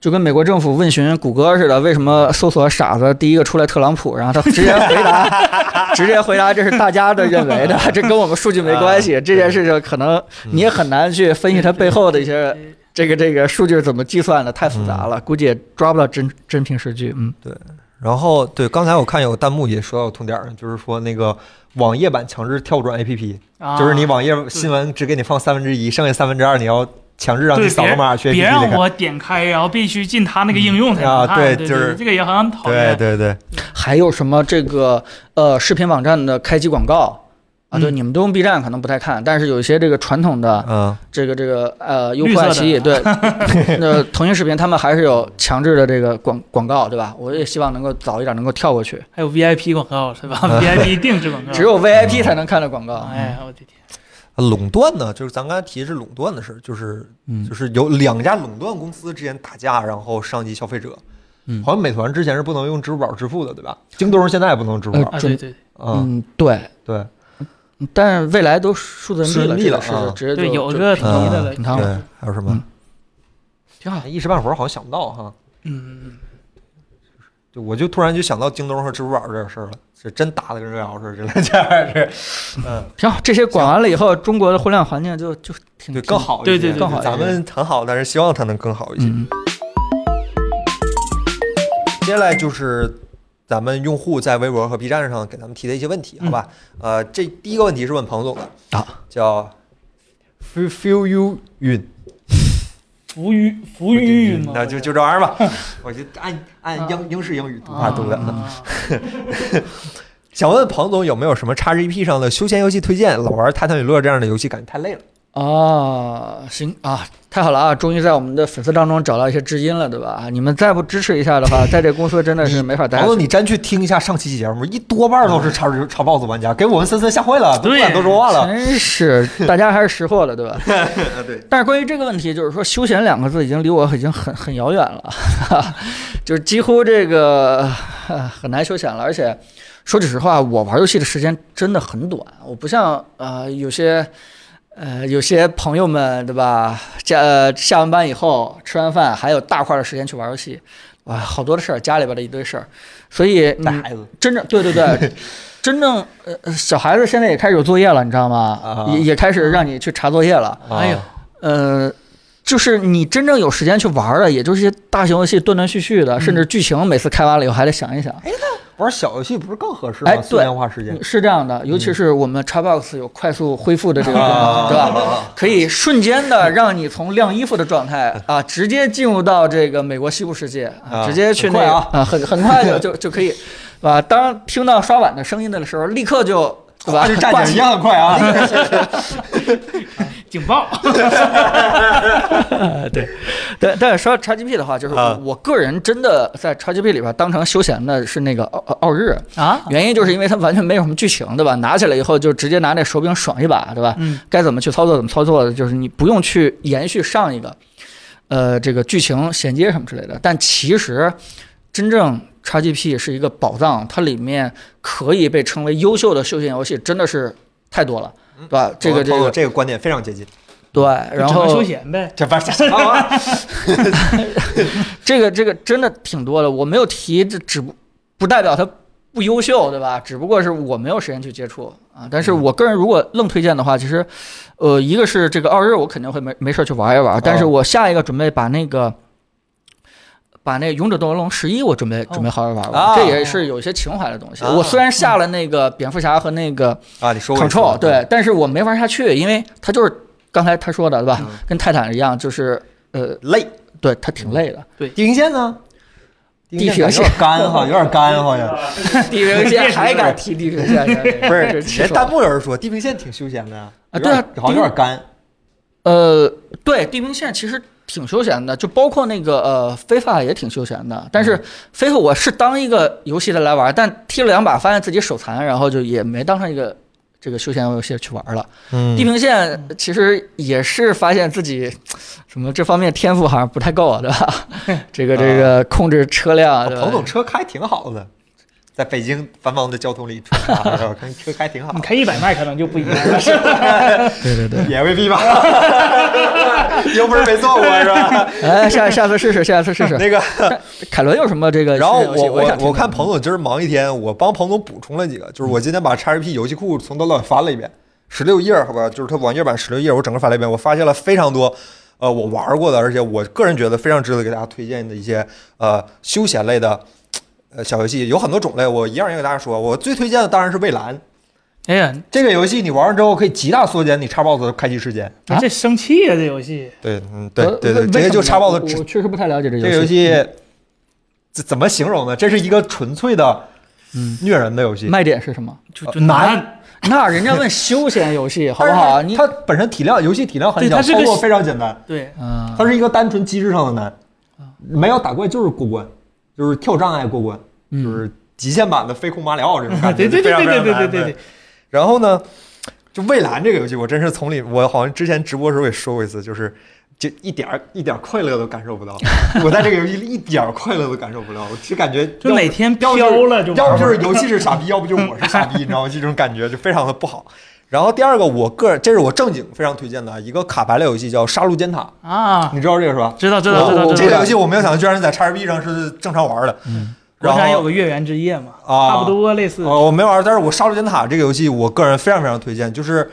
[SPEAKER 4] 就跟美国政府问询谷歌似的，为什么搜索傻子第一个出来特朗普，然后他直接回答，直接回答这是大家的认为的，这跟我们数据没关系。这件事情可能你也很难去分析它背后的一些
[SPEAKER 3] 对
[SPEAKER 4] 这个这个数据是怎么计算的，太复杂了，估计也抓不到真真凭实据。嗯，
[SPEAKER 1] 然后对，刚才我看有弹幕也说到痛点儿，就是说那个网页版强制跳转 APP，、
[SPEAKER 3] 啊
[SPEAKER 1] 就是你网页新闻只给你放三分之一，剩下三分之二你要强制让你
[SPEAKER 3] 对
[SPEAKER 1] 扫个码去 APP
[SPEAKER 3] 别
[SPEAKER 1] 里
[SPEAKER 3] 让
[SPEAKER 1] 看。
[SPEAKER 3] 我点开，然后必须进他那个应用才
[SPEAKER 1] 啊
[SPEAKER 3] 能看。
[SPEAKER 1] 对
[SPEAKER 3] 对，
[SPEAKER 1] 就是
[SPEAKER 3] 对这个也很讨
[SPEAKER 1] 对
[SPEAKER 3] 厌。
[SPEAKER 1] 对对，
[SPEAKER 4] 还有什么这个呃视频网站的开机广告啊？对，
[SPEAKER 3] 嗯
[SPEAKER 4] 你们都用 B 站可能不太看，但是有一些这个传统的
[SPEAKER 1] 嗯，
[SPEAKER 4] 这个这个呃优
[SPEAKER 3] 绿
[SPEAKER 4] 酷、
[SPEAKER 3] 色的
[SPEAKER 4] 爱奇
[SPEAKER 3] [laughs]
[SPEAKER 4] 艺，对，那腾讯视频他们还是有强制的这个广广告，对吧？我也希望能够早一点能够跳过去，
[SPEAKER 3] 还有 VIP 广告是吧
[SPEAKER 1] [laughs]
[SPEAKER 3] ？VIP 定制广告。
[SPEAKER 4] 只有啊 VIP 才能看到广告。
[SPEAKER 3] 哎，我的天，
[SPEAKER 1] 垄断呢，就是咱刚才提的是垄断的事儿，就是
[SPEAKER 4] 嗯
[SPEAKER 1] 就是有两家垄断公司之间打架，然后上级消费者。
[SPEAKER 4] 嗯
[SPEAKER 1] 好像美团之前是不能用支付宝支付的，对吧？京东现在也不能支付
[SPEAKER 4] 呃
[SPEAKER 1] 宝。
[SPEAKER 3] 啊
[SPEAKER 4] 准
[SPEAKER 3] 对对
[SPEAKER 1] 啊，
[SPEAKER 4] 嗯，对，
[SPEAKER 1] 对，
[SPEAKER 4] 但是未来都数字人民币了，
[SPEAKER 1] 数
[SPEAKER 4] 是
[SPEAKER 1] 字人民币了啊
[SPEAKER 4] 直接
[SPEAKER 3] 对
[SPEAKER 4] 就
[SPEAKER 3] 对，有
[SPEAKER 4] 就
[SPEAKER 3] 个统一的
[SPEAKER 1] 嗯
[SPEAKER 3] 了
[SPEAKER 4] 平，常
[SPEAKER 1] 对
[SPEAKER 4] 了，
[SPEAKER 1] 还有什么
[SPEAKER 4] 嗯？挺好。
[SPEAKER 1] 一时半会儿好像想不到哈。
[SPEAKER 3] 嗯，
[SPEAKER 1] 就我就突然就想到京东和支付宝这个事儿了，是真打的跟热窑似的，这两家是，嗯，
[SPEAKER 4] 挺好，这些管完了以后，中国的互联网环境就就挺
[SPEAKER 1] 对，更。好一些，
[SPEAKER 3] 对对对
[SPEAKER 1] 更
[SPEAKER 4] 嗯对
[SPEAKER 1] 好一些。咱们很好，但是希望它能更好一些。
[SPEAKER 4] 挺嗯，
[SPEAKER 1] 接下来就是咱们用户在微博和 B 站上给咱们提的一些问题，好吧？呃，这第一个问题是问彭总的，
[SPEAKER 4] 嗯啊
[SPEAKER 1] 叫 feel feel you 云，
[SPEAKER 3] 浮于浮于云嘛，
[SPEAKER 1] 那
[SPEAKER 3] 我
[SPEAKER 1] 就
[SPEAKER 3] 觉得
[SPEAKER 1] 就这玩意
[SPEAKER 3] [laughs]
[SPEAKER 1] 儿吧，我就按按
[SPEAKER 3] 啊
[SPEAKER 1] 英英式英语读
[SPEAKER 3] 啊
[SPEAKER 1] 啊读的。嗯
[SPEAKER 3] 啊
[SPEAKER 1] 想问彭总有没有什么 XGP 上的休闲游戏推荐？老玩《泰坦陨落》这样的游戏感觉太累了。
[SPEAKER 4] 啊，行啊，太好了啊！终于在我们的粉丝当中找到一些知音了，对吧？啊你们再不支持一下的
[SPEAKER 1] [laughs]
[SPEAKER 4] 话，在这公司真的是没法待
[SPEAKER 1] 然
[SPEAKER 4] 下
[SPEAKER 1] 后
[SPEAKER 4] 去。
[SPEAKER 1] 你真去听一下上期节目，一多半都是超超 boss 玩家，给我们森森吓坏了，都不
[SPEAKER 3] 对
[SPEAKER 1] 敢多说话了。啊
[SPEAKER 4] 真是，大家还是识货
[SPEAKER 1] [laughs]
[SPEAKER 4] 的，对吧？
[SPEAKER 1] 对，
[SPEAKER 4] 但是关于这个问题，就是说“休闲”两个字已经离我已经很 [laughs] 很遥远了，就是几乎这个 [sighs] 呃很难休闲了。而且说句实话，我玩游戏的时间真的很短，我不像呃有些呃有些朋友们对吧？下、呃、下完班以后吃完饭还有大块的时间去玩游戏，哇，好多的事儿，家里边的一堆事儿，所以嗯你
[SPEAKER 1] 带孩子，
[SPEAKER 4] 真正对对对，真正呃呃小孩子现在也开始有作业了，你知
[SPEAKER 1] 啊
[SPEAKER 4] 道吗？也也开始让你去查作业了。
[SPEAKER 3] 哎呦
[SPEAKER 1] 啊，
[SPEAKER 4] 呃，就是你真正有时间去玩的，也就是一些大型游戏断断续续的，甚至剧情每次开完了以后还得想一想。
[SPEAKER 1] 玩小游戏不是更合适
[SPEAKER 4] 哎
[SPEAKER 1] 吗？
[SPEAKER 4] 对
[SPEAKER 1] 碎片化时间
[SPEAKER 4] 是这样
[SPEAKER 1] 嗯
[SPEAKER 4] 的，尤其是我们 Xbox 有快速恢复的这个功
[SPEAKER 1] 啊
[SPEAKER 4] 能，对吧？
[SPEAKER 1] 吧？
[SPEAKER 4] 可以瞬间的让你从晾衣服的
[SPEAKER 1] [laughs]
[SPEAKER 4] 状态啊，直接进入到这个美国西部世界，
[SPEAKER 1] 啊
[SPEAKER 4] 啊、直接去
[SPEAKER 1] 很
[SPEAKER 4] 那
[SPEAKER 1] 快
[SPEAKER 4] 个
[SPEAKER 1] 啊
[SPEAKER 4] 啊，很很快就就就可以，啊，当听到刷碗的声音的时候，立刻就对吧？
[SPEAKER 1] 就
[SPEAKER 4] 挂
[SPEAKER 1] 站
[SPEAKER 4] 起
[SPEAKER 1] 起一样快啊！
[SPEAKER 3] 警报，
[SPEAKER 1] [laughs]
[SPEAKER 3] [laughs]
[SPEAKER 4] 但但是说 XGP 的话，就是我,、
[SPEAKER 1] 啊
[SPEAKER 4] 我个人真的在 XGP 里边当成休闲的是那个奥奥奥日
[SPEAKER 3] 啊，
[SPEAKER 4] 原因就是因为它完全没有什么剧情，对吧？拿起来以后就直接拿那手柄爽一把，对吧？
[SPEAKER 3] 嗯，
[SPEAKER 4] 该怎么去操作怎么操作，就是你不用去延续上一个，呃，这个剧情衔接什么之类的。但其实真正 XGP 是一个宝藏，它里面可以被称为优秀的休闲游戏，真的是太多了，对吧？ [laughs] 这
[SPEAKER 1] [laughs]
[SPEAKER 4] 个这
[SPEAKER 1] 朋友
[SPEAKER 4] 个
[SPEAKER 1] 这个观点非常接近，
[SPEAKER 4] 对，
[SPEAKER 3] 就整
[SPEAKER 4] 然
[SPEAKER 3] 个
[SPEAKER 4] 后
[SPEAKER 3] 休闲呗，
[SPEAKER 1] 这不是啊
[SPEAKER 4] 这个这个真的挺多的，我没有提，这只不不代表它不优秀，对吧？只不过是我没有时间去接触啊。但
[SPEAKER 1] 嗯
[SPEAKER 4] 是我个人如果愣推荐的话，其实，呃，一个
[SPEAKER 1] 哦
[SPEAKER 4] 是这个奥日，我肯定会没没事儿去玩一玩，但是我下一个准备把那个。把那《勇者斗恶龙十一》我准备准备好好玩玩，
[SPEAKER 1] 啊
[SPEAKER 4] 这也是有一些情怀的东西。
[SPEAKER 1] 啊
[SPEAKER 4] 我虽然下了那个蝙蝠侠和那个
[SPEAKER 1] 啊，你说过一次
[SPEAKER 4] Control，对，但是我没玩下去，因为它就是刚才他说的，对吧？
[SPEAKER 1] 嗯
[SPEAKER 4] 跟泰坦一样，就是呃，
[SPEAKER 1] 累。
[SPEAKER 4] 对，它
[SPEAKER 1] 嗯
[SPEAKER 4] 挺累的。
[SPEAKER 1] 地平线呢？
[SPEAKER 4] 地
[SPEAKER 1] 线
[SPEAKER 4] 平线
[SPEAKER 1] 有点干哈，有点干好像。
[SPEAKER 4] 地平线 [laughs] 还敢提地平 [laughs] 线？
[SPEAKER 1] 不 [laughs] 是，
[SPEAKER 4] 气
[SPEAKER 1] 人
[SPEAKER 4] 死我了
[SPEAKER 1] 哎弹幕有人说地平线挺休闲的呀。
[SPEAKER 4] 啊对啊
[SPEAKER 1] 有点好像有点干。
[SPEAKER 4] 呃，对，地平线其实挺休闲的，就包括那个呃，非法也挺休闲的。但是非法我是当一个游戏的来玩，但踢了两把发现自己手残，然后就也没当上一个这个休闲游戏去玩了。
[SPEAKER 1] 嗯
[SPEAKER 4] 地平线其实也是发现自己什么这方面天赋好像不太够，啊对 [laughs] 吧？这个这个控制车辆，对吧
[SPEAKER 1] 啊
[SPEAKER 4] [laughs]
[SPEAKER 1] 彭总车开挺好的，在北京繁忙的交通里啊穿 [laughs] 插着，看车开挺好
[SPEAKER 3] 你，开一百迈可能就不一样了。 [laughs]
[SPEAKER 4] 对对对。
[SPEAKER 1] 也未必吧。 [laughs] 又不是没做过是吧？
[SPEAKER 4] 哎，下下次试试，下次试试。
[SPEAKER 1] 那个，
[SPEAKER 4] 凯伦有什么这个？
[SPEAKER 1] 然后
[SPEAKER 4] 游戏
[SPEAKER 1] 呃我
[SPEAKER 4] 我也想
[SPEAKER 1] 我
[SPEAKER 4] 听
[SPEAKER 1] 我看彭总今儿忙一天，我帮彭总补充了几个，就是我今天把 XGP 游戏库从头到尾翻了一遍，十六页好吧，就是它网页版十六页，我整个翻了一遍，我发现了非常多。呃，我玩过的，而且我个人觉得非常值得给大家推荐的一些呃休闲类的呃小游戏，有很多种类，我一样一样给大家说。我最推荐的当然是蔚蓝，
[SPEAKER 3] 哎呀，
[SPEAKER 1] 这个游戏你玩完之后可以极大缩减你叉 box 的开机时间。
[SPEAKER 3] 那这生气呀、这游戏
[SPEAKER 1] 对，嗯，对
[SPEAKER 4] 呃
[SPEAKER 1] 对
[SPEAKER 4] 为
[SPEAKER 1] 对，这
[SPEAKER 4] 为
[SPEAKER 1] 个
[SPEAKER 4] 什
[SPEAKER 1] 就
[SPEAKER 4] 么呢
[SPEAKER 1] 叉 box
[SPEAKER 4] 我
[SPEAKER 1] 只
[SPEAKER 4] 我确实不太了解这
[SPEAKER 1] 这个游戏怎怎么形容呢？这是一个纯粹的
[SPEAKER 4] 嗯
[SPEAKER 1] 虐人的游戏，
[SPEAKER 4] 卖点是什么？
[SPEAKER 3] 就
[SPEAKER 1] 呃
[SPEAKER 3] 就难，
[SPEAKER 4] 那人家问休闲游戏好
[SPEAKER 1] 但是
[SPEAKER 4] 不好
[SPEAKER 1] 它
[SPEAKER 4] 啊？你
[SPEAKER 1] 它本身体量游戏体量很
[SPEAKER 3] 对
[SPEAKER 1] 小，
[SPEAKER 3] 它是
[SPEAKER 1] 操
[SPEAKER 3] 个
[SPEAKER 1] 作
[SPEAKER 3] 小
[SPEAKER 1] 非常简单，
[SPEAKER 3] 对，
[SPEAKER 4] 嗯，
[SPEAKER 1] 它是一个单纯机制上的难，
[SPEAKER 3] 啊
[SPEAKER 1] 没有打怪就是过关，就是跳障碍过关，就是极限版的飞控马里奥这种感觉，
[SPEAKER 3] 嗯 [laughs] 对对对
[SPEAKER 1] 非常
[SPEAKER 3] 对
[SPEAKER 1] 非
[SPEAKER 3] 对
[SPEAKER 1] 常
[SPEAKER 3] 对对
[SPEAKER 1] 难
[SPEAKER 3] 对对，
[SPEAKER 1] 然后呢，就蔚蓝这个游戏，我真是从里，我好像之前直播的时候也说过一次，就是这一点儿一点儿快乐都感受
[SPEAKER 3] [laughs]
[SPEAKER 1] 不到。我在这个游戏里一点儿快乐都感受不到，我只感觉
[SPEAKER 3] 就
[SPEAKER 1] 要
[SPEAKER 3] 哪天
[SPEAKER 1] 要
[SPEAKER 3] 飘
[SPEAKER 1] 不就是
[SPEAKER 3] 了就
[SPEAKER 1] 要
[SPEAKER 3] 玩
[SPEAKER 1] 不
[SPEAKER 3] 不
[SPEAKER 1] 就是游戏是傻逼， [laughs] 要不就是我是傻逼，你知道吗？这种感觉就非常的不好。然后第二个，我个人这是我正经非常推荐的一个卡牌类游戏，叫《杀戮尖塔》，
[SPEAKER 3] 啊，
[SPEAKER 1] 你知道这个是吧？
[SPEAKER 3] 知道知道知
[SPEAKER 1] 我
[SPEAKER 3] 道
[SPEAKER 1] 我
[SPEAKER 3] 知
[SPEAKER 1] 哦这个
[SPEAKER 3] 道
[SPEAKER 1] 游。戏我没有想到，居然在 XRP 上是正常玩的。
[SPEAKER 4] 嗯，
[SPEAKER 1] 然
[SPEAKER 3] 国
[SPEAKER 1] 后
[SPEAKER 3] 产有个月圆之夜嘛，
[SPEAKER 1] 啊
[SPEAKER 3] 差不多类似。
[SPEAKER 1] 哦，我没玩儿，但是我《杀戮尖塔》这个游戏，我个人非常非常推荐，就是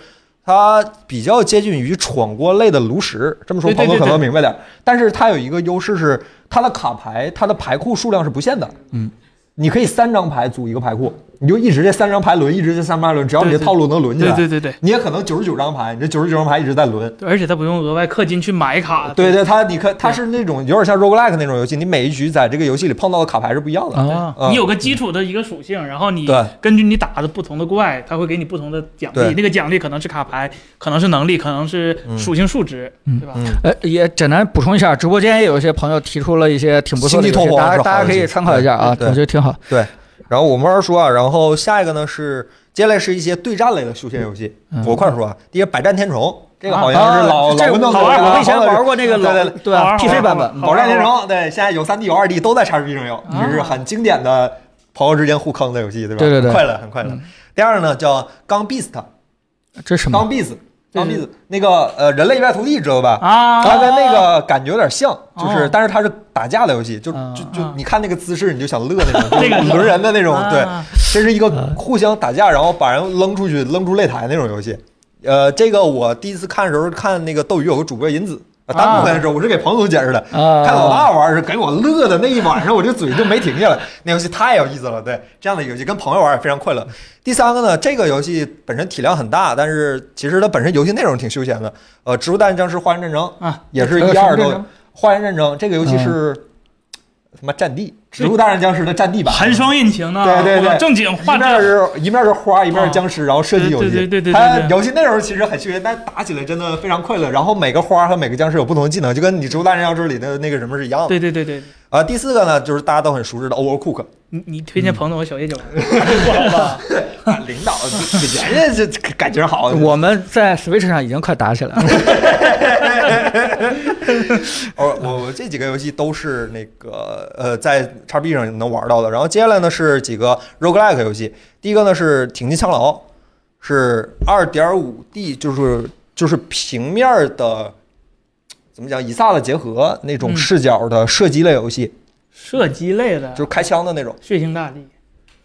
[SPEAKER 1] 它比较接近于闯关类的炉石。这么说，
[SPEAKER 3] 对
[SPEAKER 1] 朋
[SPEAKER 3] 对
[SPEAKER 1] 友
[SPEAKER 3] 对
[SPEAKER 1] 可能
[SPEAKER 3] 对
[SPEAKER 1] 明白点儿。但是它有一个优势是，它的卡牌，它的牌库数量是不限的。
[SPEAKER 4] 嗯，
[SPEAKER 1] 你可以三张牌组一个牌库，你就一直这三张牌轮，一直这三张牌轮，只要你的
[SPEAKER 3] 对对
[SPEAKER 1] 套路能轮起
[SPEAKER 3] 对
[SPEAKER 1] 来，
[SPEAKER 3] 对对对，
[SPEAKER 1] 你也可能九十九张牌，你这九十九张牌一直在轮。
[SPEAKER 3] 对而且他不用额外氪金去买卡。
[SPEAKER 1] 啊对对，它你看，它是那种有点像 roguelike 那种游戏，你每一局在这个游戏里碰到的卡牌是不一样的。
[SPEAKER 4] 啊，
[SPEAKER 1] 嗯
[SPEAKER 3] 你有个基础的一个属性，然后你
[SPEAKER 1] 对
[SPEAKER 3] 根据你打的不同的怪，它会给你不同的奖
[SPEAKER 1] 对
[SPEAKER 3] 励。那个奖励可能是卡牌，可能是能力，可能是属性数值，
[SPEAKER 4] 嗯
[SPEAKER 3] 对吧？
[SPEAKER 1] 嗯，
[SPEAKER 4] 呃，也简单补充一下，直播间也有一些朋友提出了一些挺不错的游
[SPEAKER 1] 星际
[SPEAKER 4] 戏，
[SPEAKER 1] 拓荒
[SPEAKER 4] 大
[SPEAKER 1] 是
[SPEAKER 4] 家
[SPEAKER 1] 好
[SPEAKER 4] 大家可以参考一下啊，
[SPEAKER 1] 对对
[SPEAKER 4] 我觉得挺好。
[SPEAKER 1] 然后我慢慢说啊，然后下一个呢是接下来是一些对战类的休闲游戏，
[SPEAKER 4] 嗯
[SPEAKER 1] 我快说啊，第一个《百战天虫》，这个
[SPEAKER 3] 啊
[SPEAKER 1] 好像是老、
[SPEAKER 4] 啊这
[SPEAKER 1] 老
[SPEAKER 4] 个
[SPEAKER 1] 文斗
[SPEAKER 4] 好玩，
[SPEAKER 1] 的
[SPEAKER 4] 我以前玩过那个老
[SPEAKER 1] 对对对
[SPEAKER 4] 对啊
[SPEAKER 3] 好玩
[SPEAKER 4] PC
[SPEAKER 3] 好
[SPEAKER 4] 版
[SPEAKER 3] 玩
[SPEAKER 4] 本，
[SPEAKER 1] 《
[SPEAKER 3] 好
[SPEAKER 1] 百
[SPEAKER 3] 玩
[SPEAKER 1] 战天虫》，对，现在有三 D 有二 D 都在 XGP 上
[SPEAKER 4] 啊
[SPEAKER 1] 有，这是很经典的朋友之间互坑的游戏，对吧？
[SPEAKER 4] 对对对
[SPEAKER 1] 很快乐很快乐。第二呢叫《钢 Beast》，
[SPEAKER 4] 这是什么
[SPEAKER 1] 钢 Beast，
[SPEAKER 3] 这
[SPEAKER 1] 钢
[SPEAKER 3] 是
[SPEAKER 1] Beast 那个呃人类与外徒弟知道吧？
[SPEAKER 3] 啊，
[SPEAKER 1] 它跟那个感觉有点像，就是
[SPEAKER 3] 哦
[SPEAKER 1] 但是它是打架的游戏，就
[SPEAKER 4] 啊
[SPEAKER 1] 就就
[SPEAKER 3] 啊
[SPEAKER 1] 你看那个姿势你就想乐那
[SPEAKER 3] [laughs]
[SPEAKER 1] 种，
[SPEAKER 3] 这个
[SPEAKER 1] 就是轮人的那种，对。
[SPEAKER 3] 啊
[SPEAKER 1] 这是一个互相打架，然后把人扔出去、扔出擂台那种游戏。呃，这个我第一次看的时候，看那个斗鱼有个主播银子，呃单独看的时候，我是给彭总解释的。
[SPEAKER 4] 啊？
[SPEAKER 1] 看老大玩是给我乐的那一晚上，我这嘴就没停下来。那游戏太有意思了，对，这样的游戏跟朋友玩也非常快乐。第三个呢，这个游戏本身体量很大，但是其实它本身游戏内容挺休闲的。呃，《植物大战僵尸：花园战争》
[SPEAKER 3] 啊，
[SPEAKER 1] 也是
[SPEAKER 4] 呃
[SPEAKER 1] 一
[SPEAKER 4] 什么
[SPEAKER 1] 二
[SPEAKER 4] 战
[SPEAKER 1] 都
[SPEAKER 4] 争。
[SPEAKER 1] 花园战争这个游戏是他妈战地，《植物大战僵尸》的战地版，
[SPEAKER 3] 寒霜印情呢？啊
[SPEAKER 1] 对对对
[SPEAKER 3] 我正经
[SPEAKER 1] 一
[SPEAKER 3] 画
[SPEAKER 1] 面
[SPEAKER 3] 质。
[SPEAKER 1] 是一面是花，一面是僵尸，然后设计游戏。
[SPEAKER 3] 对对对对对对
[SPEAKER 1] 它
[SPEAKER 3] 对
[SPEAKER 1] 游戏内容其实很休闲，但打起来真的非常快乐。然后每个花和每个僵尸有不同的技能，就跟你《植物大战僵尸》里的那个什么是一样的。
[SPEAKER 3] 对对对对，
[SPEAKER 1] 啊、第四个呢，就是大家都很熟知的 Overcook，
[SPEAKER 3] 你你推荐彭总和小叶姐玩，不好吧？
[SPEAKER 1] 啊领 [laughs] 导人家这感情好。
[SPEAKER 4] 我们在 Switch 上已经快打起来了。
[SPEAKER 1] 哦，我我这几个游戏都是那个呃，在 x B 上能玩到的。然后接下来呢是几个 roguelike 游戏，第一个呢是《挺进枪牢》，是二点五 D，就是就是平面儿的，怎么讲，以萨的结合那种
[SPEAKER 3] 嗯
[SPEAKER 1] 视角的射击类游戏，
[SPEAKER 3] 射击类的
[SPEAKER 1] 就，是开枪的那种。
[SPEAKER 3] 血腥大地，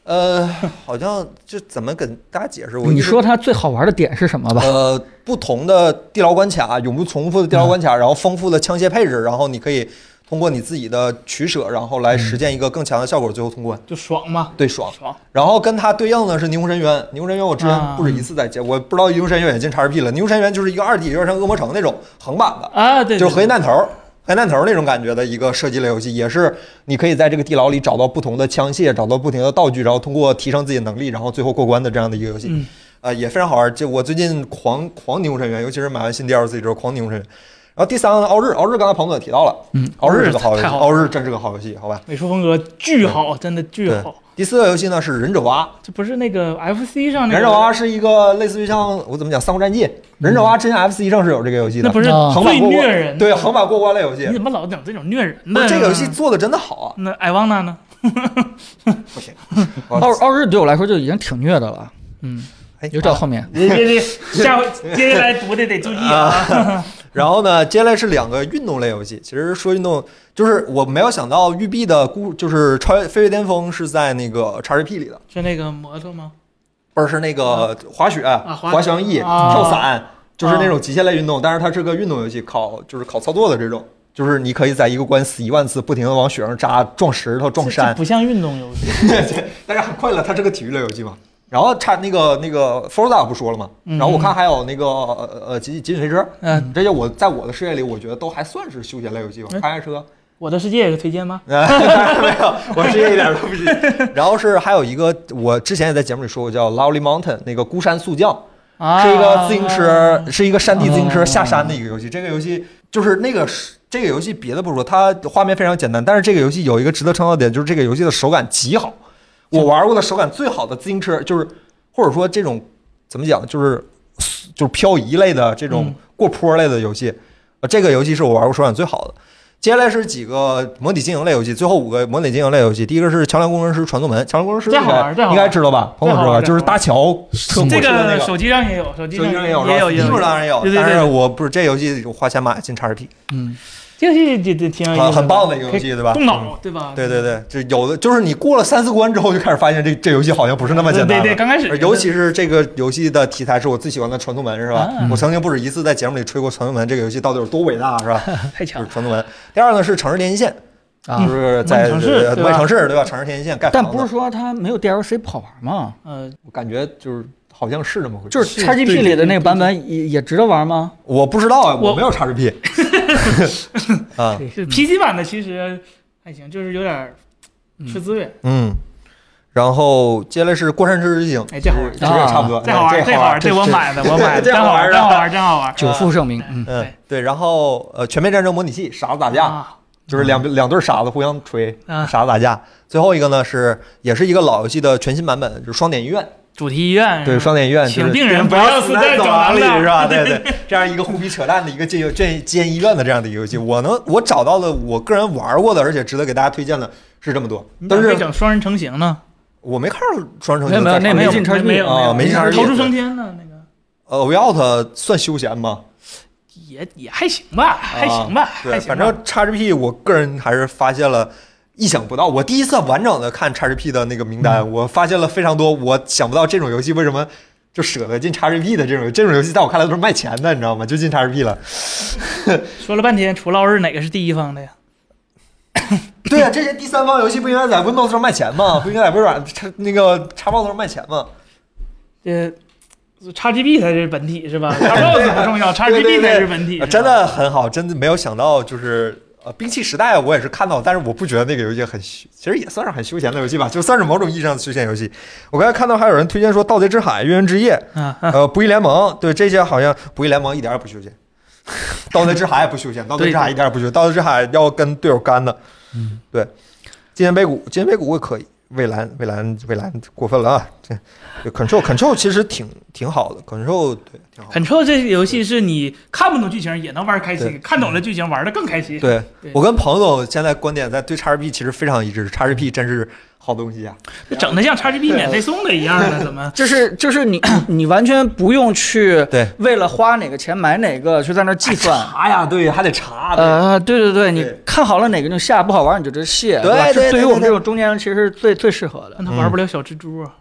[SPEAKER 1] 呃，好像这怎么跟大家解释？ [laughs] 我
[SPEAKER 4] 你
[SPEAKER 1] 就是
[SPEAKER 4] 说它最好玩的点是什么吧？
[SPEAKER 1] 呃，不同的地牢关卡，永不重复的地牢关卡，然后丰富的枪械配置，然后你可以通过你自己的取舍，然后来实现一个更强的效果，最后通关。
[SPEAKER 3] 就爽嘛，
[SPEAKER 1] 对，爽。
[SPEAKER 3] 爽。
[SPEAKER 1] 然后跟它对应的是霓虹深渊，霓虹深渊我之前不止一次在接，我不知道霓虹深渊也进 XRP 了。霓虹深渊就是一个二 D 有点像恶魔城那种横版的，
[SPEAKER 3] 啊，对，
[SPEAKER 1] 就是核
[SPEAKER 3] 对
[SPEAKER 1] 心弹头儿、核心弹头儿那种感觉的一个射击类游戏，也是你可以在这个地牢里找到不同的枪械，找到不同的道具，然后通过提升自己的能力，然后最后过关的这样的一个游戏，
[SPEAKER 3] 嗯
[SPEAKER 1] 呃，也非常好玩。就我最近狂狂牛神员，尤其是买完新 DLC 之后狂牛神员。然后第三个呢奥日，奥日刚才彭总也提到了，
[SPEAKER 3] 嗯
[SPEAKER 1] 奥日是个好游戏，
[SPEAKER 3] 太好了
[SPEAKER 1] 奥日真是个好游戏，好吧？
[SPEAKER 3] 美术风格巨好，真的巨
[SPEAKER 1] 对
[SPEAKER 3] 好。
[SPEAKER 1] 第四个游戏呢是忍者蛙，
[SPEAKER 3] 这不是那个 FC 上那个
[SPEAKER 1] 忍者蛙是一个类似于像我怎么讲《三国战记》，忍者蛙之前 FC 正是有这个游戏的，
[SPEAKER 3] 那不是
[SPEAKER 4] 啊
[SPEAKER 1] 横
[SPEAKER 3] 最
[SPEAKER 1] 版过
[SPEAKER 3] 虐
[SPEAKER 1] 关
[SPEAKER 3] 人的
[SPEAKER 1] 对横版过关类游戏
[SPEAKER 3] 你，怎么老整这种虐人
[SPEAKER 1] 不
[SPEAKER 3] 的
[SPEAKER 1] 是这
[SPEAKER 3] 呢？
[SPEAKER 1] 个游戏做的真的好啊！
[SPEAKER 3] 那艾旺娜呢？
[SPEAKER 1] 不行，
[SPEAKER 4] 奥奥日对我来说就已经挺虐的了，
[SPEAKER 3] 嗯，
[SPEAKER 1] 哦哎
[SPEAKER 4] 有点后面。
[SPEAKER 3] 别别别，下回接下来读的得注意啊。
[SPEAKER 1] 然后呢，接下来是两个运动类游戏。其实说运动，就是我没有想到育碧的故，就是超越飞跃巅峰是在那个 XGP 里的，
[SPEAKER 3] 是那个摩托吗？
[SPEAKER 1] 不是是那个滑雪、
[SPEAKER 3] 滑
[SPEAKER 1] 啊滑翔翼、
[SPEAKER 3] 啊
[SPEAKER 1] 跳伞，就是那种极限类运动。但是它是个运动游戏，考就是考操作的这种，就是你可以在一个关死一万次，不停的往雪上扎、撞石头、撞
[SPEAKER 3] 这
[SPEAKER 1] 山
[SPEAKER 3] 这，不像运动游戏。
[SPEAKER 1] [laughs] 但是很快乐，它是个体育类游戏嘛。然后差那个那个 Forza 不说了嘛，
[SPEAKER 3] 嗯
[SPEAKER 1] 然后我看还有那个呃呃极极品飞车，
[SPEAKER 3] 嗯，
[SPEAKER 1] 这些我在我的视野里，我觉得都还算是休闲类游戏吧
[SPEAKER 3] 嗯，
[SPEAKER 1] 开开车。
[SPEAKER 3] 我的世界有个推荐吗？
[SPEAKER 1] 啊， [laughs] 没有，我是一点儿都不是。 [laughs] 然后是还有一个，我之前也在节目里说过，叫 Lovely Mountain，那个孤山速降，
[SPEAKER 3] 啊，哦
[SPEAKER 1] 是一个自行车，是一个山地自行车
[SPEAKER 4] 啊
[SPEAKER 1] 下山的一个游戏。这个游戏就是那个是这个游戏别的不说，它画面非常简单，但是这个游戏有一个值得称道的点，就是这个游戏的手感极好。我玩过的手感最好的自行车，就是或者说这种怎么讲，就是就是漂移类的这种
[SPEAKER 3] 嗯
[SPEAKER 1] 过坡类的游戏，呃，这个游戏是我玩过手感最好的。接下来是几个模拟经营类游戏，最后五个模拟经营类游戏。第一个是《桥梁工程师传送门》，《桥梁工程师
[SPEAKER 3] 这》
[SPEAKER 1] 应
[SPEAKER 3] 好玩这
[SPEAKER 1] 该
[SPEAKER 3] 好玩
[SPEAKER 1] 应该知道吧？朋友知道
[SPEAKER 3] 这好
[SPEAKER 1] 吧？
[SPEAKER 3] 玩
[SPEAKER 1] 就是搭桥车过去
[SPEAKER 3] 这
[SPEAKER 1] 的那
[SPEAKER 3] 手机上也有，手机
[SPEAKER 1] 手机上
[SPEAKER 3] 也
[SPEAKER 1] 也有，
[SPEAKER 3] 也有，
[SPEAKER 1] 是
[SPEAKER 3] 也
[SPEAKER 1] 吧？
[SPEAKER 3] 有
[SPEAKER 1] Steam 当然有
[SPEAKER 3] 对，对
[SPEAKER 1] 但
[SPEAKER 3] 对
[SPEAKER 1] 是
[SPEAKER 3] 对，
[SPEAKER 1] 我不是这游戏我花钱买进 XRP，
[SPEAKER 4] 嗯，
[SPEAKER 3] 这个游戏这这挺嗯有意思
[SPEAKER 1] 很很棒的一个游戏，对吧？
[SPEAKER 3] 动脑对吧？
[SPEAKER 1] 嗯。对对对，这有的就是你过了三四关之后，就开始发现这这游戏好像不是那么简单
[SPEAKER 3] 对
[SPEAKER 1] 了。
[SPEAKER 3] 对，刚开始
[SPEAKER 1] 而尤其是这个游戏的题材是我最喜欢的《传送门》，是吧？
[SPEAKER 3] 啊
[SPEAKER 1] 我曾经不止一次在节目里吹过《传送门》这个游戏到底有多伟大，是
[SPEAKER 3] [laughs]
[SPEAKER 1] 吧？
[SPEAKER 3] 太
[SPEAKER 1] 就是《
[SPEAKER 3] 强了，
[SPEAKER 1] 传送门》。第二呢是《城市连线》，
[SPEAKER 4] 啊
[SPEAKER 1] 就是在
[SPEAKER 3] 嗯城市
[SPEAKER 1] 呃
[SPEAKER 3] 对吧
[SPEAKER 1] 外城市，对吧？城市连线盖
[SPEAKER 4] 但
[SPEAKER 1] 房子
[SPEAKER 4] 不是说它没有 DLC 不好玩吗？
[SPEAKER 3] 呃，
[SPEAKER 1] 我感觉就是好像是这么回事，
[SPEAKER 4] 就是是 XGP 里的那个版本也也值得玩吗？
[SPEAKER 1] 我不知道啊，
[SPEAKER 3] 我
[SPEAKER 1] 我没有
[SPEAKER 3] [laughs]
[SPEAKER 1] XGP 啊，
[SPEAKER 3] 是 PC 版的其实还行，就是有点儿吃资源，
[SPEAKER 1] 嗯，然后接下来是《过山车之行》，
[SPEAKER 3] 哎这好玩
[SPEAKER 1] 其实也差不多，
[SPEAKER 3] 这好玩，
[SPEAKER 1] 这
[SPEAKER 3] 这好玩，这我
[SPEAKER 1] [laughs]
[SPEAKER 3] 买的，我买的，
[SPEAKER 1] 这
[SPEAKER 3] 真
[SPEAKER 1] 好
[SPEAKER 3] 好
[SPEAKER 1] 玩啊
[SPEAKER 3] 玩，真好玩，真好玩，
[SPEAKER 4] 久负盛名，嗯，
[SPEAKER 1] 嗯，对，然后呃，全面战争模拟器，傻子打架，
[SPEAKER 3] 啊，
[SPEAKER 1] 就是两两对傻子互相锤，
[SPEAKER 3] 啊
[SPEAKER 1] 傻子打架。最后一个呢是也是一个老游戏的全新版本，就是双点医院，
[SPEAKER 3] 主题医院
[SPEAKER 1] 对，
[SPEAKER 3] 是吧
[SPEAKER 1] 双点医院，就
[SPEAKER 3] 嗯请
[SPEAKER 1] 是
[SPEAKER 3] 病人
[SPEAKER 1] 不
[SPEAKER 3] 不要死在
[SPEAKER 1] 走
[SPEAKER 3] 走
[SPEAKER 1] 廊
[SPEAKER 3] 廊
[SPEAKER 1] 里，
[SPEAKER 3] 上
[SPEAKER 1] 是吧？对对，这样一个互逼扯淡的一个进进进医院的这样的一个游戏，我能我找到了我个人玩过的，而且值得给大家推荐的是这么多
[SPEAKER 3] 你，咋
[SPEAKER 1] 但
[SPEAKER 3] 没
[SPEAKER 1] 是
[SPEAKER 3] 整双人成型呢？
[SPEAKER 1] 我没看到双城
[SPEAKER 4] 没有没有
[SPEAKER 3] 没
[SPEAKER 4] 那没
[SPEAKER 3] 有
[SPEAKER 4] 进 XGP
[SPEAKER 3] 没有
[SPEAKER 1] 啊没进
[SPEAKER 3] 有
[SPEAKER 1] XGP
[SPEAKER 3] 逃出升天呢，那个
[SPEAKER 1] 呃 w i o u t 算休闲吗？
[SPEAKER 3] 也也还行吧，还行吧，还
[SPEAKER 1] 哦对，
[SPEAKER 3] 行吧。
[SPEAKER 1] 反正 XGP 我个人还是发现了意想不到。我第一次完整的看 XGP 的那个名单，我发现了非常多我想不到这种游戏为什么就舍得进 XGP 的这种这种游戏，在我看来都是卖钱的，你知道吗？就进 XGP 了。
[SPEAKER 3] 说了半天，除了奥日哪个是第一方的呀？
[SPEAKER 1] 对呀、这些第三方游戏不应该在 Windows 上卖钱吗？不应该在微软叉那个 Xbox 上卖钱吗？
[SPEAKER 3] 这 XGP 才是本体是
[SPEAKER 1] [laughs]
[SPEAKER 3] 吧？Xbox 不重要
[SPEAKER 1] 对对
[SPEAKER 3] ，XGP
[SPEAKER 1] 对
[SPEAKER 3] 才是本体。
[SPEAKER 1] 呃真的很好，真的没有想到，就是呃，兵器时代我也是看到，但是我不觉得那个游戏很休，其实也算是很休闲的游戏吧，就算是某种意义上的休闲游戏。我刚才看到还有人推荐说《盗贼之海》《月圆之夜》
[SPEAKER 3] 啊，
[SPEAKER 1] 呃，《不义联盟》，对这些好像《不义联盟》一点也不休闲，《盗贼之海》也不休闲，《盗贼之海》一点也不休闲，《盗贼之海》要跟队友干的。嗯，对，纪念碑谷，纪念碑谷也可以。蔚蓝，蔚蓝，蔚蓝过分了啊！这这 control，control 其实挺挺好的，control 对挺好的。
[SPEAKER 3] Control 这游戏是你看不懂剧情也能玩开
[SPEAKER 1] 对
[SPEAKER 3] 心，看懂了剧情玩的更开心。
[SPEAKER 1] 对
[SPEAKER 3] 对
[SPEAKER 1] 我跟彭总现在观点在对 XRP 其实非常一致，XRP 真是好东西啊！
[SPEAKER 3] 这整的像 XGP 免费送的一样的，怎么？
[SPEAKER 4] 就是就是你你完全不用去
[SPEAKER 1] 对
[SPEAKER 4] 为了花哪个钱买哪个去在那儿计算。
[SPEAKER 1] 查呀，对，还得查
[SPEAKER 4] 呃，对对对，你
[SPEAKER 1] 对
[SPEAKER 4] 看好了哪个就下，不好玩你就直接卸，
[SPEAKER 1] 对
[SPEAKER 4] 吧？
[SPEAKER 1] 对对
[SPEAKER 4] 这对于我们
[SPEAKER 1] 对嗯
[SPEAKER 4] 这种中间人其实是最最适合的
[SPEAKER 3] 但他玩不了小蜘蛛啊，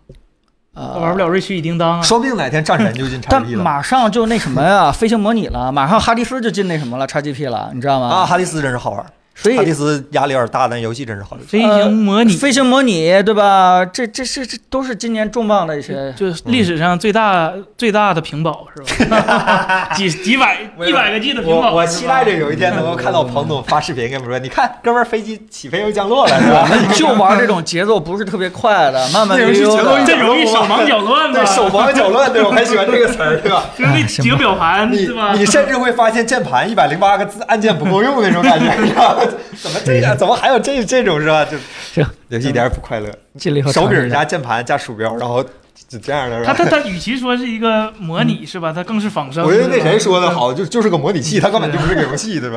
[SPEAKER 4] 啊。
[SPEAKER 3] 他玩不了瑞奇与叮当啊。
[SPEAKER 1] 说不定哪天战神就进
[SPEAKER 4] 但
[SPEAKER 1] XRP 了
[SPEAKER 4] 马上就那什么呀，飞行模拟了，马上哈迪斯就进那什么了，XGP 了，你知道吗？
[SPEAKER 1] 啊啊！哈迪斯真是好玩，
[SPEAKER 4] 所以
[SPEAKER 1] 查。蒂斯压力有点大，但游戏真是好游戏。
[SPEAKER 3] 飞行模拟
[SPEAKER 4] 呃飞行模拟，对吧？这这这这都是今年重磅的一些。
[SPEAKER 3] 就是历史上最大最大的屏保是吧？ [laughs] 几几
[SPEAKER 1] [laughs]
[SPEAKER 3] 百一百个 G 的屏保，
[SPEAKER 1] 我我期待着有一天能够看到庞总发视频跟我们说，你看哥们儿飞机起飞又降落了，
[SPEAKER 4] [laughs]
[SPEAKER 1] 是吧？
[SPEAKER 4] 我们就玩这种节奏不是特别快的，慢慢悠悠
[SPEAKER 1] 这游戏节奏一
[SPEAKER 4] 的
[SPEAKER 1] 点。
[SPEAKER 3] [laughs] 这容易手忙脚乱的，
[SPEAKER 1] 对手忙脚乱，对我很喜欢这个词儿，对 [laughs] 吧？
[SPEAKER 3] 就是那几个表盘
[SPEAKER 1] 你
[SPEAKER 3] 对吧？
[SPEAKER 1] 你甚至会发现键盘一百零八个字按键不够用那种感觉，你知道吗？ [laughs] 怎么这个？怎么还有这这种是吧？就
[SPEAKER 4] 行，
[SPEAKER 1] 游戏一点也不快乐。
[SPEAKER 4] 进了以后
[SPEAKER 1] 手柄
[SPEAKER 4] 加
[SPEAKER 1] 加键盘加鼠标，然后就这样的是
[SPEAKER 3] 它
[SPEAKER 1] 吧？嗯
[SPEAKER 3] 它它，与其说是一个模拟是吧？它更是仿生。
[SPEAKER 1] 我觉得
[SPEAKER 3] 是
[SPEAKER 1] 那
[SPEAKER 3] 吧
[SPEAKER 1] 谁说的？好，就就是个模拟器，它根本就不是个游戏，对吧？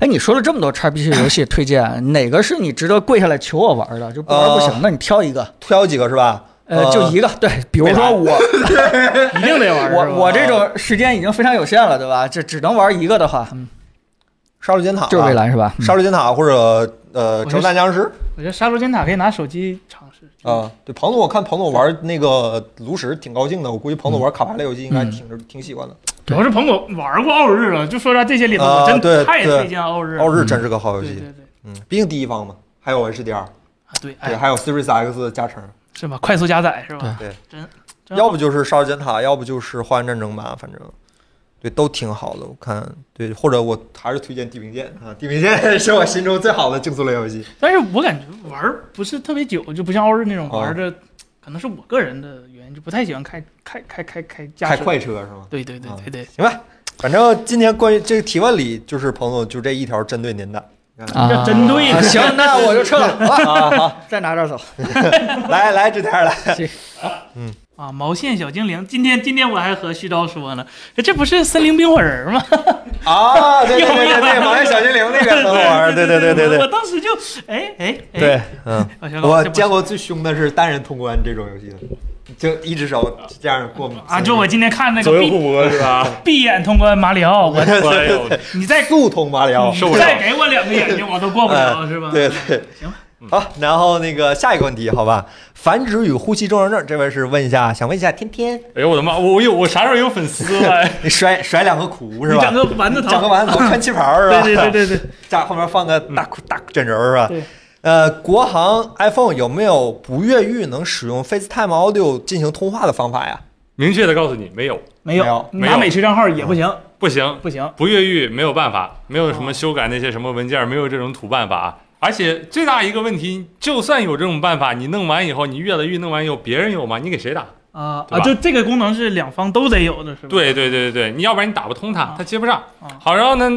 [SPEAKER 4] 哎，你说了这么多叉 B 游戏推荐，哪个是你值得跪下来求我玩的？就不玩不
[SPEAKER 1] 呃
[SPEAKER 4] 行的，你挑一个。
[SPEAKER 1] 挑几个是吧？
[SPEAKER 4] 呃，就一个对，比如
[SPEAKER 1] 未来
[SPEAKER 4] 说我，
[SPEAKER 3] 一定得玩。
[SPEAKER 4] 我我这种时间已经非常有限了，对吧？这只能玩一个的话，嗯
[SPEAKER 1] 杀戮尖塔，
[SPEAKER 4] 就是蔚，蓝是吧？嗯
[SPEAKER 1] 杀戮尖塔或者呃
[SPEAKER 3] 我是
[SPEAKER 1] 折弹僵尸
[SPEAKER 3] 我觉得杀戮尖塔可以拿手机尝试。
[SPEAKER 1] 啊。对，庞总，我看庞总玩那个炉石挺高兴的，我估计庞总玩卡牌类游戏应该挺挺喜欢的。
[SPEAKER 3] 主要是彭总玩过奥日啊了，就说啥这些里头，我
[SPEAKER 1] 啊对
[SPEAKER 3] 真太
[SPEAKER 1] 对
[SPEAKER 3] 推荐奥日了。
[SPEAKER 1] 奥日真是个好游
[SPEAKER 3] 对对
[SPEAKER 1] 戏，
[SPEAKER 3] 对对
[SPEAKER 1] 嗯，毕竟第一方嘛，还有 HDR，
[SPEAKER 3] 啊对，
[SPEAKER 1] 对，
[SPEAKER 3] 哎
[SPEAKER 1] 还有 Series X 加成，
[SPEAKER 3] 是吧？快速加载是吧？
[SPEAKER 1] 对对
[SPEAKER 3] 真真
[SPEAKER 1] 要
[SPEAKER 3] 好
[SPEAKER 1] 不就是杀戮尖塔，要不就是花园战争吧，反正。对，都挺好的，我看对，或者我还是推荐《地平线》啊，《地平线》 [laughs] 是我心中最好的竞速类游戏。
[SPEAKER 3] 但是我感觉玩儿不是特别久，就不像奥日那种玩
[SPEAKER 1] 啊
[SPEAKER 3] 的，可能是我个人的原因，就不太喜欢开开开开开驾
[SPEAKER 1] 开
[SPEAKER 3] 驶。
[SPEAKER 1] 快车是吗？
[SPEAKER 3] 对对对
[SPEAKER 1] 啊
[SPEAKER 3] 对对，
[SPEAKER 1] 行吧，反正今天关于这个提问里，就是彭总就这一条针对您的。
[SPEAKER 3] 这针对
[SPEAKER 4] 啊
[SPEAKER 3] 呢
[SPEAKER 4] 行，那我就撤了，
[SPEAKER 1] [laughs]
[SPEAKER 4] 好吧？
[SPEAKER 1] 啊，好，
[SPEAKER 4] 再拿点走。
[SPEAKER 1] 来来，这天儿来，
[SPEAKER 3] 啊，毛线小精灵，今天今天我还和旭钊说呢，这不是森林冰火人吗？
[SPEAKER 1] 啊，对对对对对，毛线小精灵那个很好玩
[SPEAKER 3] [laughs]
[SPEAKER 1] 儿，对对对对
[SPEAKER 3] 我
[SPEAKER 1] 对
[SPEAKER 3] 当时就哎哎哎，
[SPEAKER 1] 对，嗯，
[SPEAKER 3] 我想
[SPEAKER 1] 我
[SPEAKER 3] 这不
[SPEAKER 1] 见过最凶的是单人通关这种游戏的，就一只手这样过
[SPEAKER 3] 啊，就我今天看那
[SPEAKER 2] 左
[SPEAKER 3] 个
[SPEAKER 2] 右
[SPEAKER 3] 闭
[SPEAKER 2] 互搏是吧？
[SPEAKER 3] 闭眼通关马里奥，我
[SPEAKER 2] 啊 [laughs] 哎呦，
[SPEAKER 3] 你再
[SPEAKER 1] 速通马里奥，
[SPEAKER 2] 受不了啊
[SPEAKER 3] 再给我两个眼睛，我都过
[SPEAKER 2] [laughs]
[SPEAKER 3] 不了，是吧？
[SPEAKER 1] 呃
[SPEAKER 3] 嗯
[SPEAKER 1] 对对，
[SPEAKER 3] 行吧。
[SPEAKER 1] 好，然后那个下一个问题，好吧，繁殖与呼吸综合症，这位是问一下，想问一下天天，
[SPEAKER 2] 哎呦我的妈！我我有我啥时候有粉丝了？ [laughs]
[SPEAKER 1] 你甩甩两个苦是
[SPEAKER 3] 你
[SPEAKER 1] 吧？
[SPEAKER 3] 整个丸子
[SPEAKER 1] 整个
[SPEAKER 3] 头，
[SPEAKER 1] 丸子头
[SPEAKER 3] [laughs]
[SPEAKER 1] 穿旗袍是吧？
[SPEAKER 3] 对对对对对。
[SPEAKER 2] [laughs]
[SPEAKER 1] 加后面放个大裤大枕轴是吧？
[SPEAKER 3] 对。
[SPEAKER 1] 呃，国行 iPhone 有没有不越狱能使用 FaceTime Audio 进行通话的方法呀？
[SPEAKER 2] 明确的告诉你，没有，
[SPEAKER 3] 没
[SPEAKER 1] 没有
[SPEAKER 3] 有，你
[SPEAKER 2] 没有
[SPEAKER 3] 拿美区账号也不行，
[SPEAKER 2] 不行，
[SPEAKER 3] 不行。
[SPEAKER 2] 不越狱没有办法，没有什么修改那些什么文件，没有这种土办法。而且最大一个问题，就算有这种办法，你弄完以后，你越了狱弄完以后，别人有吗？你给谁打？
[SPEAKER 3] 啊
[SPEAKER 2] 对
[SPEAKER 3] 啊！
[SPEAKER 2] 吧
[SPEAKER 3] 就这个功能是两方都得有的，是吧？
[SPEAKER 2] 对对对对对，你要不然你打不通它
[SPEAKER 3] 啊，
[SPEAKER 2] 它接不上
[SPEAKER 3] 啊。
[SPEAKER 2] 好，然后呢，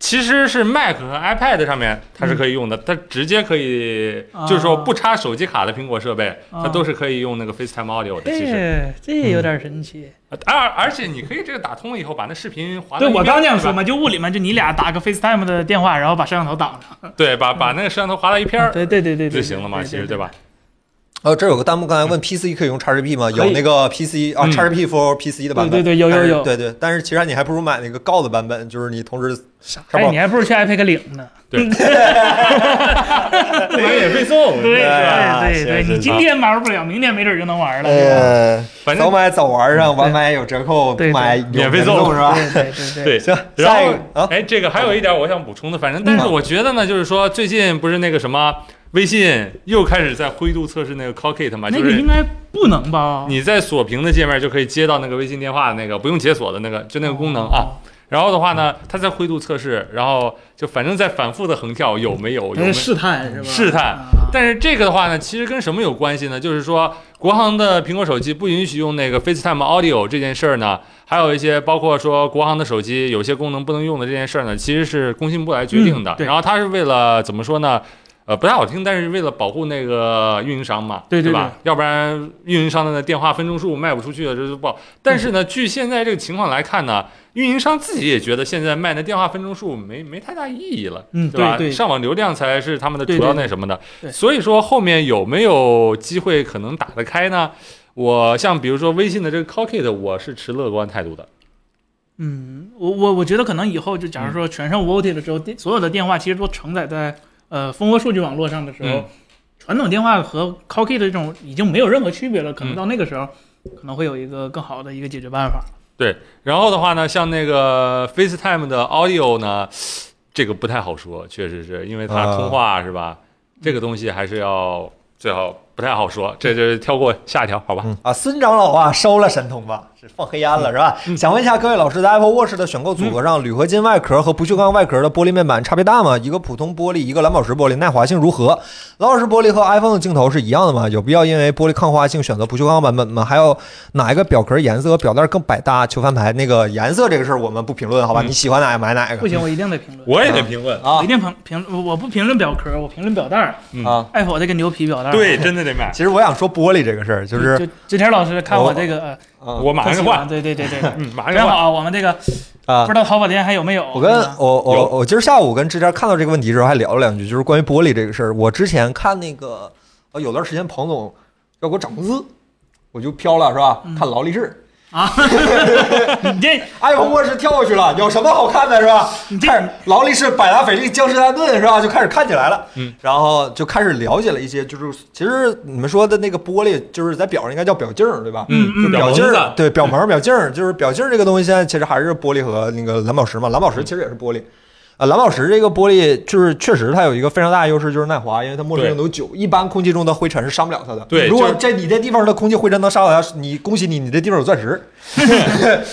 [SPEAKER 2] 其实是 Mac 和 iPad 上面它是可以用的，它直接可以，
[SPEAKER 3] 啊
[SPEAKER 2] 就是说不插手机卡的苹果设备，
[SPEAKER 3] 啊
[SPEAKER 2] 它都是可以用那个 FaceTime Audio 的。其实，
[SPEAKER 3] 这哎这有点神奇。
[SPEAKER 2] 啊而而且你可以这个打通了以后，把嗯啊那视频划到
[SPEAKER 3] 对
[SPEAKER 2] 一
[SPEAKER 3] 我
[SPEAKER 2] 边
[SPEAKER 3] 刚想
[SPEAKER 2] 对吧
[SPEAKER 3] 说嘛，就物理嘛，就你俩打个 FaceTime 的电话，然后把摄像头挡上。
[SPEAKER 2] 对，把把那个摄像头划到一边儿
[SPEAKER 3] 对对对对对，
[SPEAKER 2] 就行了嘛，其实对？吧？
[SPEAKER 1] 呃，这有个弹幕刚才问 PC 可以用 XGP 吗？有
[SPEAKER 3] 嗯可以
[SPEAKER 1] 那个 PC 啊
[SPEAKER 2] 嗯
[SPEAKER 1] ，XGP for PC 的版本。
[SPEAKER 3] 对对对有有
[SPEAKER 1] 但是
[SPEAKER 3] 有
[SPEAKER 1] 对对，但是其实你还不如买那个 GO 的版本，就是你同时
[SPEAKER 3] 啥？
[SPEAKER 1] 是吧
[SPEAKER 3] 哎，你还不如去 iPad 领呢。
[SPEAKER 2] 我也配送，
[SPEAKER 3] 对
[SPEAKER 1] 对
[SPEAKER 3] 对
[SPEAKER 1] 是
[SPEAKER 3] 对
[SPEAKER 1] 是
[SPEAKER 3] 对，你今天玩不了，明天没准就能玩了。哎是吧
[SPEAKER 1] 呃，
[SPEAKER 2] 反
[SPEAKER 1] 早
[SPEAKER 2] 正
[SPEAKER 1] 买早玩上，晚买有折扣，
[SPEAKER 3] 对
[SPEAKER 1] 不
[SPEAKER 3] 对
[SPEAKER 1] 买有
[SPEAKER 2] 免费
[SPEAKER 1] 赠
[SPEAKER 2] 送
[SPEAKER 1] 是吧？
[SPEAKER 3] 对对对对，
[SPEAKER 2] 对。
[SPEAKER 1] 行，
[SPEAKER 2] 然
[SPEAKER 1] 下一
[SPEAKER 2] 后
[SPEAKER 1] 个啊，嗯
[SPEAKER 2] 哎，这个还有一点我想补充的，反正但是我觉得呢，就是说最近不是那个什么微信又开始在灰度测试那个 Cockit 嘛，
[SPEAKER 3] 那
[SPEAKER 2] 就
[SPEAKER 3] 个
[SPEAKER 2] 是
[SPEAKER 3] 应该不能吧？
[SPEAKER 2] 你在锁屏的界面就可以接到那个微信电话的那个不用解锁的那个就那个功能啊。
[SPEAKER 3] 哦
[SPEAKER 2] 然后的话呢，它在灰度测试，然后就反正在反复的横跳有没有有没有
[SPEAKER 3] 哎，试探是吧？
[SPEAKER 2] 试探
[SPEAKER 3] 啊。
[SPEAKER 2] 但是这个的话呢，其实跟什么有关系呢？就是说，国行的苹果手机不允许用那个 FaceTime Audio 这件事儿呢，还有一些包括说国行的手机有些功能不能用的这件事儿呢，其实是工信部来决定的。
[SPEAKER 3] 嗯对
[SPEAKER 2] 然后它是为了怎么说呢？呃，不太好听，但是为了保护那个运营商嘛，
[SPEAKER 3] 对对
[SPEAKER 2] 吧？要不然运营商的那电话分钟数卖不出去了，这就不好。但是呢，据现在这个情况来看呢，运营商自己也觉得现在卖那电话分钟数没没太大意义了，
[SPEAKER 3] 嗯
[SPEAKER 2] 对吧？
[SPEAKER 3] 对对
[SPEAKER 2] 上网流量才是他们的主
[SPEAKER 3] 对
[SPEAKER 2] 要
[SPEAKER 3] 对
[SPEAKER 2] 那什么的。
[SPEAKER 3] 对
[SPEAKER 2] 所以说后面有没有机会可能打得开呢？我像比如说微信的这个 Cockit，我是持乐观态度的。
[SPEAKER 3] 嗯，我我我觉得可能以后就假如说全上 VoLTE 了之后，电所有的电话其实都承载在呃蜂窝数据网络上的时候，
[SPEAKER 2] 嗯
[SPEAKER 3] 传统电话和 c o c k i 的这种已经没有任何区别了。可能到那个时候，可能会有一个更好的一个解决办法。
[SPEAKER 2] 然后的话呢，像那个 FaceTime 的 Audio 呢，这个不太好说，确实是因为它
[SPEAKER 1] 啊
[SPEAKER 2] 通话、是吧？这个东西还是要最好不太好说，这就是跳过下一条，好吧？
[SPEAKER 1] 嗯啊，孙长老啊，收了神童吧，是放黑烟了是吧？想问一下各位老师，在 Apple Watch 的选购组合上，铝合金外壳和不锈钢外壳的玻璃面板差别大吗？一个普通玻璃，一个蓝宝石玻璃，耐滑性如何？蓝宝石玻璃和 iPhone 的镜头是一样的吗？有必要因为玻璃抗滑性选择不锈钢版本吗？还有哪一个表壳颜色和表带更百搭？求翻牌。那个颜色这个事儿我们不评论，好吧？
[SPEAKER 2] 嗯
[SPEAKER 1] 你喜欢哪个买哪
[SPEAKER 3] 不
[SPEAKER 1] 个
[SPEAKER 3] 行，我一定得评论，
[SPEAKER 2] 我也得评论，
[SPEAKER 3] 我
[SPEAKER 1] 啊
[SPEAKER 3] 一？定评评，我不评论表壳，我评论表带儿。
[SPEAKER 2] 嗯
[SPEAKER 1] 啊
[SPEAKER 3] 爱否这个牛皮表带儿，
[SPEAKER 2] 对，真的得买，
[SPEAKER 1] 其实我想说玻璃这个事儿，就是
[SPEAKER 3] 就之前老师看我这个，
[SPEAKER 1] 啊
[SPEAKER 2] 我马
[SPEAKER 3] 呃
[SPEAKER 2] 上就
[SPEAKER 3] 他喜欢
[SPEAKER 2] 换，
[SPEAKER 3] 对对对对，
[SPEAKER 2] 嗯，马上
[SPEAKER 3] 非
[SPEAKER 2] 就
[SPEAKER 3] 常
[SPEAKER 2] 换。
[SPEAKER 3] 好，我们这个
[SPEAKER 1] 啊
[SPEAKER 3] 不知道淘宝店还有没有？
[SPEAKER 1] 我跟
[SPEAKER 3] 是吧
[SPEAKER 1] 我
[SPEAKER 2] 有
[SPEAKER 1] 我我今儿下午跟之前看到这个问题的时候还聊了两句，就是关于玻璃这个事儿。我之前看那个，呃，有段时间彭总要给我涨工资，我就飘了是吧？看劳力士
[SPEAKER 2] [laughs]
[SPEAKER 3] 你这
[SPEAKER 1] ，iPhone Watch 跳过去了，有什么好看的是吧？开始劳力士、百达翡丽、江诗丹顿是吧？就开始看起来了，
[SPEAKER 2] 嗯，
[SPEAKER 1] 然后就开始了解了一些，就是其实你们说的那个玻璃，就是在表上应该叫表镜儿对吧？
[SPEAKER 3] 嗯嗯
[SPEAKER 2] 嗯，
[SPEAKER 1] 表镜
[SPEAKER 2] 儿
[SPEAKER 1] 儿，对表门、表镜儿，就是表镜儿这个东西，现在其实还是玻璃和那个蓝宝石嘛。蓝宝石其实也是
[SPEAKER 2] 嗯
[SPEAKER 1] 玻璃，呃，蓝宝石这个玻璃就是确实它有一个非常大的优势，就是耐滑，因为它墨水硬度九，一般空气中的灰尘是伤不了它的。
[SPEAKER 2] 对
[SPEAKER 1] 如果
[SPEAKER 2] 就是
[SPEAKER 1] 这你这地方的空气灰尘能伤了它，你恭喜你，你这地方有钻石。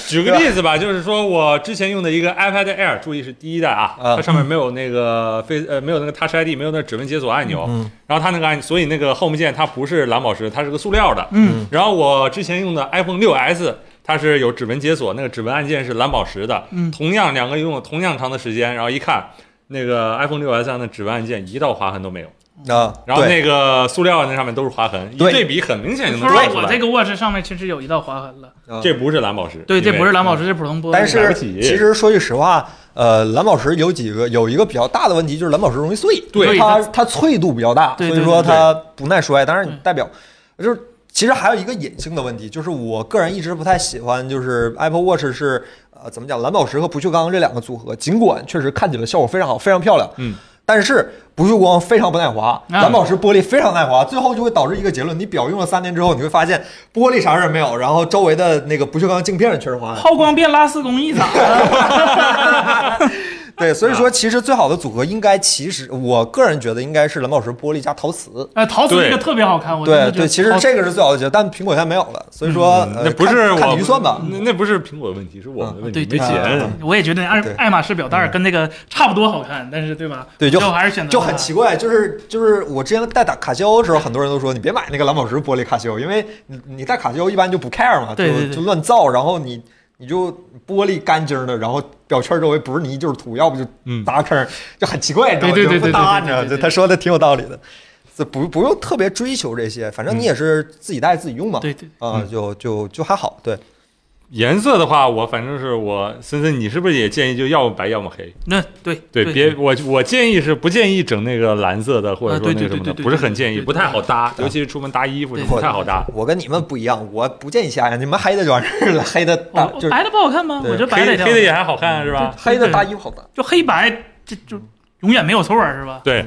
[SPEAKER 2] 举个例子吧，就是说我之前用的一个 iPad Air，注意是第一代啊，
[SPEAKER 1] 啊
[SPEAKER 2] 它上面没有那个非呃没有那个 Touch ID，没有那个指纹解锁按钮，
[SPEAKER 1] 嗯
[SPEAKER 2] 然后它那个按，所以那个 Home 键它不是蓝宝石，它是个塑料的。
[SPEAKER 3] 嗯，
[SPEAKER 2] 然后我之前用的 iPhone 6 S，它是有指纹解锁，那个指纹按键是蓝宝石的。
[SPEAKER 3] 嗯
[SPEAKER 2] 同样两个用了同样长的时间，然后一看那个 iPhone 6 S 上的指纹按键一道划痕都没有，
[SPEAKER 1] 啊，
[SPEAKER 2] 然后
[SPEAKER 1] 对
[SPEAKER 2] 那个塑料那上面都是划痕，一
[SPEAKER 1] 对
[SPEAKER 2] 对比很明显就能
[SPEAKER 3] 他
[SPEAKER 2] 看
[SPEAKER 3] 说
[SPEAKER 2] 出
[SPEAKER 3] 我这
[SPEAKER 2] 来，
[SPEAKER 3] 个卧室上面其实有一道划痕了，
[SPEAKER 1] 啊
[SPEAKER 2] 这不是蓝宝石，
[SPEAKER 3] 对，这
[SPEAKER 2] 因为
[SPEAKER 3] 不是蓝宝石，这是普通玻璃。啊
[SPEAKER 1] 但
[SPEAKER 2] 买
[SPEAKER 1] 是
[SPEAKER 2] 不起
[SPEAKER 1] 其实说句实话，呃，蓝宝石有几个有一个比较大的问题就是蓝宝石容易碎，
[SPEAKER 2] 对
[SPEAKER 1] 它它脆度比较大，
[SPEAKER 3] 对
[SPEAKER 1] 所以
[SPEAKER 3] 对
[SPEAKER 1] 说
[SPEAKER 3] 对对
[SPEAKER 1] 它不耐摔。当然你
[SPEAKER 3] 对
[SPEAKER 1] 代表就是。其实还有一个隐性的问题，就是我个人一直不太喜欢，就是 Apple Watch 是呃怎么讲，蓝宝石和不锈钢这两个组合，尽管确实看起来效果非常好，非常漂亮，
[SPEAKER 2] 嗯，
[SPEAKER 1] 但是不锈钢非常不耐滑，
[SPEAKER 3] 啊
[SPEAKER 1] 蓝宝石玻璃非常耐滑，最后就会导致一个结论：你表用了三年之后，你会发现玻璃啥事儿没有，然后周围的那个不锈钢镜片全是划痕。
[SPEAKER 3] 抛光变拉丝工艺咋
[SPEAKER 1] [laughs]
[SPEAKER 3] 了？
[SPEAKER 1] 对，所以
[SPEAKER 3] 啊
[SPEAKER 1] 说其实最好的组合应该，其实我个人觉得应该是蓝宝石玻璃加陶瓷。
[SPEAKER 3] 呃，陶瓷
[SPEAKER 2] 对
[SPEAKER 3] 这个特别好看，我真
[SPEAKER 1] 对
[SPEAKER 3] 的觉
[SPEAKER 1] 对，
[SPEAKER 3] 得
[SPEAKER 1] 其实
[SPEAKER 3] 陶瓷嗯
[SPEAKER 1] 这个是最好的结果，但苹果现在没有了，所以说、呃
[SPEAKER 2] 那不是
[SPEAKER 1] 看看
[SPEAKER 2] 我
[SPEAKER 1] 你预算吧。
[SPEAKER 2] 那那不是苹果的问题，是我们的问题，
[SPEAKER 3] 啊
[SPEAKER 2] 没
[SPEAKER 3] 对对
[SPEAKER 2] 钱。
[SPEAKER 3] 我也觉得爱
[SPEAKER 1] 对嗯
[SPEAKER 3] 爱马仕表带儿跟那个差不多好看，但是对吧？
[SPEAKER 1] 对就
[SPEAKER 3] 最后还是选择
[SPEAKER 1] 就很奇怪，就是就是我之前戴打卡西欧的时候，很多人都说你别买那个蓝宝石玻璃卡西欧，因为你你戴卡西欧一般就不 care 嘛，就
[SPEAKER 3] 对对对
[SPEAKER 1] 就乱造，然后你你就玻璃干净的，然后表圈周围不是泥就是土，要不就
[SPEAKER 2] 嗯
[SPEAKER 1] 砸坑，就很奇怪，你知道吗？
[SPEAKER 3] 对对
[SPEAKER 1] 就
[SPEAKER 3] 对
[SPEAKER 1] 不
[SPEAKER 3] 对对
[SPEAKER 1] 搭，
[SPEAKER 3] 对对
[SPEAKER 1] 你知道吗？
[SPEAKER 3] 对
[SPEAKER 1] 就
[SPEAKER 3] 对对
[SPEAKER 1] 他说的挺有道理的，这不不用特别追求这些，反正你也是自己戴自己用嘛，
[SPEAKER 3] 对嗯对，
[SPEAKER 1] 啊，就就就还好，对，
[SPEAKER 2] 颜色的话，我反正是我森森，你是不是也建议就要么白要么黑？
[SPEAKER 3] 那对
[SPEAKER 2] 对，
[SPEAKER 3] 对
[SPEAKER 2] 别我我建议是不建议整那个蓝色的，或者
[SPEAKER 3] 啊
[SPEAKER 2] 说
[SPEAKER 3] 对
[SPEAKER 2] 那
[SPEAKER 3] 对
[SPEAKER 2] 个什么的，
[SPEAKER 3] 对对对
[SPEAKER 2] 不是很建议，
[SPEAKER 3] 对对
[SPEAKER 2] 不太好搭，尤其是出门搭衣服什么
[SPEAKER 3] 对
[SPEAKER 2] 不太好搭。
[SPEAKER 1] 我跟你们不一样，我不建议瞎染，你们黑的就完事儿了，黑的大
[SPEAKER 3] 我
[SPEAKER 1] 就是
[SPEAKER 3] 哦白的不好看吗？
[SPEAKER 1] 对
[SPEAKER 3] 我觉得白的
[SPEAKER 2] 黑
[SPEAKER 3] 也挺
[SPEAKER 2] 黑的
[SPEAKER 3] 好看
[SPEAKER 2] 也还好看是
[SPEAKER 3] 哎
[SPEAKER 2] 吧？
[SPEAKER 1] 黑的搭衣服好搭。
[SPEAKER 3] 就黑白，这就永远没有错儿是吧？
[SPEAKER 2] 对，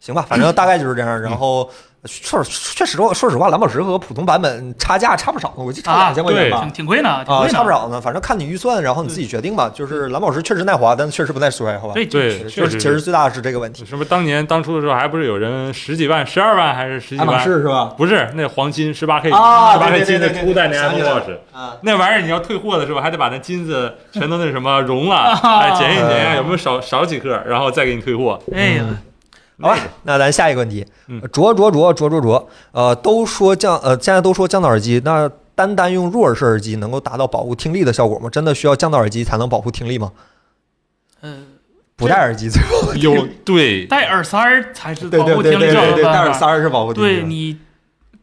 [SPEAKER 1] 行吧，反正大概就是这
[SPEAKER 2] 嗯
[SPEAKER 1] 样。然后确确实说说实话，蓝宝石和普通版本差价差不少，我记得差两千块钱吧
[SPEAKER 3] 挺。挺贵呢，挺
[SPEAKER 1] 啊，
[SPEAKER 3] 贵
[SPEAKER 1] 差不
[SPEAKER 3] 呢。
[SPEAKER 1] 少呢，反正看你预算，然后你自己决定吧。就是蓝宝石确实耐滑，但确实不耐摔，好吧？
[SPEAKER 3] 对
[SPEAKER 2] 对
[SPEAKER 1] 是，
[SPEAKER 2] 确
[SPEAKER 1] 就是
[SPEAKER 2] 实
[SPEAKER 1] 其实最大的是这个问题。
[SPEAKER 2] 是不是当年当初的时候还不是有人十几万、十二万还是十几
[SPEAKER 1] 爱马
[SPEAKER 2] 万？
[SPEAKER 1] 仕是吧？
[SPEAKER 2] 不是那黄金十八 K 十
[SPEAKER 1] 啊，
[SPEAKER 2] 八 K
[SPEAKER 1] 对
[SPEAKER 2] 金
[SPEAKER 1] 对
[SPEAKER 2] 的
[SPEAKER 1] 对对，
[SPEAKER 2] 初代那
[SPEAKER 1] 想起
[SPEAKER 2] Apple
[SPEAKER 1] 来了
[SPEAKER 2] Watch。
[SPEAKER 1] 啊，
[SPEAKER 2] 那玩意儿你要退货的时候，还得把那金子全都那什么融了，
[SPEAKER 3] 啊
[SPEAKER 2] 哎，减一减
[SPEAKER 1] 嗯
[SPEAKER 2] 呀，有没有少少几克，然后再给你退货。
[SPEAKER 3] 哎呀，
[SPEAKER 1] 好吧，那咱下一个问题
[SPEAKER 2] 嗯，
[SPEAKER 1] 卓卓卓卓卓卓，呃，都说降呃，现在都说降噪耳机，那单单用入耳式耳机能够达到保护听力的效果吗？真的需要降噪耳机才能保护听力吗？
[SPEAKER 3] 嗯，
[SPEAKER 1] 不戴耳机最好。
[SPEAKER 2] 有对，
[SPEAKER 3] 呃戴耳塞儿才是
[SPEAKER 1] 对
[SPEAKER 3] 保
[SPEAKER 1] 对
[SPEAKER 3] 护
[SPEAKER 1] 对
[SPEAKER 3] 听
[SPEAKER 1] 对
[SPEAKER 3] 力
[SPEAKER 1] 对
[SPEAKER 3] 的
[SPEAKER 1] 对，戴耳
[SPEAKER 3] 办
[SPEAKER 1] 塞
[SPEAKER 3] 法。
[SPEAKER 1] 儿是保护听力的。
[SPEAKER 3] 对你，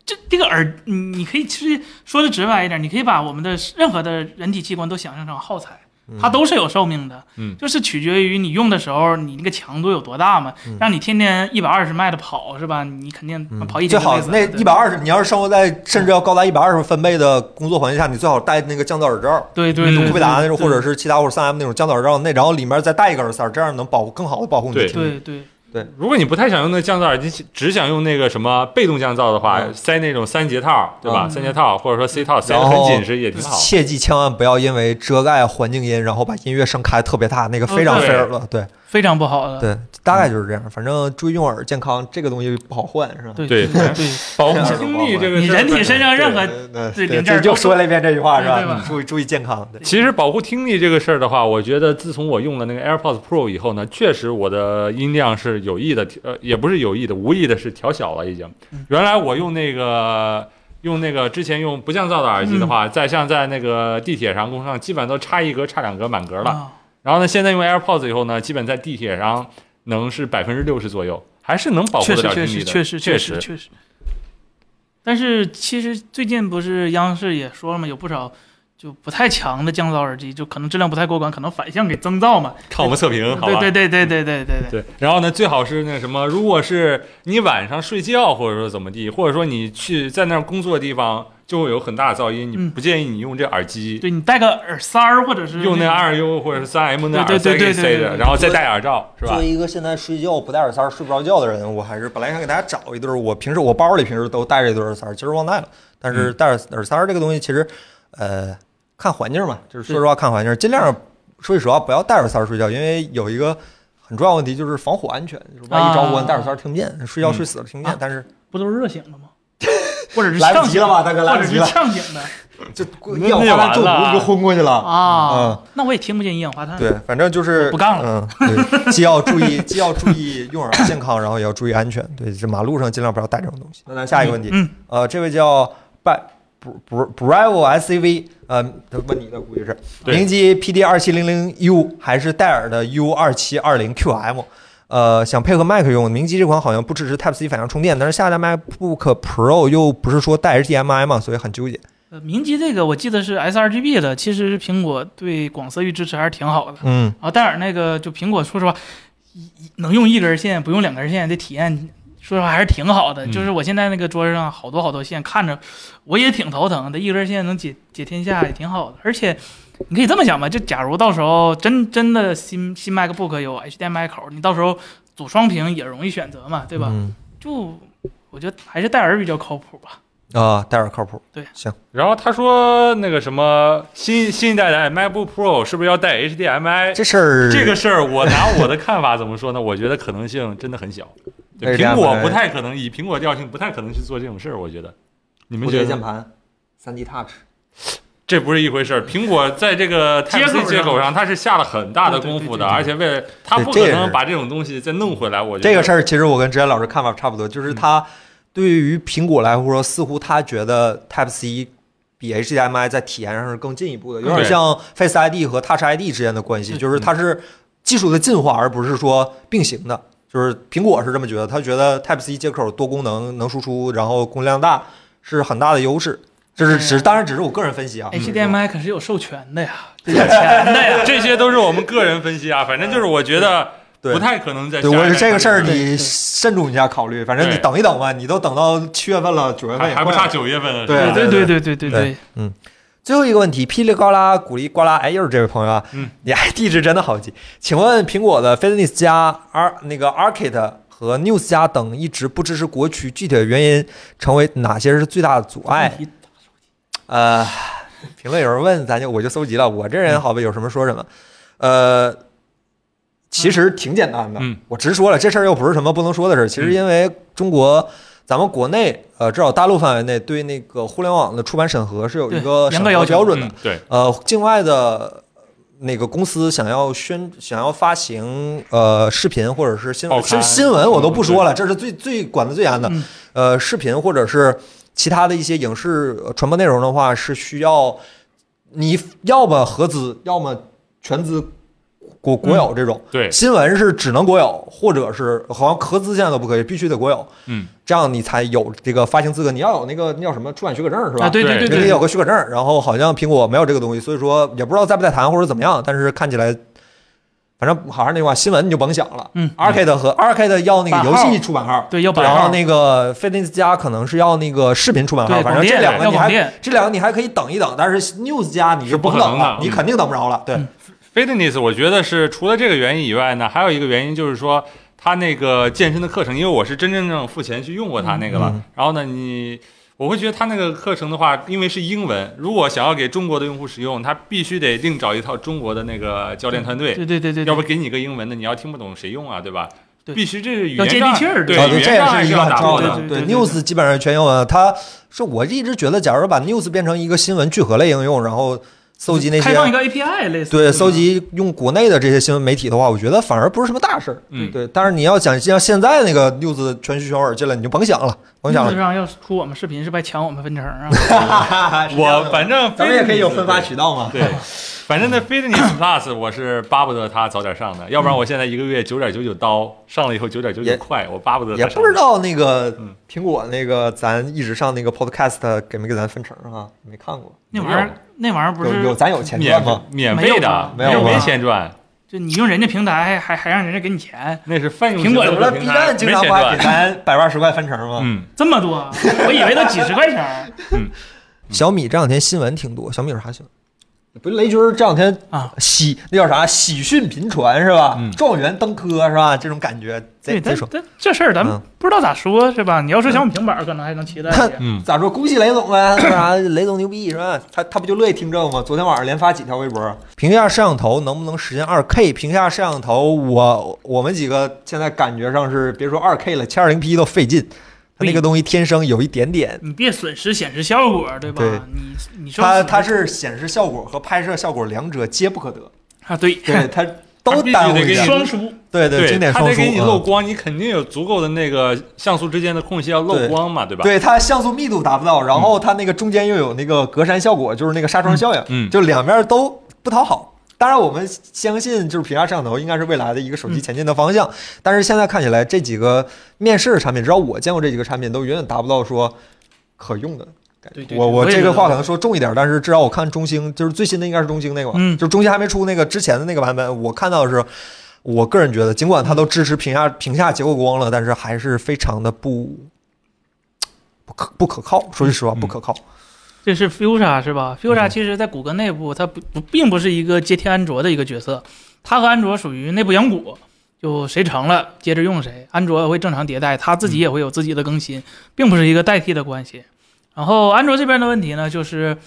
[SPEAKER 3] 这这个耳，你你可以其实说的直白一点，你可以把我们的任何的人体器官都想象成耗材。
[SPEAKER 1] 嗯
[SPEAKER 3] 它都是有寿命的，
[SPEAKER 2] 嗯
[SPEAKER 3] 就是取决于你用的时候你那个强度有多大嘛。
[SPEAKER 1] 嗯
[SPEAKER 3] 让你天天一百二十迈的跑是吧？你肯定跑一
[SPEAKER 1] 最
[SPEAKER 3] 天
[SPEAKER 1] 好
[SPEAKER 3] 就累死
[SPEAKER 1] 那
[SPEAKER 3] 了
[SPEAKER 1] 一百，二十，你要是生活在甚至要高达一百二十分贝的工作环境下，你最好戴那个降噪耳罩，
[SPEAKER 3] 对对
[SPEAKER 2] 嗯
[SPEAKER 3] 对对，
[SPEAKER 1] 库贝达那种
[SPEAKER 3] 对
[SPEAKER 1] 或者是其他或者三 M 那种降噪耳罩，那然后里面再戴一个耳塞，这样能保护更好的保护你的
[SPEAKER 2] 对
[SPEAKER 1] 听力。
[SPEAKER 3] 对对，
[SPEAKER 1] 对，
[SPEAKER 2] 如果你不太想用那个降噪耳机，只想用那个什么被动降噪的话，
[SPEAKER 1] 嗯
[SPEAKER 2] 塞那种三节套，对吧？
[SPEAKER 3] 嗯
[SPEAKER 2] 三节套或者说 C 套塞
[SPEAKER 1] 然
[SPEAKER 2] 得很
[SPEAKER 1] 后
[SPEAKER 2] 紧实也挺好。
[SPEAKER 1] 切记千万不要因为遮盖环境音，然后把音乐声开得特别大，那个非常
[SPEAKER 3] 哦
[SPEAKER 1] 费
[SPEAKER 2] 对
[SPEAKER 1] 耳朵。对
[SPEAKER 3] 非常不好的。
[SPEAKER 1] 对，大概就是这样。反正注意用耳健康，这个东西不好换，是吧？
[SPEAKER 3] 对
[SPEAKER 2] 对
[SPEAKER 3] 对对，
[SPEAKER 2] 保护
[SPEAKER 1] 这样的
[SPEAKER 2] 精
[SPEAKER 1] 话
[SPEAKER 2] 力
[SPEAKER 1] 吧
[SPEAKER 2] 这个
[SPEAKER 3] 你
[SPEAKER 2] 事儿
[SPEAKER 3] 人体
[SPEAKER 2] 很
[SPEAKER 3] 身上任何
[SPEAKER 1] 对
[SPEAKER 3] 对
[SPEAKER 1] 对，
[SPEAKER 3] 零件
[SPEAKER 1] 这
[SPEAKER 3] 儿
[SPEAKER 1] 就
[SPEAKER 3] 都
[SPEAKER 1] 说了一遍这句话是
[SPEAKER 3] 对
[SPEAKER 1] 吧
[SPEAKER 3] 吧？
[SPEAKER 1] 你注意注意健康。对
[SPEAKER 2] 其实保护听力这个事儿的话，我觉得自从我用了那个 AirPods Pro 以后呢，确实我的音量是有意的，呃，也不是有意的，无意的是调小了已经
[SPEAKER 3] 嗯。
[SPEAKER 2] 原来我用那个用那个之前用不降噪的耳机的
[SPEAKER 3] 嗯
[SPEAKER 2] 话，在像在那个地铁上、公车上，基本上都差一格、差两格、满格了。
[SPEAKER 3] 啊
[SPEAKER 2] 然后呢，现在用 AirPods 以后呢，基本在地铁上能是百分之六十左右，还是能保护
[SPEAKER 3] 确
[SPEAKER 2] 得
[SPEAKER 3] 实
[SPEAKER 2] 了听
[SPEAKER 3] 确
[SPEAKER 2] 力
[SPEAKER 3] 实
[SPEAKER 2] 的。
[SPEAKER 3] 确实
[SPEAKER 2] 确
[SPEAKER 3] 实确实。但是其实最近不是央视也说了嘛，有不少就不太强的降噪耳机，就可能质量不太过关，可能反向给增噪嘛。
[SPEAKER 2] 看我们测评，好吧？啊
[SPEAKER 3] 对对对对对对
[SPEAKER 2] [laughs]
[SPEAKER 3] 对对。
[SPEAKER 2] 对，然后呢，最好是那什么，如果是你晚上睡觉或者说怎么地，或者说你去在那儿工作的地方，就会有很大的噪音，你
[SPEAKER 3] 嗯
[SPEAKER 2] 不建议你用这耳机，
[SPEAKER 3] 对你戴个耳塞儿，或者是
[SPEAKER 2] 用那
[SPEAKER 3] 种
[SPEAKER 2] 2U 或者是 3M 那
[SPEAKER 3] 嗯对
[SPEAKER 2] 耳
[SPEAKER 3] 对
[SPEAKER 2] 塞
[SPEAKER 3] 对
[SPEAKER 2] 给
[SPEAKER 3] 对对
[SPEAKER 2] 塞
[SPEAKER 3] 对
[SPEAKER 2] 着，
[SPEAKER 3] 对
[SPEAKER 2] 然后再戴耳罩，是
[SPEAKER 1] 作
[SPEAKER 2] 吧
[SPEAKER 1] 为？一个现在睡觉不戴耳塞儿睡不着觉的人，我还是本来想给大家找一对儿，我平时我包里平时都带着一对耳塞儿，其实忘带了。但是戴耳耳塞儿这个东西，其实呃看环境嘛，就是说实话看环境，尽量说句实话不要戴耳塞儿睡觉，因为有一个很重要的问题就是防火安全，就是万一着火
[SPEAKER 3] 啊
[SPEAKER 1] 戴耳塞儿听不见，睡觉睡死了听不见
[SPEAKER 3] 啊，
[SPEAKER 1] 但是
[SPEAKER 3] 不都是热醒了吗？或者是
[SPEAKER 1] 来不
[SPEAKER 3] 呛
[SPEAKER 1] 及
[SPEAKER 3] 醒
[SPEAKER 1] 了吧，大哥来
[SPEAKER 3] 或
[SPEAKER 1] 不
[SPEAKER 3] 者
[SPEAKER 1] 及
[SPEAKER 3] 是
[SPEAKER 1] 了，[laughs]
[SPEAKER 3] 呛醒的
[SPEAKER 1] 就
[SPEAKER 2] 那
[SPEAKER 1] 一氧化碳中
[SPEAKER 2] 那完了
[SPEAKER 1] 毒就昏过去了。
[SPEAKER 3] 啊，那我也听不见一氧化碳。
[SPEAKER 1] 嗯对，反正就是
[SPEAKER 3] 嗯我不干
[SPEAKER 1] 了。嗯，对，既要注意，既要注意用耳健康，然后也要注意安全。对，这马路上尽量不要带这种东西。那咱下一个问题，
[SPEAKER 3] 嗯，
[SPEAKER 1] 呃，这位叫拜不不 Bravo SCV，呃，他问你的估计是
[SPEAKER 2] 对
[SPEAKER 1] 明基 PD 二七零零 U 还是戴尔的 U 二七二零 QM？呃，想配合 Mac 用，明基这款好像不支持 Type C 反向充电，但是下一代 MacBook Pro 又不是说带 HDMI 嘛，所以很纠结。
[SPEAKER 3] 呃，明基这个我记得是 sRGB 的，其实苹果对广色域支持还是挺好的。
[SPEAKER 1] 嗯，
[SPEAKER 3] 然后啊戴尔那个就苹果，说实话，一一能用一根线不用两根线的体验，说实话还是挺好的。
[SPEAKER 2] 嗯
[SPEAKER 3] 就是我现在那个桌子上好多好多线，看着我也挺头疼的，一根线能解解天下也挺好的。而且你可以这么想吧，就假如到时候真真的新新 MacBook 有 HDMI 口，你到时候组双屏也容易选择嘛，对吧？
[SPEAKER 1] 嗯
[SPEAKER 3] 就我觉得还是戴尔比较靠谱吧。
[SPEAKER 1] 啊、戴尔靠谱。
[SPEAKER 2] 然后他说那个什么新新一代的 MacBook Pro 是不是要带 HDMI？
[SPEAKER 1] 这事儿，
[SPEAKER 2] 这个事儿，我拿我的看法怎么说呢？我觉得可能性真的很小，对
[SPEAKER 1] HDMI
[SPEAKER 2] 苹果不太可能以苹果调性不太可能去做这种事儿，我觉得。你们
[SPEAKER 1] 蝴
[SPEAKER 2] 觉得
[SPEAKER 1] 蝶
[SPEAKER 2] 呢
[SPEAKER 1] 键盘，三 D Touch。
[SPEAKER 2] 这不是一回事儿。苹果在这个 Type
[SPEAKER 3] [laughs] 接口
[SPEAKER 2] C
[SPEAKER 3] 上
[SPEAKER 2] 接口上，它是下了很大的功夫的，
[SPEAKER 3] 对对对对对
[SPEAKER 2] 而且为了它不
[SPEAKER 1] 对
[SPEAKER 2] 可
[SPEAKER 1] 这
[SPEAKER 2] 能
[SPEAKER 1] 是
[SPEAKER 2] 把这种东西再弄回来。我觉得嗯
[SPEAKER 1] 这个事儿其实我跟之前老师看法差不多，就是他对于苹果来说，似乎他觉得 Type C 比 HDMI 在体验上是更进一步的，有点
[SPEAKER 2] 对
[SPEAKER 1] 像 Face ID 和 Touch ID 之间的关系，
[SPEAKER 3] 嗯
[SPEAKER 1] 就是它是技术的进化，而不是说并行的。就是苹果是这么觉得，他觉得 Type C 接口多功能能输出，然后功量大是很大的优势。这是只
[SPEAKER 3] 哎
[SPEAKER 1] 当然只是我个人分析啊。
[SPEAKER 3] HDMI 可是有授权的呀，有钱的呀。
[SPEAKER 2] 这些都是我们个人分析啊，反正就是我觉得
[SPEAKER 1] 对
[SPEAKER 2] 不太可能在
[SPEAKER 1] 对，
[SPEAKER 2] 下一
[SPEAKER 1] 我
[SPEAKER 2] 代
[SPEAKER 1] 是这个事儿，
[SPEAKER 2] 上面
[SPEAKER 1] 你慎重一下考虑。反正你
[SPEAKER 2] 对
[SPEAKER 1] 等一等吧，你都等到七月份了，九月份
[SPEAKER 2] 还
[SPEAKER 1] 也
[SPEAKER 2] 还不
[SPEAKER 1] 快了
[SPEAKER 2] 差九月份了。
[SPEAKER 1] 对
[SPEAKER 2] 是
[SPEAKER 1] 啊
[SPEAKER 2] 吧
[SPEAKER 3] 对对对对对对，
[SPEAKER 1] 最后一个问题，噼里呱啦，古里呱啦，哎，又是这位朋友啊，
[SPEAKER 2] 嗯，
[SPEAKER 1] 你 ID 是真的好记。请问苹果的 Fitness 加 R 那个 Arcade 和 News 加等一直不支持国区，具体的原因成为哪些是最大的阻碍？
[SPEAKER 3] 问题嗯
[SPEAKER 1] 呃，评论有人问，咱就我就搜集了。我这人好吧，有什么说什么。呃，其实挺简单的，
[SPEAKER 2] 嗯
[SPEAKER 1] 我直说了，这事儿又不是什么不能说的事儿。其实
[SPEAKER 3] 嗯
[SPEAKER 1] 因为中国。咱们国内，呃，至少大陆范围内，对那个互联网的出版审核是有一
[SPEAKER 3] 对
[SPEAKER 1] 个
[SPEAKER 3] 严
[SPEAKER 1] 审
[SPEAKER 3] 格
[SPEAKER 1] 核
[SPEAKER 3] 要求
[SPEAKER 1] 标准的
[SPEAKER 2] 嗯，对，
[SPEAKER 1] 呃，境外的那个公司想要宣想要发行呃视频或者是新
[SPEAKER 2] 报
[SPEAKER 1] 闻，
[SPEAKER 2] 刊嗯
[SPEAKER 1] 是新闻我都不说了，这是最最管的最严的。
[SPEAKER 3] 嗯
[SPEAKER 1] 呃，视频或者是其他的一些影视呃传播内容的话，是需要你要么合资，要么全资。国国
[SPEAKER 3] 嗯
[SPEAKER 1] 有这种、
[SPEAKER 2] 对
[SPEAKER 1] 新闻是只能国有，或者是好像合资现在都不可以，必须得国有，
[SPEAKER 2] 嗯，
[SPEAKER 1] 这样你才有这个发行资格。你要有那个那叫什么出版许可证是吧？
[SPEAKER 3] 啊，对对
[SPEAKER 2] 对
[SPEAKER 3] 对
[SPEAKER 1] 你得
[SPEAKER 3] 对，
[SPEAKER 1] 有个许可证儿，然后好像苹果没有这个东西，所以说也不知道在不在谈或者怎么样，但是看起来，反正好像那句话，新闻你就甭想了。
[SPEAKER 3] 嗯
[SPEAKER 1] ，Arcade 和 Arcade 要那个游
[SPEAKER 3] 版
[SPEAKER 1] 戏
[SPEAKER 3] 号
[SPEAKER 1] 出版号，
[SPEAKER 3] 对要版
[SPEAKER 1] 然
[SPEAKER 3] 号
[SPEAKER 1] 后，那个 Fitness 家可能是要那个视频出版号，
[SPEAKER 3] 对
[SPEAKER 1] 反
[SPEAKER 3] 广
[SPEAKER 1] 正这
[SPEAKER 3] 电
[SPEAKER 1] 两个
[SPEAKER 3] 要
[SPEAKER 1] 你
[SPEAKER 3] 广
[SPEAKER 1] 还
[SPEAKER 3] 电
[SPEAKER 1] 这两个你还可以等一等，但是 News 家你
[SPEAKER 2] 是
[SPEAKER 1] 就
[SPEAKER 2] 不
[SPEAKER 1] 甭
[SPEAKER 2] 可
[SPEAKER 1] 等
[SPEAKER 2] 能的
[SPEAKER 1] 了，你
[SPEAKER 2] 嗯
[SPEAKER 1] 肯定等不着了。对
[SPEAKER 3] 嗯，
[SPEAKER 2] Fitness，我觉得是除了这个原因以外呢，还有一个原因就是说，它那个健身的课程，因为我是真真正正付钱去用过它那个了。
[SPEAKER 1] 嗯
[SPEAKER 2] 然后呢，你我会觉得它那个课程的话，因为是英文，如果想要给中国的用户使用，它必须得另找一套中国的那个教练团队，
[SPEAKER 3] 对对对对，
[SPEAKER 2] 要不给你一个英文的，你要听不懂谁用啊，对吧？
[SPEAKER 3] 对
[SPEAKER 2] 必须这是语
[SPEAKER 3] 要
[SPEAKER 2] 言
[SPEAKER 3] 接地
[SPEAKER 2] 障
[SPEAKER 3] 气儿
[SPEAKER 2] 对
[SPEAKER 3] 啊
[SPEAKER 1] 啊，
[SPEAKER 2] 语
[SPEAKER 1] 对，
[SPEAKER 2] 言
[SPEAKER 1] 这也
[SPEAKER 2] 障碍
[SPEAKER 1] 是一个
[SPEAKER 2] 要
[SPEAKER 1] 很
[SPEAKER 2] 打
[SPEAKER 1] 重要
[SPEAKER 2] 破
[SPEAKER 1] 的
[SPEAKER 2] 的。。
[SPEAKER 3] 对对对
[SPEAKER 1] news 基本上全英文。它是我一直觉得，假如把 news 变成一个新闻聚合类应用，然后搜集那
[SPEAKER 3] 开放一
[SPEAKER 1] 些
[SPEAKER 3] 个 API 类似的，啊
[SPEAKER 1] 对搜集用国内的这些新闻媒体的话，我觉得反而不是什么大事儿。
[SPEAKER 2] 嗯，
[SPEAKER 1] 对，但是你要想像现在那个 news 全虚全耳进来，你就甭想了，甭想
[SPEAKER 2] [laughs]
[SPEAKER 3] 公司
[SPEAKER 1] 了。
[SPEAKER 3] 嗯上要出我们视频是不是还抢我们分成啊？
[SPEAKER 1] [laughs]
[SPEAKER 2] 我反正
[SPEAKER 1] 咱们也可以有
[SPEAKER 2] Fitness，
[SPEAKER 1] 分发渠道嘛。
[SPEAKER 2] 对，反正那 Fitness Plus 我是巴不得它早点上的，要不然我现在一个月九点九九刀上了以后九点九九
[SPEAKER 1] 也
[SPEAKER 2] 块，我巴不得它
[SPEAKER 1] [laughs] 也
[SPEAKER 2] 上
[SPEAKER 1] 不知道那个
[SPEAKER 2] 嗯
[SPEAKER 1] 苹果那个咱一直上那个 podcast 给没给咱分成啊？没看过，
[SPEAKER 3] 那玩
[SPEAKER 2] 没
[SPEAKER 3] 意
[SPEAKER 2] 有
[SPEAKER 3] 儿那玩意儿不
[SPEAKER 1] 有有
[SPEAKER 3] 是
[SPEAKER 1] 咱有钱
[SPEAKER 2] 免
[SPEAKER 1] 赚吗？
[SPEAKER 2] 免费的，
[SPEAKER 1] 没有吧没有吧
[SPEAKER 2] 没钱赚，
[SPEAKER 3] 就你用人家平台还还还让人家给你钱，
[SPEAKER 2] 那是泛用
[SPEAKER 3] 苹果
[SPEAKER 2] 型
[SPEAKER 1] 怎么
[SPEAKER 2] 的
[SPEAKER 1] 了
[SPEAKER 2] 平
[SPEAKER 1] ？B
[SPEAKER 2] 台
[SPEAKER 1] 站经常
[SPEAKER 2] 没
[SPEAKER 1] 不
[SPEAKER 2] 钱
[SPEAKER 1] 还给
[SPEAKER 2] 赚。
[SPEAKER 1] 咱百万十块分成吗？
[SPEAKER 2] 嗯，
[SPEAKER 3] 这么
[SPEAKER 1] [laughs]
[SPEAKER 3] 多，我以为都几十块钱儿
[SPEAKER 1] 小米这两天新闻挺多，小米有啥新闻？不是雷军儿这两天
[SPEAKER 3] 啊。
[SPEAKER 1] 喜那叫啥喜讯频传是吧？
[SPEAKER 2] 嗯
[SPEAKER 1] 状元登科是吧？这种感觉
[SPEAKER 3] 对，
[SPEAKER 1] 贼
[SPEAKER 3] 但
[SPEAKER 1] 贼爽。
[SPEAKER 3] 但这事儿咱们
[SPEAKER 1] 嗯
[SPEAKER 3] 不知道咋说，是吧？你要说小米平板儿，可能还能期待一点。
[SPEAKER 2] 嗯，
[SPEAKER 1] 咋说？恭喜雷总呗，是吧？雷总牛逼是吧？他他不就乐意听这个吗？昨天晚上连发几条微博。屏下摄像头能不能实现二 K？屏下摄像头，我我们几个现在感觉上是别说二 K 了，七二零 P 都费劲。它那个东西天生有一点点，
[SPEAKER 3] 你别损失显示效果，对吧？
[SPEAKER 1] 对
[SPEAKER 3] 你你说
[SPEAKER 1] 它
[SPEAKER 3] 损失
[SPEAKER 1] 它是显示效果和拍摄效果两者皆不可得，
[SPEAKER 3] 啊，对，
[SPEAKER 1] [laughs]
[SPEAKER 3] [laughs]
[SPEAKER 1] 对它
[SPEAKER 2] 它
[SPEAKER 1] 都
[SPEAKER 2] 必须
[SPEAKER 1] 耽误
[SPEAKER 2] 得
[SPEAKER 1] 一
[SPEAKER 2] 给
[SPEAKER 1] 下
[SPEAKER 2] 你
[SPEAKER 3] 双输，
[SPEAKER 1] 对对，经典
[SPEAKER 2] 它
[SPEAKER 1] 双
[SPEAKER 2] 得
[SPEAKER 1] 输。
[SPEAKER 2] 给你
[SPEAKER 1] 嗯
[SPEAKER 2] 漏光，你肯定有足够的那个像素之间的空隙要漏
[SPEAKER 1] 对
[SPEAKER 2] 光嘛，对吧？
[SPEAKER 1] 对它像素密度达不到，然后它那个中间又有那个格栅效果，就是那个纱窗效应，
[SPEAKER 2] 嗯嗯
[SPEAKER 1] 就两边都不讨好。当然，我们相信就是屏下摄像头应该是未来的一个手机前进的方向，但是现在看起来这几个面试的产品，至少我见过这几个产品都远远达不到说可用的。
[SPEAKER 3] 对对对
[SPEAKER 1] 我
[SPEAKER 3] 我也
[SPEAKER 1] 这
[SPEAKER 3] 觉
[SPEAKER 1] 个
[SPEAKER 3] 得
[SPEAKER 1] 话可能说重一点，但是至少我看中兴就是最新的应该是中兴那个吧，
[SPEAKER 3] 嗯
[SPEAKER 1] 就中兴还没出那个之前的那个版本，我看到的是，我个人觉得尽管它都支持屏下屏下结构光了，但是还是非常的不不可不可靠。说句实话，
[SPEAKER 2] 嗯
[SPEAKER 1] 不可靠。
[SPEAKER 3] 这是 Fuchsia 是吧？Fuchsia
[SPEAKER 1] 嗯
[SPEAKER 3] 其实在谷歌内部，它不不并不是一个接替安卓的一个角色，它和安卓属于内部养股，就谁成了接着用谁，安卓会正常迭代，它自己也会有自己的更新，并不是一个代替的关系。然后安卓这边的问题呢，就是，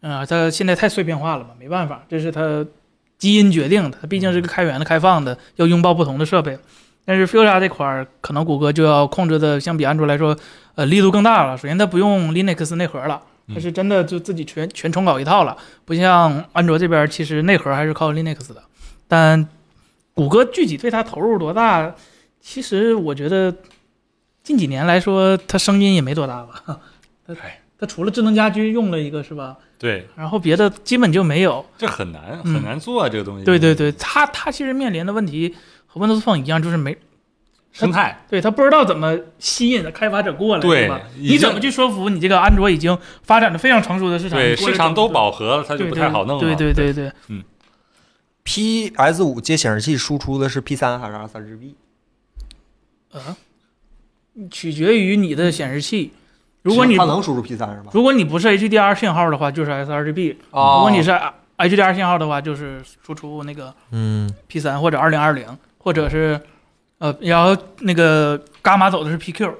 [SPEAKER 3] 呃，它现在太碎片化了嘛，没办法，这是它基因决定的，它毕竟是个开源的、开放的，要拥抱不同的设备。但是 Fuchsia 这块儿，可能谷歌就要控制的相比安卓来说，呃，力度更大了。首先，它不用 Linux 内核了。它是真的就自己全全重搞一套了，不像安卓这边其实内核还是靠 Linux 的。但谷歌具体对它投入多大，其实我觉得近几年来说，它声音也没多大吧。 [laughs] 它
[SPEAKER 2] 哎
[SPEAKER 3] 它除了智能家居用了一个是吧？
[SPEAKER 2] 对，
[SPEAKER 3] 然后别的基本就没有。
[SPEAKER 2] 这很难
[SPEAKER 3] 嗯
[SPEAKER 2] 很难做啊，这个东西。
[SPEAKER 3] 对对，对，它它其实面临的问题和 Windows Phone 一样，就是没
[SPEAKER 2] 生态
[SPEAKER 3] 对它不知道怎么吸引开发者过来，
[SPEAKER 2] 对
[SPEAKER 3] 是吧？
[SPEAKER 2] 已经
[SPEAKER 3] 你怎么去说服你这个安卓已经发展的非常成熟的市场？
[SPEAKER 2] 对
[SPEAKER 3] 你过来
[SPEAKER 2] 市场
[SPEAKER 3] 怎么
[SPEAKER 2] 都
[SPEAKER 3] 做
[SPEAKER 2] 饱和了，它就
[SPEAKER 3] 对
[SPEAKER 2] 不
[SPEAKER 3] 对
[SPEAKER 2] 太好弄了。
[SPEAKER 3] 对对对对，
[SPEAKER 1] PS 五接显示器输出的是 P 三还是 R 三 GB？
[SPEAKER 3] 啊，取决于你的显示器。如果你
[SPEAKER 1] 它能输出 P 三是吧？
[SPEAKER 3] 如果你不是 HDR 信号的话，就是 sRGB；、
[SPEAKER 1] 哦
[SPEAKER 3] 如果你是 HDR 信号的话，就是输出那个
[SPEAKER 1] 嗯，
[SPEAKER 3] P 三或者二零二零，或者是呃，然后那个伽马走的是 PQ。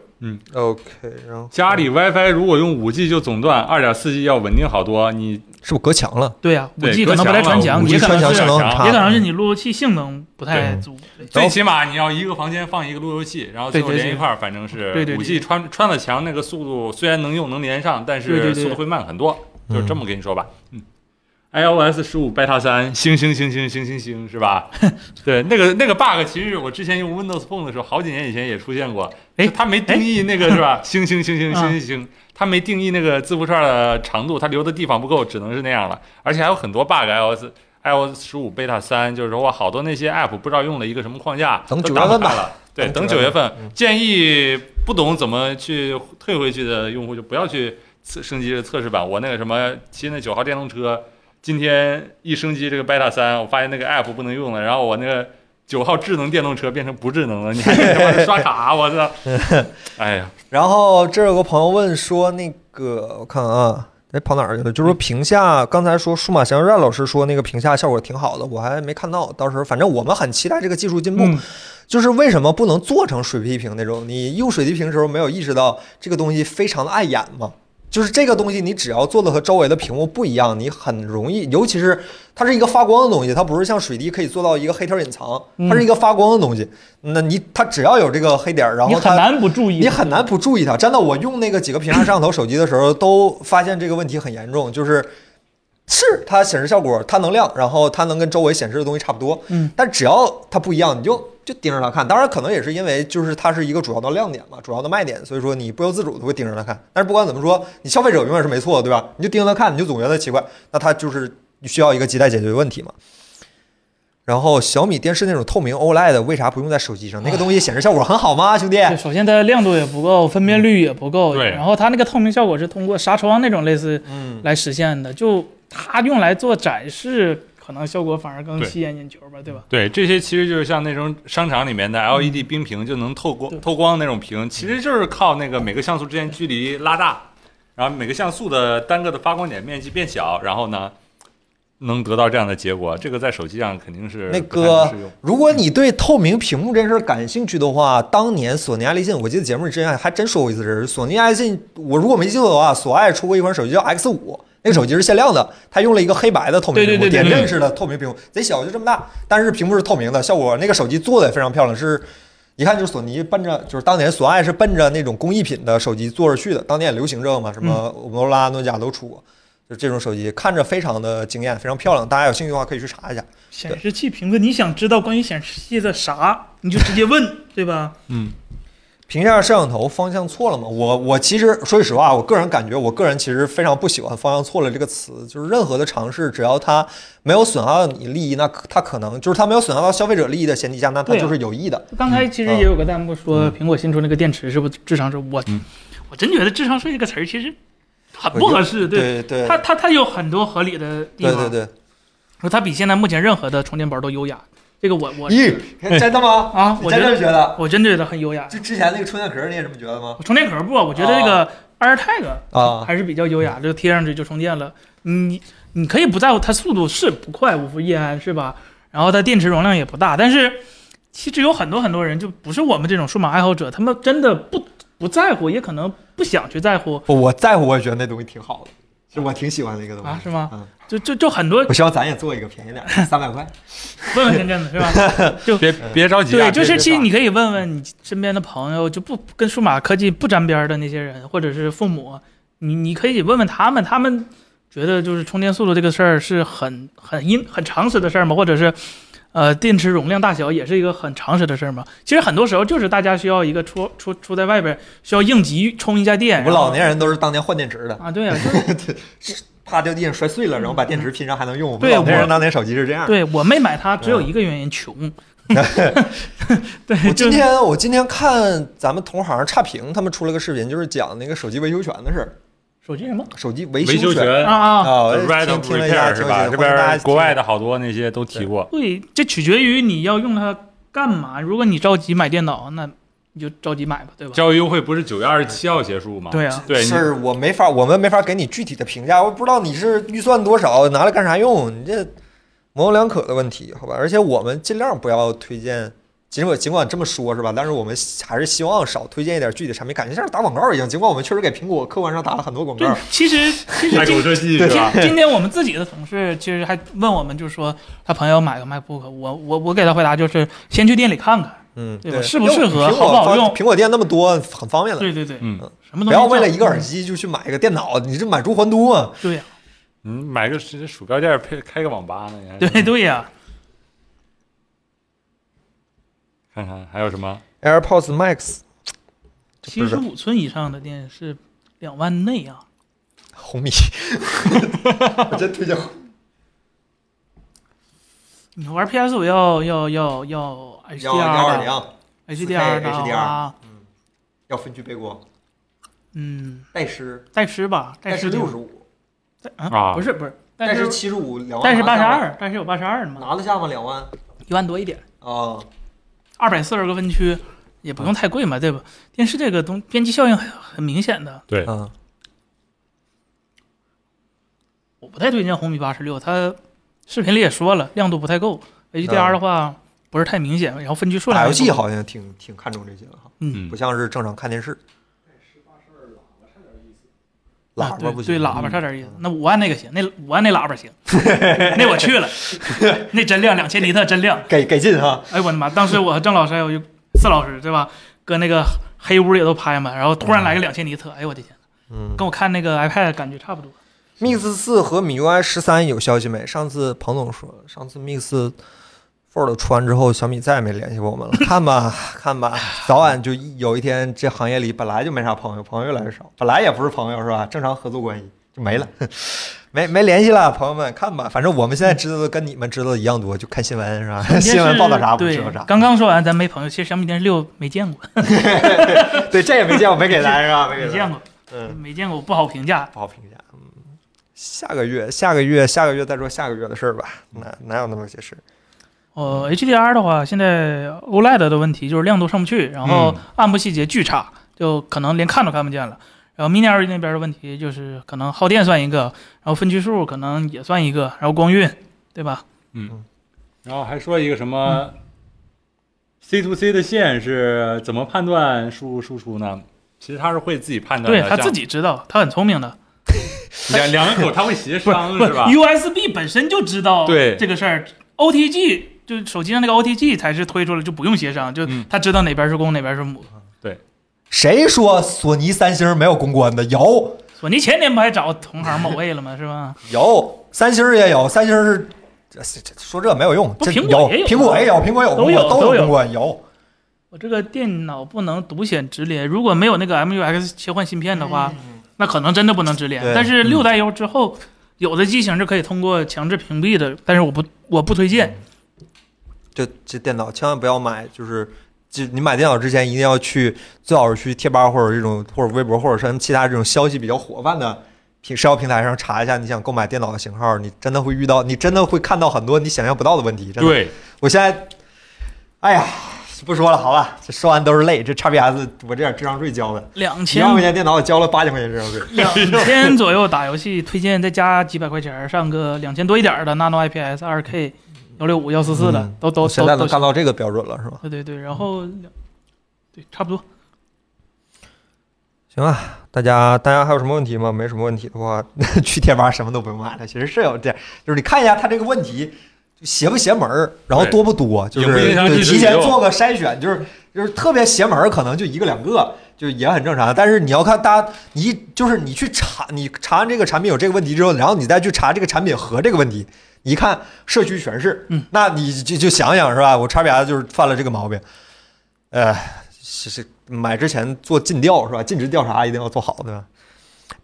[SPEAKER 1] OK，然后
[SPEAKER 2] 家里 WiFi 如果用五 G 就总断，二点四 G 要稳定好多。你
[SPEAKER 1] 是不是隔墙了？
[SPEAKER 3] 对呀、五
[SPEAKER 2] 对
[SPEAKER 3] G
[SPEAKER 2] 隔
[SPEAKER 3] 可能不
[SPEAKER 2] 墙
[SPEAKER 3] 太
[SPEAKER 2] 了
[SPEAKER 3] 传强，
[SPEAKER 1] 五 G
[SPEAKER 3] 也可能
[SPEAKER 1] 传强
[SPEAKER 3] 是
[SPEAKER 1] 性能很差，
[SPEAKER 3] 也可能是你路由器性能不太
[SPEAKER 1] 对
[SPEAKER 3] 足。
[SPEAKER 1] 走
[SPEAKER 2] 最起码你要一个房间放一个路由器，然后最后
[SPEAKER 3] 对对对
[SPEAKER 2] 连一块儿，反正是
[SPEAKER 3] 对对对
[SPEAKER 2] 五 G 穿穿了墙那个速度虽然能用能连上，但
[SPEAKER 3] 对
[SPEAKER 2] 是
[SPEAKER 3] 对对
[SPEAKER 2] 速度会慢很多，
[SPEAKER 1] 嗯
[SPEAKER 2] 就是这么跟你说吧。嗯。iOS 十五 beta 三，星星星星星星星是吧？ [laughs] 对，那个那个 bug 其实我之前用 Windows Phone 的时候，好几年以前也出现过。
[SPEAKER 3] 哎
[SPEAKER 2] 就它没定义那
[SPEAKER 3] [laughs]
[SPEAKER 2] 个是吧？星星星
[SPEAKER 3] 啊
[SPEAKER 2] 星星星星，它没定义那个字符串的长度，它留的地方不够，只能是那样了。而且还有很多 bug iOS。iOS 十五 beta 三，就是说我好多那些 app 不知道用了一个什么框架，
[SPEAKER 1] 等
[SPEAKER 2] 都
[SPEAKER 1] 9
[SPEAKER 2] 打不
[SPEAKER 1] 月份吧 [laughs]
[SPEAKER 2] 开了。对，等
[SPEAKER 1] 等
[SPEAKER 2] 九
[SPEAKER 1] 9
[SPEAKER 2] 月份
[SPEAKER 1] 嗯，
[SPEAKER 2] 建议不懂怎么去退回去的用户就不要去测升级这个测试版。我那个什么新的九号电动车，今天一升级这个 beta 三，我发现那个 app 不能用了，然后我那个九号智能电动车变成不智能了，你还得他妈的刷卡，啊
[SPEAKER 1] [laughs]
[SPEAKER 2] 我操！哎呀，
[SPEAKER 1] 然后这有个朋友问说，那个我看啊，哎跑哪儿去了？就是
[SPEAKER 3] 嗯
[SPEAKER 1] 说屏下，刚才说数码闲
[SPEAKER 3] 嗯
[SPEAKER 1] 鱼站老师说那个屏下效果挺好的，我还没看到，到时候反正我们很期待这个技术进步。就是为什么不能做成水滴屏那种？你用水滴屏的时候没有意识到这个东西非常的碍眼吗？就是这个东西，你只要做的和周围的屏幕不一样，你很容易，尤其是它是一个发光的东西，它不是像水滴可以做到一个黑条隐藏，它
[SPEAKER 3] 嗯
[SPEAKER 1] 是一个发光的东西。那你它只要有这个黑点儿，然
[SPEAKER 3] 你
[SPEAKER 1] 后
[SPEAKER 3] 很
[SPEAKER 1] 它
[SPEAKER 3] 难不注意，
[SPEAKER 1] 你很难不注意它。真的，我用那个几个屏下摄像头手机的时候，都发现这个问题很严重，就是是它显示效果，它能亮，然后它能跟周围显示的东西差不多，
[SPEAKER 3] 嗯，
[SPEAKER 1] 但只要它不一样，你就就盯着它看。当然，可能也是因为就是它是一个主要的亮点嘛，主要的卖点，所以说你不由自主的会盯着它看。但是不管怎么说，你消费者永远是没错的，对吧？你就盯着它看，你就总觉得奇怪，那它就是需要一个亟待解决的问题嘛。然后小米电视那种透明 OLED 的为啥不用在手机上？那个东西显示效果很好吗，兄弟？
[SPEAKER 3] 对，首先它的亮度也不够，分辨率也不够，
[SPEAKER 2] 对
[SPEAKER 3] 然后它那个透明效果是通过纱窗那种类似
[SPEAKER 1] 嗯，
[SPEAKER 3] 来实现的，就它用来做展示，可能效果反而更
[SPEAKER 2] 对
[SPEAKER 3] 吸引眼球吧，对吧？
[SPEAKER 2] 对，这些其实就是像那种商场里面
[SPEAKER 1] 嗯
[SPEAKER 2] 的 LED 冰屏，就能透光、
[SPEAKER 3] 对
[SPEAKER 2] 透光那种屏，其实就是靠那个每个像素之间距离拉大，然后每个像素的单个的发光点面积变小，然后呢，能得到这样的结果。这个在手机上肯定是
[SPEAKER 1] 那
[SPEAKER 2] 不太能
[SPEAKER 1] 个
[SPEAKER 2] 适用
[SPEAKER 1] 如果你对透明屏幕这件事儿感兴趣的话，当年索尼爱立信，我记得节目里之前还真说过一次这事儿。索尼爱立信，我如果没记错的话，索爱出过一款手机叫 X 五，那个手机是限量的，它用了一个黑白的透明屏幕，
[SPEAKER 3] 对对对对
[SPEAKER 1] 点阵式的透明屏幕，贼小，就这么大，但是屏幕是透明的，效果那个手机做的也非常漂亮，是。一看就是索尼奔着，就是当年索爱是奔着那种工艺品的手机做着去的，当年也流行这个嘛，什么
[SPEAKER 3] 嗯
[SPEAKER 1] 摩托罗拉、诺基亚都出过，就这种手机看着非常的惊艳，非常漂亮，大家有兴趣的话可以去查一下。
[SPEAKER 3] 显示器评测，你想知道关于显示器的啥，你就直接问，对吧？
[SPEAKER 2] 嗯，
[SPEAKER 1] 屏下摄像头方向错了吗？我我其实说句实话，我个人感觉，我个人其实非常不喜欢“方向错了”这个词。就是任何的尝试，只要它没有损害到你利益，那可它可能就是它没有损害到消费者利益的前提下，那它
[SPEAKER 3] 对啊
[SPEAKER 1] 就是有益的。
[SPEAKER 3] [laughs] 刚才
[SPEAKER 1] 啊
[SPEAKER 3] 其实也有个弹幕
[SPEAKER 1] 嗯
[SPEAKER 3] 说，苹果新出那个电池是不是智商税？我、
[SPEAKER 2] 嗯
[SPEAKER 3] 我真觉得智商税这个词儿其实很不合适，
[SPEAKER 1] 对
[SPEAKER 3] 对。
[SPEAKER 1] 对
[SPEAKER 3] 它它它有很多合理的地
[SPEAKER 1] 对
[SPEAKER 3] 方，
[SPEAKER 1] 对对，
[SPEAKER 3] 说它比现在目前任何的充电宝都优雅，这个我我
[SPEAKER 1] 咦，真的吗？
[SPEAKER 3] [laughs] 啊，
[SPEAKER 1] 你
[SPEAKER 3] 我
[SPEAKER 1] 真
[SPEAKER 3] 觉
[SPEAKER 1] 这么
[SPEAKER 3] 得
[SPEAKER 1] 觉得？
[SPEAKER 3] 我真觉得很优雅。
[SPEAKER 1] 就之前那个充电壳，你也这么觉得吗？
[SPEAKER 3] 哦充电壳不，我觉得这个 AirTag
[SPEAKER 1] 啊
[SPEAKER 3] 还是比较优雅，就贴上去就充电了。你你可以不在乎它速度是不快，五伏一安是吧？然后它电池容量也不大，但是其实有很多很多人就不是我们这种数码爱好者，他们真的不不在乎，也可能不想去在乎
[SPEAKER 1] 不，我在乎，我也觉得那东西挺好的，是我挺喜欢那个东西
[SPEAKER 3] 啊，是吗？
[SPEAKER 1] 嗯
[SPEAKER 3] 就就就很多
[SPEAKER 1] 我希望咱也做一个便宜点，三百块。
[SPEAKER 3] 问 [laughs] 问真正的是吧？
[SPEAKER 1] 呃
[SPEAKER 2] 别别着急、啊，
[SPEAKER 3] 对，就
[SPEAKER 2] 别
[SPEAKER 3] 是
[SPEAKER 2] 别
[SPEAKER 3] 其实
[SPEAKER 2] 着
[SPEAKER 3] 你可以问问你身边的朋友，就不跟数码科技不沾边儿的那些人，或者是父母，你你可以问问他们，他们觉得就是充电速度这个事儿是很很因很常识的事儿吗？或者是呃电池容量大小也是一个很常识的事儿吗？其实很多时候就是大家需要一个出出出在外边儿需要应急充一下电，
[SPEAKER 1] 我们
[SPEAKER 3] 然后
[SPEAKER 1] 老年人都是当年换电池的，
[SPEAKER 3] 啊，对啊，就是
[SPEAKER 1] 怕掉地上摔碎了，然
[SPEAKER 2] 嗯
[SPEAKER 1] 后把电池拼上还能用。我们
[SPEAKER 3] 对
[SPEAKER 1] 老年
[SPEAKER 3] 我
[SPEAKER 1] 人当年手机是 [laughs] 这样的。
[SPEAKER 3] 对我没买它，只有一个原因，
[SPEAKER 1] [laughs]
[SPEAKER 3] 穷。 [laughs]
[SPEAKER 1] 我
[SPEAKER 3] 对，
[SPEAKER 1] 今
[SPEAKER 3] 就
[SPEAKER 1] 天我今天看咱们同行差评，他们出了个视频，就是讲那个手机维修权的事儿，
[SPEAKER 3] 手机什么
[SPEAKER 1] 手机
[SPEAKER 2] 急
[SPEAKER 1] 维
[SPEAKER 2] 维修
[SPEAKER 1] 权
[SPEAKER 2] 权
[SPEAKER 3] 啊啊，
[SPEAKER 1] 啊，我
[SPEAKER 2] r e d
[SPEAKER 1] 听
[SPEAKER 2] of
[SPEAKER 1] 听了一下，挺
[SPEAKER 2] Repair 是
[SPEAKER 1] 有意思
[SPEAKER 2] 吧？这
[SPEAKER 1] 欢迎大家
[SPEAKER 2] 边
[SPEAKER 1] 听
[SPEAKER 2] 国外的好多那些都提过，
[SPEAKER 3] 对，这取决于你要用它干嘛。如果你着急买电脑，那你就着急买吧，对吧？
[SPEAKER 2] 交易优惠不是九月二十七号结束吗？
[SPEAKER 3] 对啊，
[SPEAKER 2] 对，你
[SPEAKER 1] 事儿，我没法，我们没法给你具体的评价，我不知道你是预算多少，拿来干啥用，你这模棱两可的问题，好吧？而且我们尽量不要推荐。尽管尽管这么说，是吧？但是我们还是希望少推荐一点具体的产品，感觉像是打广告一样。尽管我们确实给苹果客观上打了很多广
[SPEAKER 3] 对
[SPEAKER 1] 告，，[laughs]
[SPEAKER 3] 其实其实
[SPEAKER 2] 爱
[SPEAKER 3] 今
[SPEAKER 2] 狗设计
[SPEAKER 3] 今
[SPEAKER 2] 是吧？
[SPEAKER 3] 今天我们自己的同事其实还问我们，就是说他朋友买个 MacBook，我我我给他回答就是先去店里看看。
[SPEAKER 1] 嗯，
[SPEAKER 3] 对
[SPEAKER 1] 对
[SPEAKER 3] 吧，适不适合
[SPEAKER 1] 苹果
[SPEAKER 3] 好不好
[SPEAKER 1] 方
[SPEAKER 3] 用
[SPEAKER 1] 苹果店那么多，很方便的。
[SPEAKER 3] 对对对，
[SPEAKER 2] 嗯，
[SPEAKER 3] 什么东西嗯
[SPEAKER 1] 不要为了
[SPEAKER 3] 叫
[SPEAKER 1] 一个耳机就去买一个电脑，你这买椟还都啊！
[SPEAKER 3] 对呀、
[SPEAKER 2] 你嗯买个是鼠标垫配开个网吧呢？你还
[SPEAKER 3] 对对呀、
[SPEAKER 2] 看看还有什么？
[SPEAKER 1] AirPods Max，这
[SPEAKER 3] 七
[SPEAKER 1] 不
[SPEAKER 3] 十
[SPEAKER 1] 是
[SPEAKER 3] 五寸以上的电视两万内啊。
[SPEAKER 1] 红米， [laughs] 我真推荐红米
[SPEAKER 3] 你玩 PS 五要要要要
[SPEAKER 1] 幺幺二
[SPEAKER 3] HDR 的
[SPEAKER 1] 零，
[SPEAKER 3] HDR 的
[SPEAKER 1] HDR
[SPEAKER 3] 啊，
[SPEAKER 1] 要分区背光，
[SPEAKER 3] 嗯，
[SPEAKER 1] 带湿，
[SPEAKER 3] 代吃吧，代吃
[SPEAKER 1] 六十五，
[SPEAKER 2] 啊
[SPEAKER 3] 啊，不是不是，
[SPEAKER 1] 带
[SPEAKER 3] 但
[SPEAKER 1] 湿
[SPEAKER 3] 是
[SPEAKER 1] 七十五，两万，
[SPEAKER 3] 但是八十，二，但是有八十二的嘛，
[SPEAKER 1] 拿得下吗？两万
[SPEAKER 3] 一万多一点，
[SPEAKER 1] 啊，
[SPEAKER 3] 二百四十个分区，也不用太贵嘛，对吧？电视这个东边际效应很很明显的，
[SPEAKER 2] 对，
[SPEAKER 1] 嗯，
[SPEAKER 3] 我不太推荐红米八十六，它视频里也说了亮度不太够，HDR 的话不是太明显，然后分区数
[SPEAKER 1] 嗯
[SPEAKER 3] 量
[SPEAKER 1] 打游
[SPEAKER 3] 也
[SPEAKER 1] 戏
[SPEAKER 3] 不
[SPEAKER 1] 好像挺挺看重这些的哈，
[SPEAKER 2] 嗯
[SPEAKER 1] 不像是正常看电视。
[SPEAKER 3] 啊
[SPEAKER 1] 喇叭
[SPEAKER 3] 对
[SPEAKER 1] 不行，嗯
[SPEAKER 3] 对喇叭差点意思。那五万那个行，那五万那喇
[SPEAKER 1] [laughs]
[SPEAKER 3] 叭行，那我去了，那真亮，两千尼特真亮。
[SPEAKER 1] 给给劲哈，
[SPEAKER 3] 哎呦我的妈！当时我和郑老师还有四老师对吧，搁那个黑屋也都拍嘛，然后突然来个两千尼特，哎呦我的天，
[SPEAKER 1] 嗯。
[SPEAKER 3] 跟我看那个 iPad 感觉差不多。
[SPEAKER 1] Mix 四和 MIUI 十三有消息没？上次彭总说，上次 Mix Fold 出完之后，小米再也没联系过我们了。看吧， [laughs] 看吧，早晚就一有一天，这行业里本来就没啥朋友，朋友越来越少，本来也不是朋友是吧？正常合作关系就没了， [laughs] 没没联系了，朋友们看吧。反正我们现在知道的跟你们知道的一样多，就看新闻是吧？新闻报道啥我们
[SPEAKER 3] 对
[SPEAKER 1] 知道啥。
[SPEAKER 3] 刚刚说完咱没朋友，其实小米电视六没见过，
[SPEAKER 1] 对，这也没见过，没给 [laughs] 咱是吧？没
[SPEAKER 3] [laughs] 没
[SPEAKER 1] 给
[SPEAKER 3] 见
[SPEAKER 1] 咱，
[SPEAKER 3] 过，
[SPEAKER 1] 嗯。
[SPEAKER 3] 没见过，不好评价。
[SPEAKER 1] 不好评价。嗯，下个月，下个月，下个月再说下个月的事儿吧。哪哪有那么些事？
[SPEAKER 3] 呃，HDR 的话，现在 OLED 的问题就是亮度上不去，然后
[SPEAKER 1] 嗯
[SPEAKER 3] 暗部细节巨差，就可能连看都看不见了。然后 Mini LED 那边的问题就是可能耗电算一个，然后分区数可能也算一个，然后光晕，对吧？
[SPEAKER 5] 然后还说一个什么
[SPEAKER 3] 嗯
[SPEAKER 5] C to C 的线是怎么判断输入输出呢？其实他是会自己判断
[SPEAKER 3] 对
[SPEAKER 5] 的，
[SPEAKER 3] 他自己知道，他很聪明的。
[SPEAKER 5] 像两两个口他会协商
[SPEAKER 3] 不
[SPEAKER 5] 是吧？
[SPEAKER 3] USB 本身就知道
[SPEAKER 5] 对
[SPEAKER 3] 这个事儿，OTG 就是手机上那个 OTG 才是推出来就不用协商，就
[SPEAKER 5] 嗯
[SPEAKER 3] 他知道哪边是公哪边是母。
[SPEAKER 1] 谁说索尼、三星没有公关的？有
[SPEAKER 3] 索尼前年不还找同行某位了吗？是吧？
[SPEAKER 1] 有，三星也有，三星是这这说这没有用，
[SPEAKER 3] 不
[SPEAKER 1] 这
[SPEAKER 3] 苹果
[SPEAKER 1] 有
[SPEAKER 3] 也有啊
[SPEAKER 1] 苹果也有，苹果有
[SPEAKER 3] 都
[SPEAKER 1] 公关
[SPEAKER 3] 有
[SPEAKER 1] 都
[SPEAKER 3] 都有
[SPEAKER 1] 公关有。
[SPEAKER 3] 我这个电脑不能独显直连，如果没有那个 MUX 切换芯片的话，那可能真的不能直连
[SPEAKER 1] 对。嗯
[SPEAKER 3] 但是六代优之后，有的机型是可以通过强制屏蔽的，但是我不我不推
[SPEAKER 1] 嗯
[SPEAKER 3] 荐。
[SPEAKER 1] 这这电脑千万不要买，就是。就你买电脑之前，一定要去，最好是去贴吧或者这种，或者微博，或者什么其他这种消息比较火泛的平社交平台上查一下，你想购买电脑的型号，你真的会遇到，你真的会看到很多你想象不到的问题。真的
[SPEAKER 2] 对，
[SPEAKER 1] 我现在，哎呀，不说了，好吧，这说完都是泪。这 XPS 我这点智商税交的，
[SPEAKER 3] 两
[SPEAKER 1] 一
[SPEAKER 3] 千
[SPEAKER 1] 万块钱电脑我交了八千块钱智商税。
[SPEAKER 3] 两千左右打游戏，推荐再加几百块钱儿上个两千多一点儿的 Nano IPS 二 K 幺六五幺四四的
[SPEAKER 1] 嗯，
[SPEAKER 3] 都都
[SPEAKER 1] 现在
[SPEAKER 3] 都
[SPEAKER 1] 能
[SPEAKER 3] 都
[SPEAKER 1] 干到这个标准了是吧？
[SPEAKER 3] 对对对，然后两对差不多。
[SPEAKER 1] 行啊，大家大家还有什么问题吗？没什么问题的话， [laughs] 去贴吧什么都不用买了。其实是有这样，就是你看一下他这个问题就邪不邪门儿，然后多不多，就
[SPEAKER 2] 也不
[SPEAKER 1] 是
[SPEAKER 2] 影响
[SPEAKER 1] 对
[SPEAKER 2] 你自己
[SPEAKER 1] 提前
[SPEAKER 2] 用
[SPEAKER 1] 做个筛选，就是就是特别邪门儿，可能就一个两个，就也很正常。但是你要看大家，你一就是你去查，你查完这个产品有这个问题之后，然后你再去查这个产品和这个问题，你一看社区全是，
[SPEAKER 3] 嗯，
[SPEAKER 1] 那你就就想想是吧？我叉 P S 就是犯了这个毛病，呃，是是买之前做尽调是吧？尽职调查一定要做好，对吧？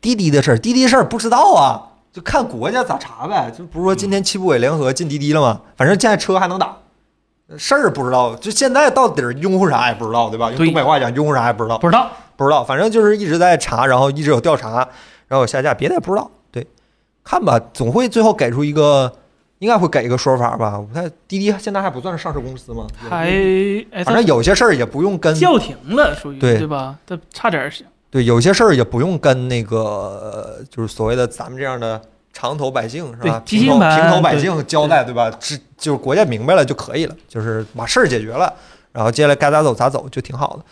[SPEAKER 1] 滴滴的事儿，滴滴的事儿不知道啊，就看国家咋查呗。就不是说今天七部委联合进滴滴了吗？反正现在车还能打，事儿不知道，就现在到底儿拥护啥也不知道，对吧？用
[SPEAKER 3] 对
[SPEAKER 1] 东北话讲，拥护啥也不知道。
[SPEAKER 3] 不知道
[SPEAKER 1] 不知道，反正就是一直在查，然后一直有调查，然后有下架，别的也不知道。对，看吧，总会最后给出一个，应该会给一个说法吧。我不太滴滴现在还不算是上市公司吗？
[SPEAKER 3] 还哎，
[SPEAKER 1] 反正有些事儿也不用跟
[SPEAKER 3] 叫停了，属于
[SPEAKER 1] 嗯对
[SPEAKER 3] 吧？这差点儿是
[SPEAKER 1] 对，有些事儿也不用跟那个呃就是所谓的咱们这样的长头百姓是吧？
[SPEAKER 3] 对
[SPEAKER 1] 平头
[SPEAKER 3] 基金盘
[SPEAKER 1] 平头百姓交代对吧？这就是国家明白了就可以了，就是把事儿解决了，然后接下来该咋走咋走就挺好的。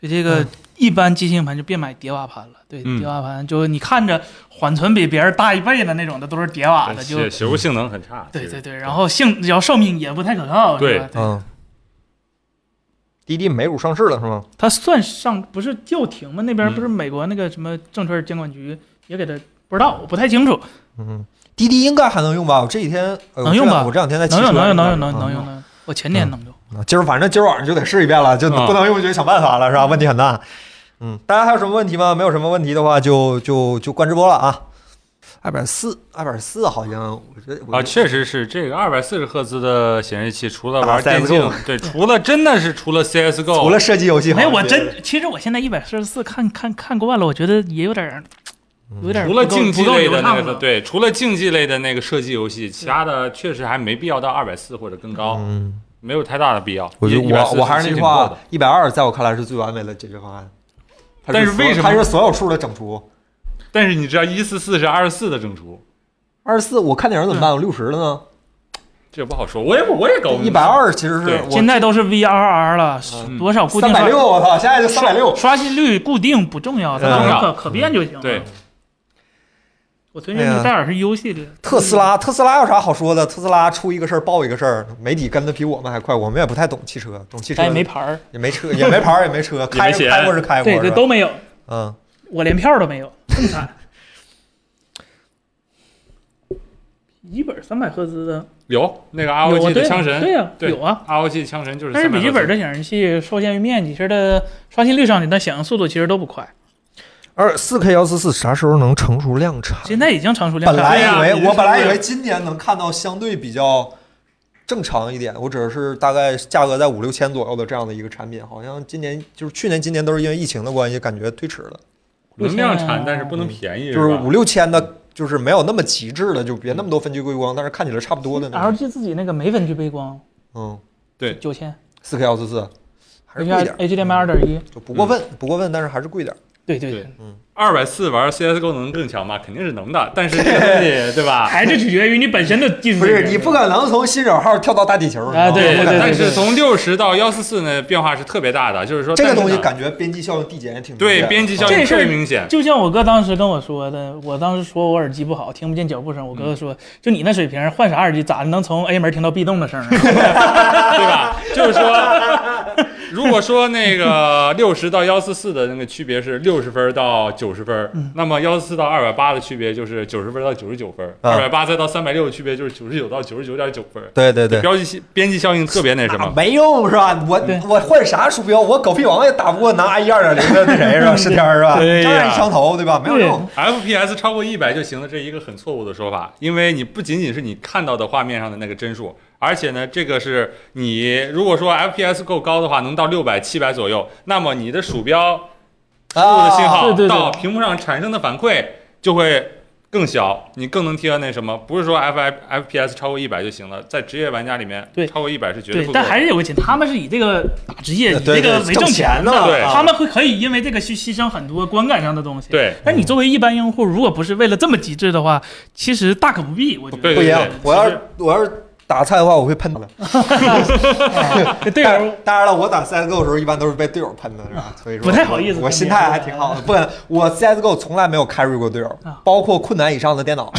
[SPEAKER 3] 对这
[SPEAKER 1] 嗯
[SPEAKER 3] 个一般机芯盘就别买叠瓦盘了，对
[SPEAKER 5] 嗯
[SPEAKER 3] 叠瓦盘就你看着缓存比别人大一倍啊的那种的都是叠瓦的，
[SPEAKER 1] 嗯
[SPEAKER 3] 就
[SPEAKER 2] 写写入性能很差。
[SPEAKER 3] 对
[SPEAKER 2] 其实
[SPEAKER 3] 对对，然后性然后寿命也不太可靠，是吧？对
[SPEAKER 1] 嗯，滴滴美股上市了是吗？
[SPEAKER 3] 他算上不是叫停吗？那边
[SPEAKER 5] 嗯
[SPEAKER 3] 不是美国那个什么证券监管局也给他不知道，我不太清楚。
[SPEAKER 1] 嗯，滴滴应该还能用吧？我这几天哎呦
[SPEAKER 3] 能用
[SPEAKER 1] 这两
[SPEAKER 3] 吧
[SPEAKER 1] 我这两天在骑
[SPEAKER 3] 能
[SPEAKER 1] 车
[SPEAKER 3] 用能用能
[SPEAKER 1] 还
[SPEAKER 3] 用
[SPEAKER 1] 是
[SPEAKER 3] 能用能
[SPEAKER 1] 嗯
[SPEAKER 3] 用能用，我前年能用。
[SPEAKER 1] 啊今儿反正今儿晚上就得试一遍了，就
[SPEAKER 5] 嗯
[SPEAKER 1] 不能用就想办法了，是吧？问题很大。嗯，大家还有什么问题吗？没有什么问题的话，就就就关直播了啊。二百四，二百四好像我觉得我觉
[SPEAKER 2] 啊，确实是这个二百四十赫兹的显示器，除了
[SPEAKER 1] 打
[SPEAKER 2] 玩电
[SPEAKER 1] CS:GO
[SPEAKER 2] 竞，对，除了真的是除了 CS:GO，
[SPEAKER 1] 得除了射击游戏好
[SPEAKER 3] 没
[SPEAKER 1] 像
[SPEAKER 3] 有，
[SPEAKER 1] 别
[SPEAKER 3] 我
[SPEAKER 1] 的，
[SPEAKER 3] 真其实我现在一百四十四看看看惯了，我觉得也有点儿
[SPEAKER 1] 嗯
[SPEAKER 3] 有点儿
[SPEAKER 2] 除了
[SPEAKER 3] 不够
[SPEAKER 2] 竞技
[SPEAKER 3] 不够
[SPEAKER 2] 类的
[SPEAKER 3] 流
[SPEAKER 2] 那
[SPEAKER 3] 畅
[SPEAKER 2] 个，
[SPEAKER 3] 了。
[SPEAKER 2] 对，除了竞技类的那个射击游戏，其他的确实还没必要到二百四或者更高，
[SPEAKER 1] 嗯，
[SPEAKER 2] 没有太大的必要。
[SPEAKER 1] 我觉得我
[SPEAKER 2] 140
[SPEAKER 1] 我还是那
[SPEAKER 2] 挺
[SPEAKER 1] 句
[SPEAKER 2] 够
[SPEAKER 1] 话
[SPEAKER 2] 的，，
[SPEAKER 1] 一百二在我看来是最完美的解决方案。它
[SPEAKER 2] 但是
[SPEAKER 1] 所有
[SPEAKER 2] 为什么
[SPEAKER 1] 它是所有数的整除？
[SPEAKER 2] 但是你知道一四四是二十四的整除，
[SPEAKER 1] 二十四，我看电影怎么办？我六十了呢？
[SPEAKER 2] 这个不好说，我也不我也搞不
[SPEAKER 1] 一
[SPEAKER 2] 明
[SPEAKER 1] 百
[SPEAKER 2] 白。
[SPEAKER 1] 二其实是
[SPEAKER 2] 对
[SPEAKER 3] 现在都是 VRR 了，
[SPEAKER 2] 嗯
[SPEAKER 3] 多少固
[SPEAKER 1] 三
[SPEAKER 3] 定
[SPEAKER 1] 百
[SPEAKER 3] 刷
[SPEAKER 1] 六，我操，现在就三百六。嗯
[SPEAKER 3] 刷新率固定不重要，它到时候可可变就行。
[SPEAKER 2] 对，，
[SPEAKER 3] 我推荐
[SPEAKER 1] 哎呀
[SPEAKER 3] 你戴尔是 U 系列，
[SPEAKER 1] 特斯拉，特斯拉有啥好说的？特斯拉出一个事儿报一个事儿，媒体跟的比我们还快。我们也不太懂汽车，懂汽车
[SPEAKER 3] 咱也没牌儿，
[SPEAKER 1] 也没车，也没牌儿，也没
[SPEAKER 2] [laughs]
[SPEAKER 1] 车，开
[SPEAKER 2] 钱
[SPEAKER 1] 开过是开过，
[SPEAKER 3] 对
[SPEAKER 1] 是
[SPEAKER 3] 对
[SPEAKER 1] 吧
[SPEAKER 3] 都没有，
[SPEAKER 1] 嗯，
[SPEAKER 3] 我连票都没有， [laughs] 更惨。笔记本三百赫兹的，
[SPEAKER 2] 有那个
[SPEAKER 3] 有
[SPEAKER 2] ROG
[SPEAKER 3] 啊
[SPEAKER 2] 的
[SPEAKER 3] 对啊
[SPEAKER 2] 枪神，
[SPEAKER 3] 对呀，
[SPEAKER 2] 对
[SPEAKER 3] 有啊。
[SPEAKER 2] ROG 枪神就是300赫兹。
[SPEAKER 3] 但是笔记本的显示器受限于面积，其实它刷新率上去，但响应速度其实都不快。
[SPEAKER 1] 而四 K 幺四四啥时候能成熟量产
[SPEAKER 3] 现在已经成熟量
[SPEAKER 1] 嗯本
[SPEAKER 3] 产了，
[SPEAKER 1] 来以
[SPEAKER 2] 对呀你
[SPEAKER 1] 为
[SPEAKER 2] 是
[SPEAKER 1] 我本来以
[SPEAKER 2] 说
[SPEAKER 1] 为今年能看到相对比较正常一点，我指的是大概价格在五六千左右的这样的一个产品，好像今年就是去年今年都是因为疫情的关系，感觉推迟了，
[SPEAKER 5] 能量产
[SPEAKER 3] 6000，
[SPEAKER 5] 但是不能便宜，
[SPEAKER 1] 就是
[SPEAKER 5] 吧
[SPEAKER 1] 五六千的，就是没有那么极致的，就别那么多分区归光，但是看起来差不多的那种。
[SPEAKER 3] LG 自己那个没分区背光，
[SPEAKER 1] 嗯，
[SPEAKER 3] 九千
[SPEAKER 1] 四 K 幺四四还是贵点儿，
[SPEAKER 3] ，HDMI 二点一，
[SPEAKER 1] 就不过问，
[SPEAKER 2] 嗯
[SPEAKER 1] 不过问，但是还是贵点儿。
[SPEAKER 3] 对对
[SPEAKER 5] 对，二百四玩 CSGO 能更强吗？肯定是能的，但是这个东西对
[SPEAKER 1] [laughs]
[SPEAKER 5] 吧？
[SPEAKER 3] 还是取决于你本身的技术
[SPEAKER 1] 不
[SPEAKER 3] 水平。
[SPEAKER 1] 是你不可能从新手号跳到大地球你知道吗
[SPEAKER 3] 哎对对对
[SPEAKER 2] 但是从六十到幺四四呢，变化是特别大的，就是说
[SPEAKER 1] 这个
[SPEAKER 2] 但是
[SPEAKER 1] 东西
[SPEAKER 2] 呢
[SPEAKER 1] 感觉边际效应递减也挺明显
[SPEAKER 2] 对
[SPEAKER 1] 的啊
[SPEAKER 2] 编辑效
[SPEAKER 3] 这
[SPEAKER 2] 应
[SPEAKER 3] 事
[SPEAKER 2] 特
[SPEAKER 3] 儿
[SPEAKER 2] 别明显。
[SPEAKER 3] 就像我哥当时跟我说的，我当时说我耳机不好，听不见脚步声。我哥说，就你那水平，换啥耳机咋能从 A 门听到 B 栋的 [laughs] 声儿啊？
[SPEAKER 2] [laughs] 对吧？就是说，如果说那个六十到幺四四的那个区别是六十分到九十分，那么幺四四到二百八的区别就是九十分到九十九分，
[SPEAKER 1] 啊
[SPEAKER 2] 二百八再到三百六的区别就是九十九到九十九点九分。
[SPEAKER 1] 对对对。
[SPEAKER 2] 标记边际效应特别那什
[SPEAKER 1] 啊
[SPEAKER 2] 么，
[SPEAKER 1] 没用是吧？我
[SPEAKER 3] 对
[SPEAKER 1] 我换啥鼠标，我狗屁王也打不过拿 i 一二啊点零的那谁是吧？石天儿是吧？
[SPEAKER 2] 对呀
[SPEAKER 1] 照样一枪头对吧？没有用。
[SPEAKER 2] FPS 超过一百就行了，这一个很错误的说法，因为你不仅仅是你看到的画面上的那个帧数，而且呢，这个是你如果说 FPS 够高的话，能到六百、七百左右，那么你的鼠标输入的信
[SPEAKER 1] 啊
[SPEAKER 2] 号
[SPEAKER 3] 对对对
[SPEAKER 2] 到屏幕上产生的反馈就会更小，你更能贴合那什么，不是说 F F F P S 超过一百就行了，在职业玩家里面，
[SPEAKER 3] 对
[SPEAKER 2] 超过一百是绝
[SPEAKER 3] 对
[SPEAKER 2] 不，够
[SPEAKER 3] [laughs] 但
[SPEAKER 2] 的。
[SPEAKER 3] 还是有个钱，他们是以这个打职业，以
[SPEAKER 1] 对
[SPEAKER 3] 这个
[SPEAKER 1] 对
[SPEAKER 3] 为挣钱
[SPEAKER 1] 挣钱的啊
[SPEAKER 2] 对
[SPEAKER 3] 他们会可以因为这个去牺牲很多观感上的东西。，
[SPEAKER 2] 对，
[SPEAKER 3] 但你作为一般用户，如果不是为了这么极致的话，其实大可不必。我觉
[SPEAKER 2] 对
[SPEAKER 3] 得
[SPEAKER 1] 不一样
[SPEAKER 2] 对对，
[SPEAKER 1] 我要
[SPEAKER 2] 其
[SPEAKER 1] 是我要是打菜的话，我会喷他的。
[SPEAKER 3] [laughs] 对队
[SPEAKER 1] 但
[SPEAKER 3] 友
[SPEAKER 1] 是当然了，我打 CSGO 的时候一般都是被队友喷的，是吧？所以说
[SPEAKER 3] 不太好意思
[SPEAKER 1] 我我心态还挺好的。不，我 CSGO 从来没有 carry 过队友
[SPEAKER 3] 啊，
[SPEAKER 1] 包括困难以上的电脑，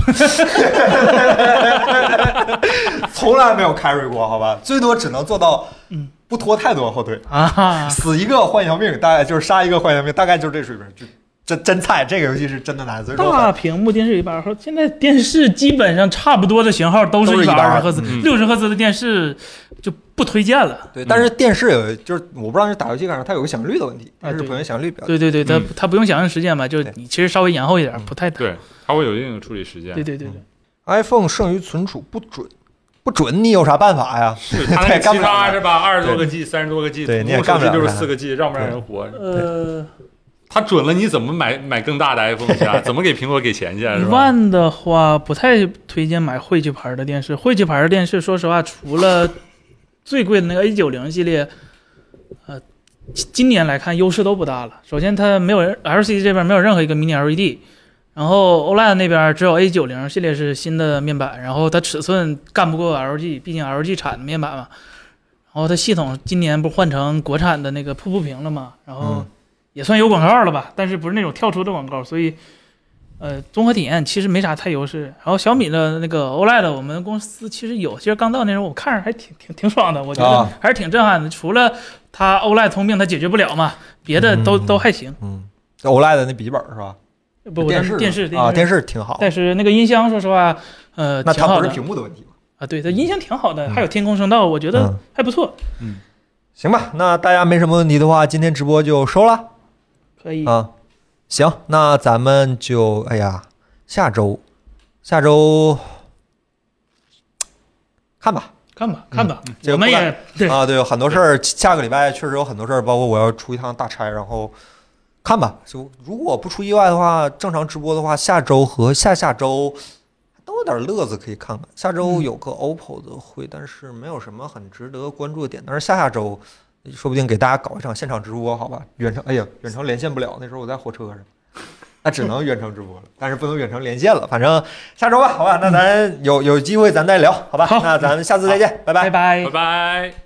[SPEAKER 1] [laughs] 从来没有 carry 过，好吧？最多只能做到
[SPEAKER 3] 嗯
[SPEAKER 1] 不拖太多后腿。 [laughs]
[SPEAKER 3] 啊，
[SPEAKER 1] 死一个换一条命，大概就是杀一个换一条命，大概就是这水平。就真真菜，这个游戏是真的难，所以
[SPEAKER 3] 大嗯
[SPEAKER 1] 说
[SPEAKER 3] 屏幕电视一百二十赫兹，现在电视基本上差不多的型号都
[SPEAKER 1] 都
[SPEAKER 3] 是
[SPEAKER 1] 是
[SPEAKER 3] 一百二
[SPEAKER 1] 120
[SPEAKER 3] 十赫兹，
[SPEAKER 2] 嗯
[SPEAKER 3] 六十赫兹的电视就不推荐了。
[SPEAKER 1] 对。但是电视有，就是我不知道是打游戏干啥，它有个响应率的问题，
[SPEAKER 3] 啊
[SPEAKER 1] 电视本身响应率比较低。
[SPEAKER 3] 对对对，它
[SPEAKER 2] 嗯
[SPEAKER 3] 它不用响应时间吧，就是
[SPEAKER 1] 对
[SPEAKER 3] 你其实稍微延后一点
[SPEAKER 1] 嗯，
[SPEAKER 3] 不太
[SPEAKER 2] 对它会有一定的处理时间
[SPEAKER 3] 对。对对对，
[SPEAKER 1] iPhone 剩余存储不准，不准你有啥办法呀？
[SPEAKER 2] 是它
[SPEAKER 1] 太 [laughs]
[SPEAKER 2] 那
[SPEAKER 1] 干
[SPEAKER 2] 其
[SPEAKER 1] 不了
[SPEAKER 2] 他
[SPEAKER 1] 了
[SPEAKER 2] 啊是吧？二十多个 G，三十多个 G，
[SPEAKER 1] 对
[SPEAKER 2] 总
[SPEAKER 1] 你也
[SPEAKER 2] 共
[SPEAKER 1] 干
[SPEAKER 2] 手
[SPEAKER 1] 不
[SPEAKER 2] 机
[SPEAKER 1] 了
[SPEAKER 2] 就是
[SPEAKER 1] 啥
[SPEAKER 2] 四个 G，让不让人活？
[SPEAKER 3] 呃，
[SPEAKER 2] 它准了，你怎么买买更大的 iPhone 去
[SPEAKER 3] [laughs]
[SPEAKER 2] 啊？怎么给苹果给钱去啊？
[SPEAKER 3] 一
[SPEAKER 2] 是吧？
[SPEAKER 3] 万的话不太推荐买汇聚牌的电视，汇聚牌的电视，说实话，除了最贵的那个 A 九零系列，呃，今今年来看优势都不大了。首先，它没有 LCD 这边没有任何一个 Mini LED，然 E 后 OLED 那边只有 A 九零系列是新的面板，然后它尺寸干不过 LG，毕竟 LG 产的面板嘛。然后它系统今年不换成国产的那个瀑布屏了嘛，然后
[SPEAKER 1] 嗯
[SPEAKER 3] 也算有广告了吧，但是不是那种跳出的广告，所以。呃，综合体验其实没啥太优势。然后小米的那个 OLED，我们公司其实有，其实刚到那时候我看着还挺挺挺爽的，我觉得
[SPEAKER 1] 啊
[SPEAKER 3] 还是挺震撼的。除了它 OLED 通病它解决不了嘛，别的都、
[SPEAKER 1] 嗯
[SPEAKER 3] 都还行。
[SPEAKER 1] 嗯，OLED 的那笔记本是吧？
[SPEAKER 3] 不，我
[SPEAKER 1] 电视呢
[SPEAKER 3] 当时电视
[SPEAKER 1] 啊，电
[SPEAKER 3] 视，
[SPEAKER 1] 视挺好。
[SPEAKER 3] 但是那个音箱说实话，呃，
[SPEAKER 1] 那
[SPEAKER 3] 挺
[SPEAKER 1] 它
[SPEAKER 3] 好
[SPEAKER 1] 不是
[SPEAKER 3] 的
[SPEAKER 1] 屏幕的问题吗？
[SPEAKER 3] 啊，对，它音箱挺好的，
[SPEAKER 1] 嗯
[SPEAKER 3] 还有天空声道，我觉
[SPEAKER 1] 嗯
[SPEAKER 3] 得还不错，
[SPEAKER 1] 行吧，那大家没什么问题的话，今天直播就收了。
[SPEAKER 3] 可以。
[SPEAKER 1] 啊，行，那咱们就哎呀，下周，下周看吧。
[SPEAKER 3] 看吧，
[SPEAKER 1] 嗯
[SPEAKER 3] 看吧，
[SPEAKER 1] 这个
[SPEAKER 3] 我们
[SPEAKER 1] 不
[SPEAKER 3] 也对，
[SPEAKER 1] 啊，对，有很多事儿，下个礼拜确实有很多事儿，包括我要出一趟大差，然后看吧。就如果不出意外的话，正常直播的话，下周和下下周都有点乐子可以看看。下周有个 OPPO 的会，但是没有什么很值得关注的点。但是下下周说不定给大家搞一场现场直播，好吧？远程，哎呀，远程连线不了，那时候我在火车上。那只能远程直播了，但是不能远程连线了。反正下周吧，好吧，那咱有有机会咱再聊，好吧？那咱们下次再见，拜拜
[SPEAKER 3] [laughs] 拜。拜
[SPEAKER 2] 拜拜。